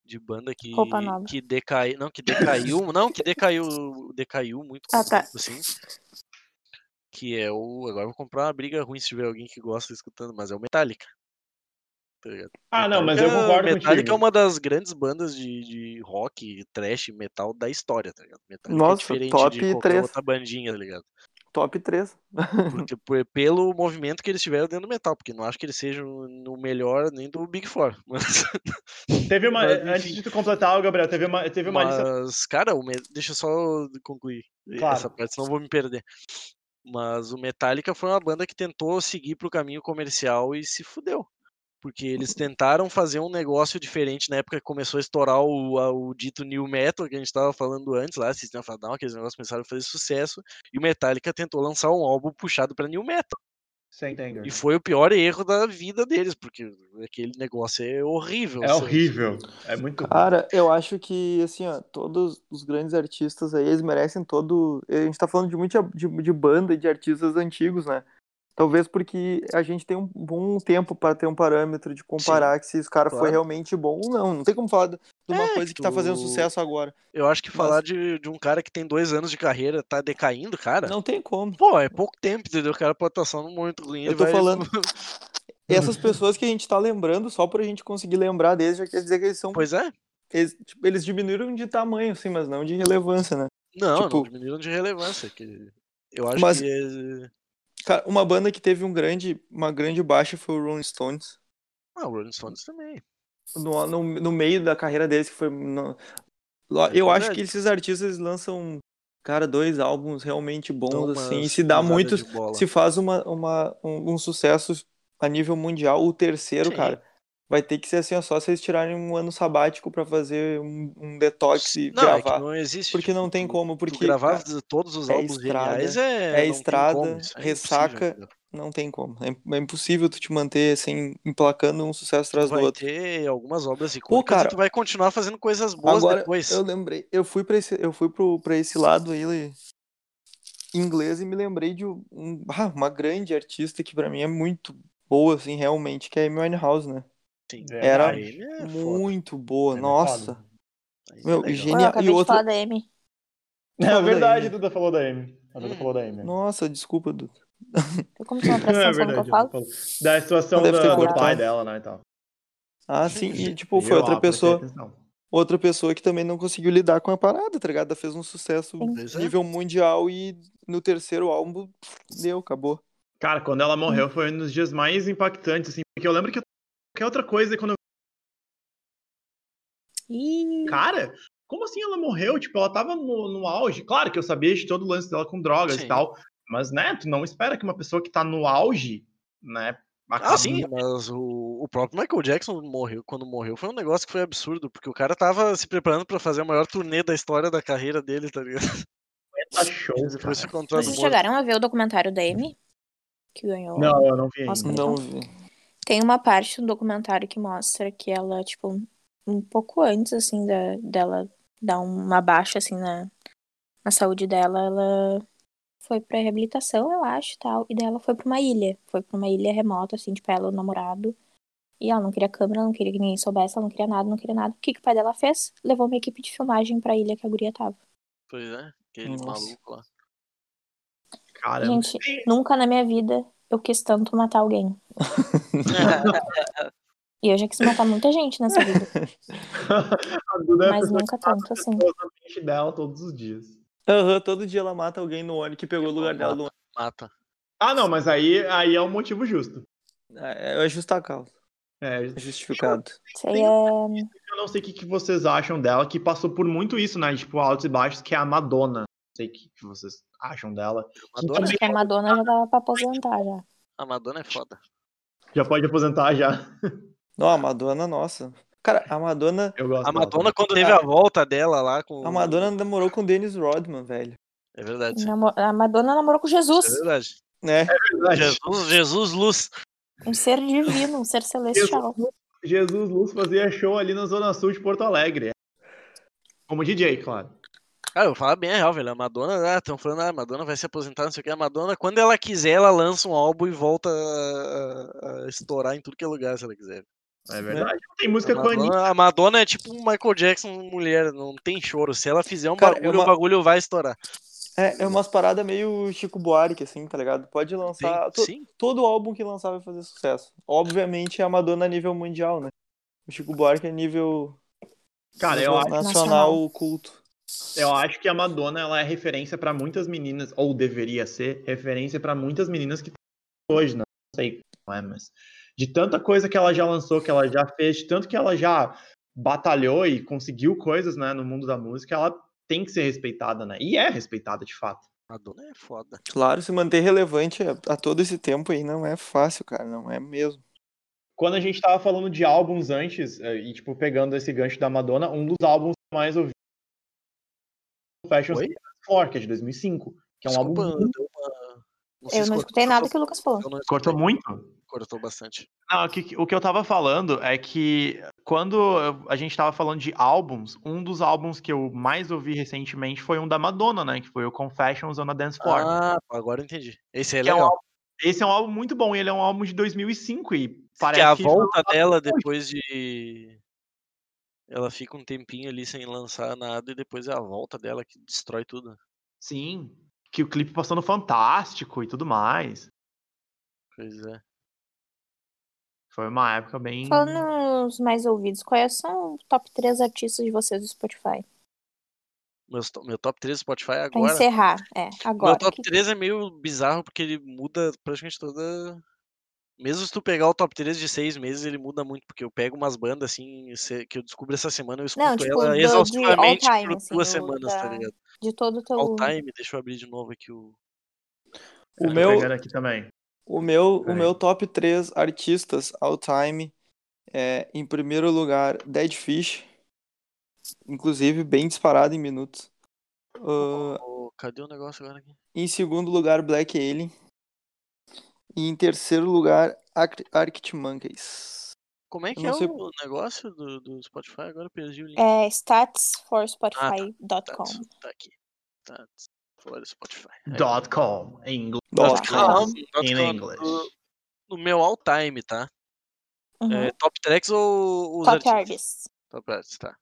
de banda que, Roupa nova. que decaiu. Não, que decaiu. não, que decaiu. Decaiu muito com Ah, o tá. tempo, assim. Que é o. Agora eu vou comprar uma briga ruim se tiver alguém que gosta escutando, mas é o Metallica. Tá ligado? Ah, não, mas eu concordo Metallica contigo. é uma das grandes bandas de, de rock, trash, metal da história, tá ligado? Metallica é Nossa, diferente top de qualquer três. outra bandinha, tá ligado? Top 3. Uhum. Porque, por- pelo movimento que eles tiveram dentro do metal, porque não acho que eles sejam no melhor nem do Big Four. Mas, Teve uma. Mas, enfim. antes de tu completar, Gabriel, teve uma, teve uma lista. mas, cara, o me- deixa eu só concluir Claro. essa parte, senão eu vou me perder. Mas o Metallica foi uma banda que tentou seguir pro caminho comercial e se fudeu. Porque eles Uhum. tentaram fazer um negócio diferente na época que começou a estourar o, a- o dito New Metal que a gente tava falando antes lá, System of a Down, aqueles negócios começaram a fazer sucesso, e o Metallica tentou lançar um álbum puxado pra New Metal. Sem entender. E foi o pior erro da vida deles, porque aquele negócio é horrível. É sabe? horrível. É muito ruim. Cara, eu acho que, assim, ó, todos os grandes artistas aí, eles merecem todo. A gente tá falando de muito de, de banda e de artistas antigos, né? Talvez porque a gente tem um bom tempo para ter um parâmetro de comparar que se esse cara foi claro. realmente bom ou não. Não tem como falar de de uma É, coisa que que tá fazendo tu- sucesso agora. Eu acho que Mas- falar de, de um cara que tem dois anos de carreira tá decaindo, cara. Não tem como. Pô, é pouco tempo, entendeu? O cara pode estar só num momento ruim. Eu ele tô vai- falando. Essas pessoas que a gente tá lembrando, só pra gente conseguir lembrar deles, já quer dizer que eles são. Pois é. Eles, tipo, eles diminuíram de tamanho, sim, mas não de relevância, né? Não, não Tipo- diminuíram de relevância. Que eu acho Mas- que. é- Cara, uma banda que teve um grande, uma grande baixa foi o Rolling Stones. Ah, o Rolling Stones também. No, no, no meio da carreira deles, que foi. no- lá- É eu acho verdade. que esses artistas eles lançam, cara, dois álbuns realmente bons, Dão assim, e umas se dá pisada muito. de bola. Se faz uma, uma, um, um sucesso a nível mundial, o terceiro, Sim. cara, vai ter que ser assim, ó, só se eles tirarem um ano sabático pra fazer um, um detox e Não, é que gravar. não existe. Porque não tem tu- como, tu porque gravar cara, todos os é álbuns estrada, geniais é. é não tem estrada, como, isso é impossível, ressaca, entendeu? não tem como. É, im- é impossível tu te manter assim, emplacando um sucesso atrás do vai outro. ter algumas obras icônicas e cara, tu vai continuar fazendo coisas boas Agora, depois. eu lembrei, eu fui pra esse, eu fui pro, pra esse lado aí le- inglês e me lembrei de um, ah, uma grande artista que pra mim é muito boa, assim, realmente, que é a Amy Winehouse, né? Sim. Era Aí ele é foda. muito boa, Ela é nossa. foda. Aí Meu, é legal. geni- Pô, Genial. eu E acabei de outro- falar da Amy. É verdade, Amy. Duda falou da Amy. A Duda É. Hum. falou da né? Amy. Nossa, desculpa, Dudu. Eu como tu não presta é atenção no que eu verdade. falo. Duda falou. Da situação Deve ter da, do cortado. pai dela, né? E tal. Ah, sim, e tipo, foi Eu, outra ah, prestei é- pessoa, atenção. outra pessoa que também não conseguiu lidar com a parada, tá ligado? Ela Fez um sucesso Sim. Pois é. nível mundial e no terceiro álbum deu, acabou. Cara, quando ela morreu foi um dos dias mais impactantes, assim. Porque eu lembro que eu- qualquer outra coisa, quando eu Ih, cara, como assim ela morreu? Tipo, ela tava no, no auge. Claro que eu sabia de todo o lance dela com drogas Sim. e tal. Mas, né, tu não espera que uma pessoa que tá no auge, né? Ah, sim, mas o, o próprio Michael Jackson morreu quando morreu. Foi um negócio que foi absurdo, porque o cara tava se preparando pra fazer a maior turnê da história da carreira dele, tá ligado? Tá show, Ele foi se é. cara. encontrando vocês morto. chegaram a ver o documentário da Amy? Que ganhou. Não, eu não vi ainda. Nossa, Não vi. Tem uma parte do documentário que mostra que ela, tipo, um pouco antes, assim, da, dela dar uma baixa, assim, na, na saúde dela, ela foi pra reabilitação, eu acho, e tal. E daí ela foi pra uma ilha. Foi pra uma ilha remota, assim, tipo, ela e o namorado. E ela não queria câmera, não queria que ninguém soubesse, ela não queria nada, não queria nada. O que, que o pai dela fez? Levou uma equipe de filmagem pra ilha que a guria tava. Pois é, aquele Nossa. maluco lá. Caramba. Gente, nunca na minha vida eu quis tanto matar alguém. É, E eu já quis matar muita gente nessa vida, A Duda é a mas pessoa nunca tanto assim. que gosta da frente dela todos os dias. Aham, todo dia ela mata alguém no ônibus que pegou o lugar dela no Mata. Ah, não, mas aí, aí é um motivo justo. É, é justa a causa. É, É justificado. Isso aí é eu não sei o que, que vocês acham dela, que passou por muito isso, né? Tipo, altos e baixos, que é a Madonna. Não sei o que, que vocês acham dela. Madonna, Acho que a Madonna já dava pra aposentar já. a Madonna é foda. Já pode aposentar já. Não, a Madonna, nossa. Cara, a Madonna. é Eu gosto A dela Madonna, também. quando teve a volta dela lá com. A Madonna namorou com o Dennis Rodman, velho. É verdade. sim. Namo- A Madonna namorou com Jesus, É verdade. Né? É verdade. Jesus, Jesus, luz. um ser divino, um ser celestial. Jesus Luz fazia show ali na Zona Sul de Porto Alegre. Como DJ, claro. Cara, eu vou falar bem a real, velho. A Madonna, ah, estão falando, ah, a Madonna vai se aposentar, não sei o que. A Madonna, quando ela quiser, ela lança um álbum e volta a, a- a estourar em tudo que é lugar, se ela quiser. É verdade. Tem música A com a Anitta. Madonna, a Madonna é tipo um Michael Jackson mulher, não tem choro. Se ela fizer um Cara, bagulho, é uma- o bagulho vai estourar. É, é umas paradas meio Chico Buarque, assim, tá ligado? Pode Tem- lançar. to- sim, Todo álbum que lançar vai fazer sucesso. Obviamente é a Madonna a nível mundial, né? O Chico Buarque é nível, Cara, eu nível acho, nacional culto. eu acho que a Madonna ela é referência pra muitas meninas, ou deveria ser referência pra muitas meninas que hoje, né? não sei como é, mas de tanta coisa que ela já lançou, que ela já fez, de tanto que ela já batalhou e conseguiu coisas, né, no mundo da música, ela tem que ser respeitada, né? E é respeitada de fato. Madonna é foda. Claro, se manter relevante a, a todo esse tempo aí não é fácil, cara. Não é mesmo. Quando a gente tava falando de álbuns antes, eh, e tipo, pegando esse gancho da Madonna, um dos álbuns que eu mais ouvi Fashion Oi? Floor, que é de 2005, que é um Desculpa, álbum deu uma- sei Eu se não cortou- escutei nada que o Lucas falou. Eu não escutei, muito. Cortou bastante. Não, o que, o que eu tava falando é que quando eu- a gente tava falando de álbuns, um dos álbuns que eu mais ouvi recentemente foi um da Madonna, né? Que foi o Confessions on a Dance Floor. Ah, agora eu entendi. Esse é Que é um legal. Esse é um álbum muito bom, e ele é um álbum de 2005 e que a parece que volta tá né? dela depois de. Ela fica um tempinho ali sem lançar nada e depois é a volta dela que destrói tudo. sim, que o clipe passou no Fantástico e tudo mais. Pois é. Foi uma época bem Falando nos mais ouvidos, quais são os top 3 artistas de vocês do Spotify? Meus to- meu top 3 do Spotify é Pra agora. encerrar, é, agora. Meu top Que- 3 é meio bizarro porque ele muda praticamente toda. Mesmo se tu pegar o top 3 de seis meses, ele muda muito, porque eu pego umas bandas assim se- que eu descubro essa semana, eu escuto Não, tipo, do- ela de all exaustivamente time, por assim, duas o semanas, tá da- ligado? De todo o teu. All time, deixa eu abrir de novo aqui o. O Tô meu, pegando aqui também. O meu, o Peraí. meu top 3 artistas all time é, em primeiro lugar, Dead Fish. Inclusive, bem disparado em minutos. Ah, Ô, cadê o negócio agora aqui? em segundo lugar, Black Alien. E em terceiro lugar, Ar- Arctic Monkeys. Como é que não é sei- o negócio do, do Spotify? Agora eu perdi o link. É, tá, statsforspotify.com. tá aqui. Tá, fora do Spotify. Dot com, em inglês. Dot Dot com. com. Dot In com, English. No, no meu all time, tá? Uhum. É, top tracks ou os Top artistas? artists. Top Arts, tá.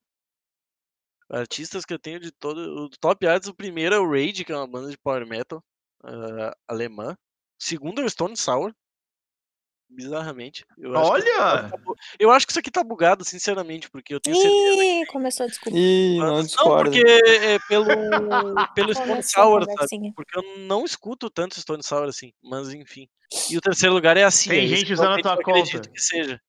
Artistas que eu tenho de todo. O Top Arts, o primeiro é o Rage, que é uma banda de power metal ah, alemã. O segundo é o Stone Sour. Bizarramente. Eu acho, que, Olha! eu acho que isso aqui tá bugado, sinceramente, porque eu tenho certeza. Ih, começou a desculpa. E Não, não discordo. porque é pelo, pelo Stone Começou a Sour, sabe? conversinha. Porque eu não escuto tanto Stone Sour assim, mas enfim. E o terceiro lugar é a Cia. Tem esse gente usando a realmente tua eu acredito conta. que seja.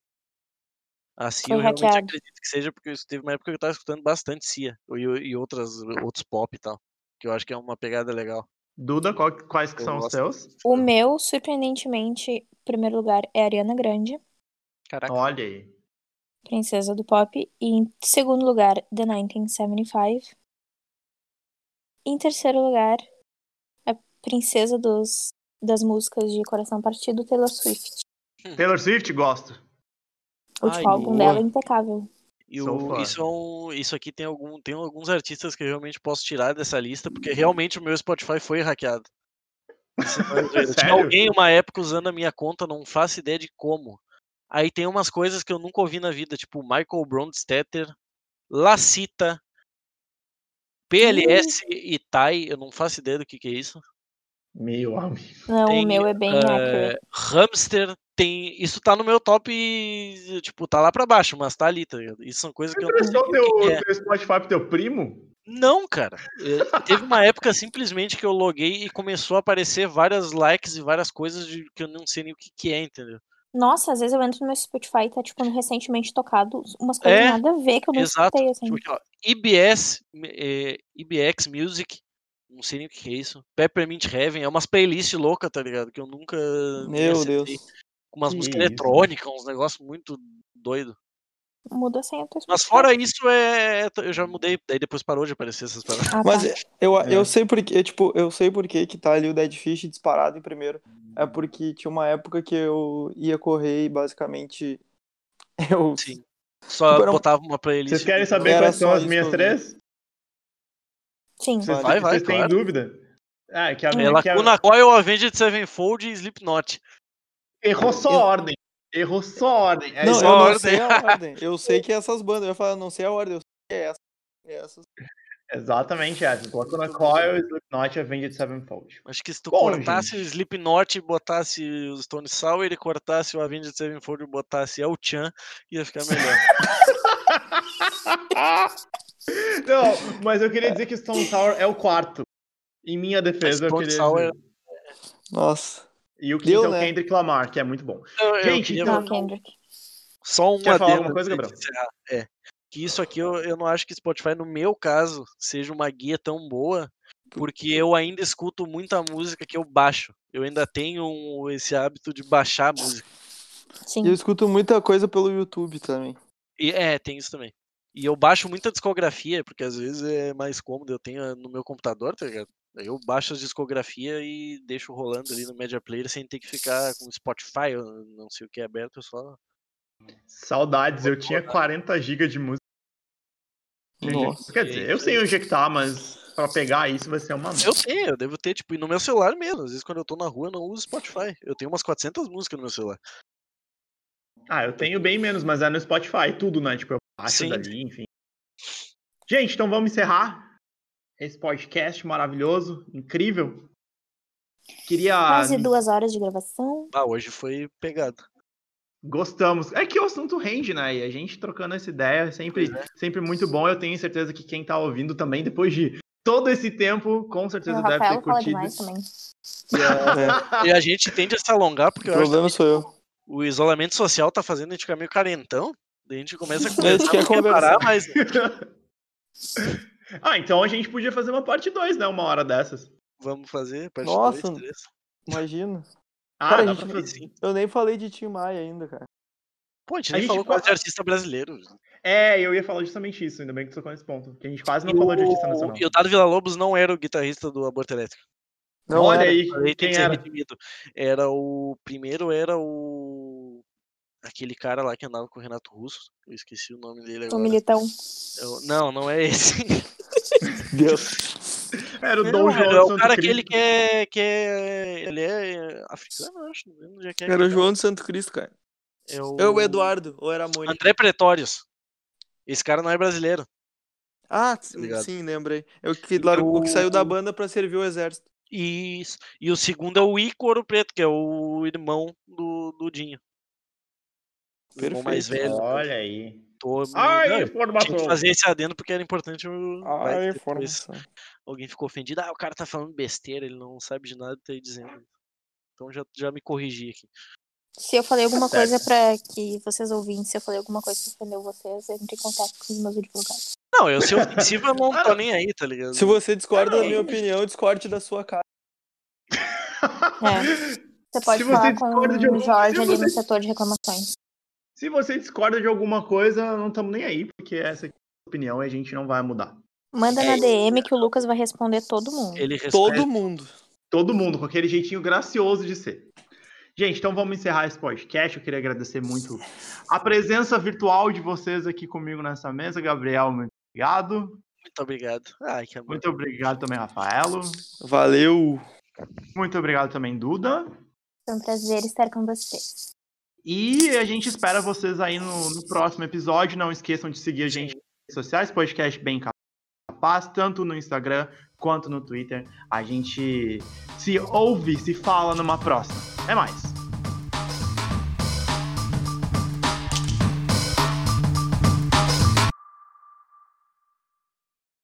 A Cia Foi eu realmente hackeado. acredito que seja, porque eu- teve uma época que eu tava escutando bastante Cia e, e outras, outros pop e tal. Que eu acho que é uma pegada legal. Duda, qual- quais que Eu são os gosto. teus? O meu, surpreendentemente, em primeiro lugar é Ariana Grande, Caraca, Olha aí. princesa do pop. E em segundo lugar, The 1975. Em terceiro lugar, a princesa dos, das músicas de coração partido, Taylor Swift. Taylor Swift, gosto. O último Ai, álbum boa. dela é impecável. e sou o- fã. isso, é um- isso aqui tem, algum, tem alguns artistas que eu realmente posso tirar dessa lista, porque realmente o meu Spotify foi hackeado. Eu tinha Sério? alguém uma época usando a minha conta, não faço ideia de como. Aí tem umas coisas que eu nunca ouvi na vida, tipo Michael Brondstetter, Lacita, Hum. PLS e Tai, eu não faço ideia do que, que é isso. Meu amigo. Não, Tem, o meu é bem accurate. Eh, Hamster, tem. Isso tá no meu top, tipo, tá lá pra baixo, mas tá ali, tá ligado? Isso são coisas que eu não sei Prestou o teu, que que é. teu Spotify pro teu primo? Não, cara. Eh, Teve uma época simplesmente que eu loguei e começou a aparecer várias likes e várias coisas de, que eu não sei nem o que, que é, entendeu? Nossa, às vezes eu entro no meu Spotify e tá, tipo, no recentemente tocado umas coisas É, nada a ver que eu não Exato. escutei, assim. Tipo aqui, ó, IBS, me- eh, IBX Music, não sei nem o que que é isso. Peppermint Heaven, é umas playlists loucas, tá ligado? Que eu nunca. nem Meu acertei, Deus. Com umas Que músicas isso. eletrônicas, uns negócios muito doido. Muda sem a senha do teu Mas Spotify. fora isso, é. é to- Eu já mudei, daí depois parou de aparecer essas paradas. Ah, tá. Mas eu, É. eu sei porque, tipo, eu sei porque que tá ali o Dead Fish disparado em primeiro. É porque tinha uma época que eu ia correr e basicamente Eu Sim. Só Tipo, era um- botava uma playlist. Vocês querem do- saber Era quais são só as isso minhas que eu vi. três? Sim. Vocês, Vai, vai, vocês têm claro. dúvida? Ah, que a, É que a- Lacuna Coil, Avenged Sevenfold e Slipknot. errou só Eu- ordem. Errou só ordem. É não, isso. eu só não ordem. sei a ordem. Eu sei que é essas bandas. Eu ia falar, não sei a ordem, eu sei que é essa. É essas. Exatamente, essas. Lacuna Coil, Slipknot, é Avenged Sevenfold. Acho que se tu Bom, cortasse gente. o Slipknot e botasse o Stone Sour e cortasse o Avenged Sevenfold e botasse El Chan, ia ficar melhor. Ah! Não, mas eu queria dizer que Stone Sour é o quarto. Em minha defesa, eu Stone queria Sour- dizer. Nossa. E o quinto Deu, é o né? Kendrick Lamar, que é muito bom. Eu- eu Gente, queria então- Não, falar Kendrick. Só um Quer falar adendo alguma coisa, antes de encerrar. É. Que isso aqui eu, eu não acho que Spotify, no meu caso, seja uma guia tão boa, porque eu ainda escuto muita música que eu baixo. Eu ainda tenho um- esse hábito de baixar música. Sim. E eu escuto muita coisa pelo YouTube também. E, é, tem isso também. E eu baixo muita discografia, porque às vezes é mais cômodo, eu tenho eh, no meu computador, tá ligado? Daí Eu baixo as discografia e deixo rolando ali no Media Player sem ter que ficar com o Spotify, eu não sei o que é aberto, eu só. Saudades, eu tinha 40 GB de música. pra Nossa. injectar. Quer dizer, eu sei injectar, tá, mas pra pegar isso vai ser uma Eu tenho, eu devo ter, tipo, e no meu celular mesmo. Às vezes quando eu tô na rua eu não uso Spotify. Eu tenho umas 400 músicas no meu celular. Ah, eu tenho bem menos, mas é no Spotify, tudo, né? Tipo, eu baixo Sim. dali, enfim. Gente, então vamos encerrar esse podcast maravilhoso, incrível. Queria. Quase duas horas de gravação. Ah, hoje foi pegado. Gostamos. É que o assunto rende, né? E a gente trocando essa ideia é sempre, sempre muito bom. Eu tenho certeza que quem tá ouvindo também, depois de todo esse tempo, com certeza né? O deve ter Rafael fala curtido. demais também. É, E a gente tende a se alongar, porque o eu acho problema sou eu. que o isolamento social tá fazendo a gente ficar meio carentão. Daí a gente começa a gente conversar, quer não quer parar, mas ah, então a gente podia fazer uma parte 2, né? Uma hora dessas. vamos fazer. Parte Nossa. dois, três. Imagina. Ah, Cara, a dá gente- pra fazer. Eu nem falei de Tim Maia ainda, cara. Pô, a gente A nem gente falou qua- quase de artista brasileiro. É, eu ia falar justamente isso, ainda bem que tu tocou nesse ponto. Porque a gente quase não E falou de o- artista nacional. E o Dado Villa-Lobos não era o guitarrista do Aborto Elétrico. Não Olha era. aí, Ele tem quem que ser era? redimido. Era o... Primeiro era o... Aquele cara lá que andava com o Renato Russo. Eu esqueci o nome dele O agora. militão. Eu- Não, não é esse. Deus. Era é o Não, Dom era João. É um o Santo cara Cristo. aquele que é, que é... Ele é africano, eu acho. Não lembro onde é que é. Era o João do Santo Cristo, cara. É o... Ou o Eduardo, ou era a Mônica. André Pretórios. Esse cara não é brasileiro. Ah, Tá ligado? sim, lembrei. É o que, largou- o que saiu da banda pra servir o exército. Isso. E o segundo é o Ico Ouro Preto, que é o irmão do, do Dinho. O irmão mais Perfeito. velho. Olha aí. Tô... me- Não, Ai, eu tinha que informação. fazer esse adendo porque era importante. o- vai que Ah, depois informação. Alguém ficou ofendido. Ah, o cara tá falando besteira, ele não sabe de nada e tá aí dizendo. Então já, já me corrigi aqui. Se eu falei alguma Tá certo. coisa pra que vocês ouvintes, se eu falei alguma coisa que ofendeu vocês, entre em contato com os meus advogados. Não, eu sou ofensivo, eu não tô nem aí, tá ligado? Se você discorda da minha Ai. opinião, discorde da sua cara. É. Você pode você falar discorda de com o alguma- Jorge se ali no você- setor de reclamações. Se você discorda de alguma coisa, não estamos nem aí, porque essa aqui é a opinião e a gente não vai mudar. Manda É na DM que o Lucas vai responder todo mundo. Ele responde. Todo mundo. Todo mundo, com aquele jeitinho gracioso de ser. Gente, então vamos encerrar esse podcast. Eu queria agradecer muito a presença virtual de vocês aqui comigo nessa mesa. Gabriel, muito obrigado. Muito obrigado. Ai, que amor. Muito obrigado também, Rafaelo. Valeu. Muito obrigado também, Duda. Foi um prazer estar com vocês. E a gente espera vocês aí no, no próximo episódio. Não esqueçam de seguir a gente nas redes sociais, podcast bem capaz, tanto no Instagram quanto no Twitter. A gente se ouve, se fala numa próxima. É mais.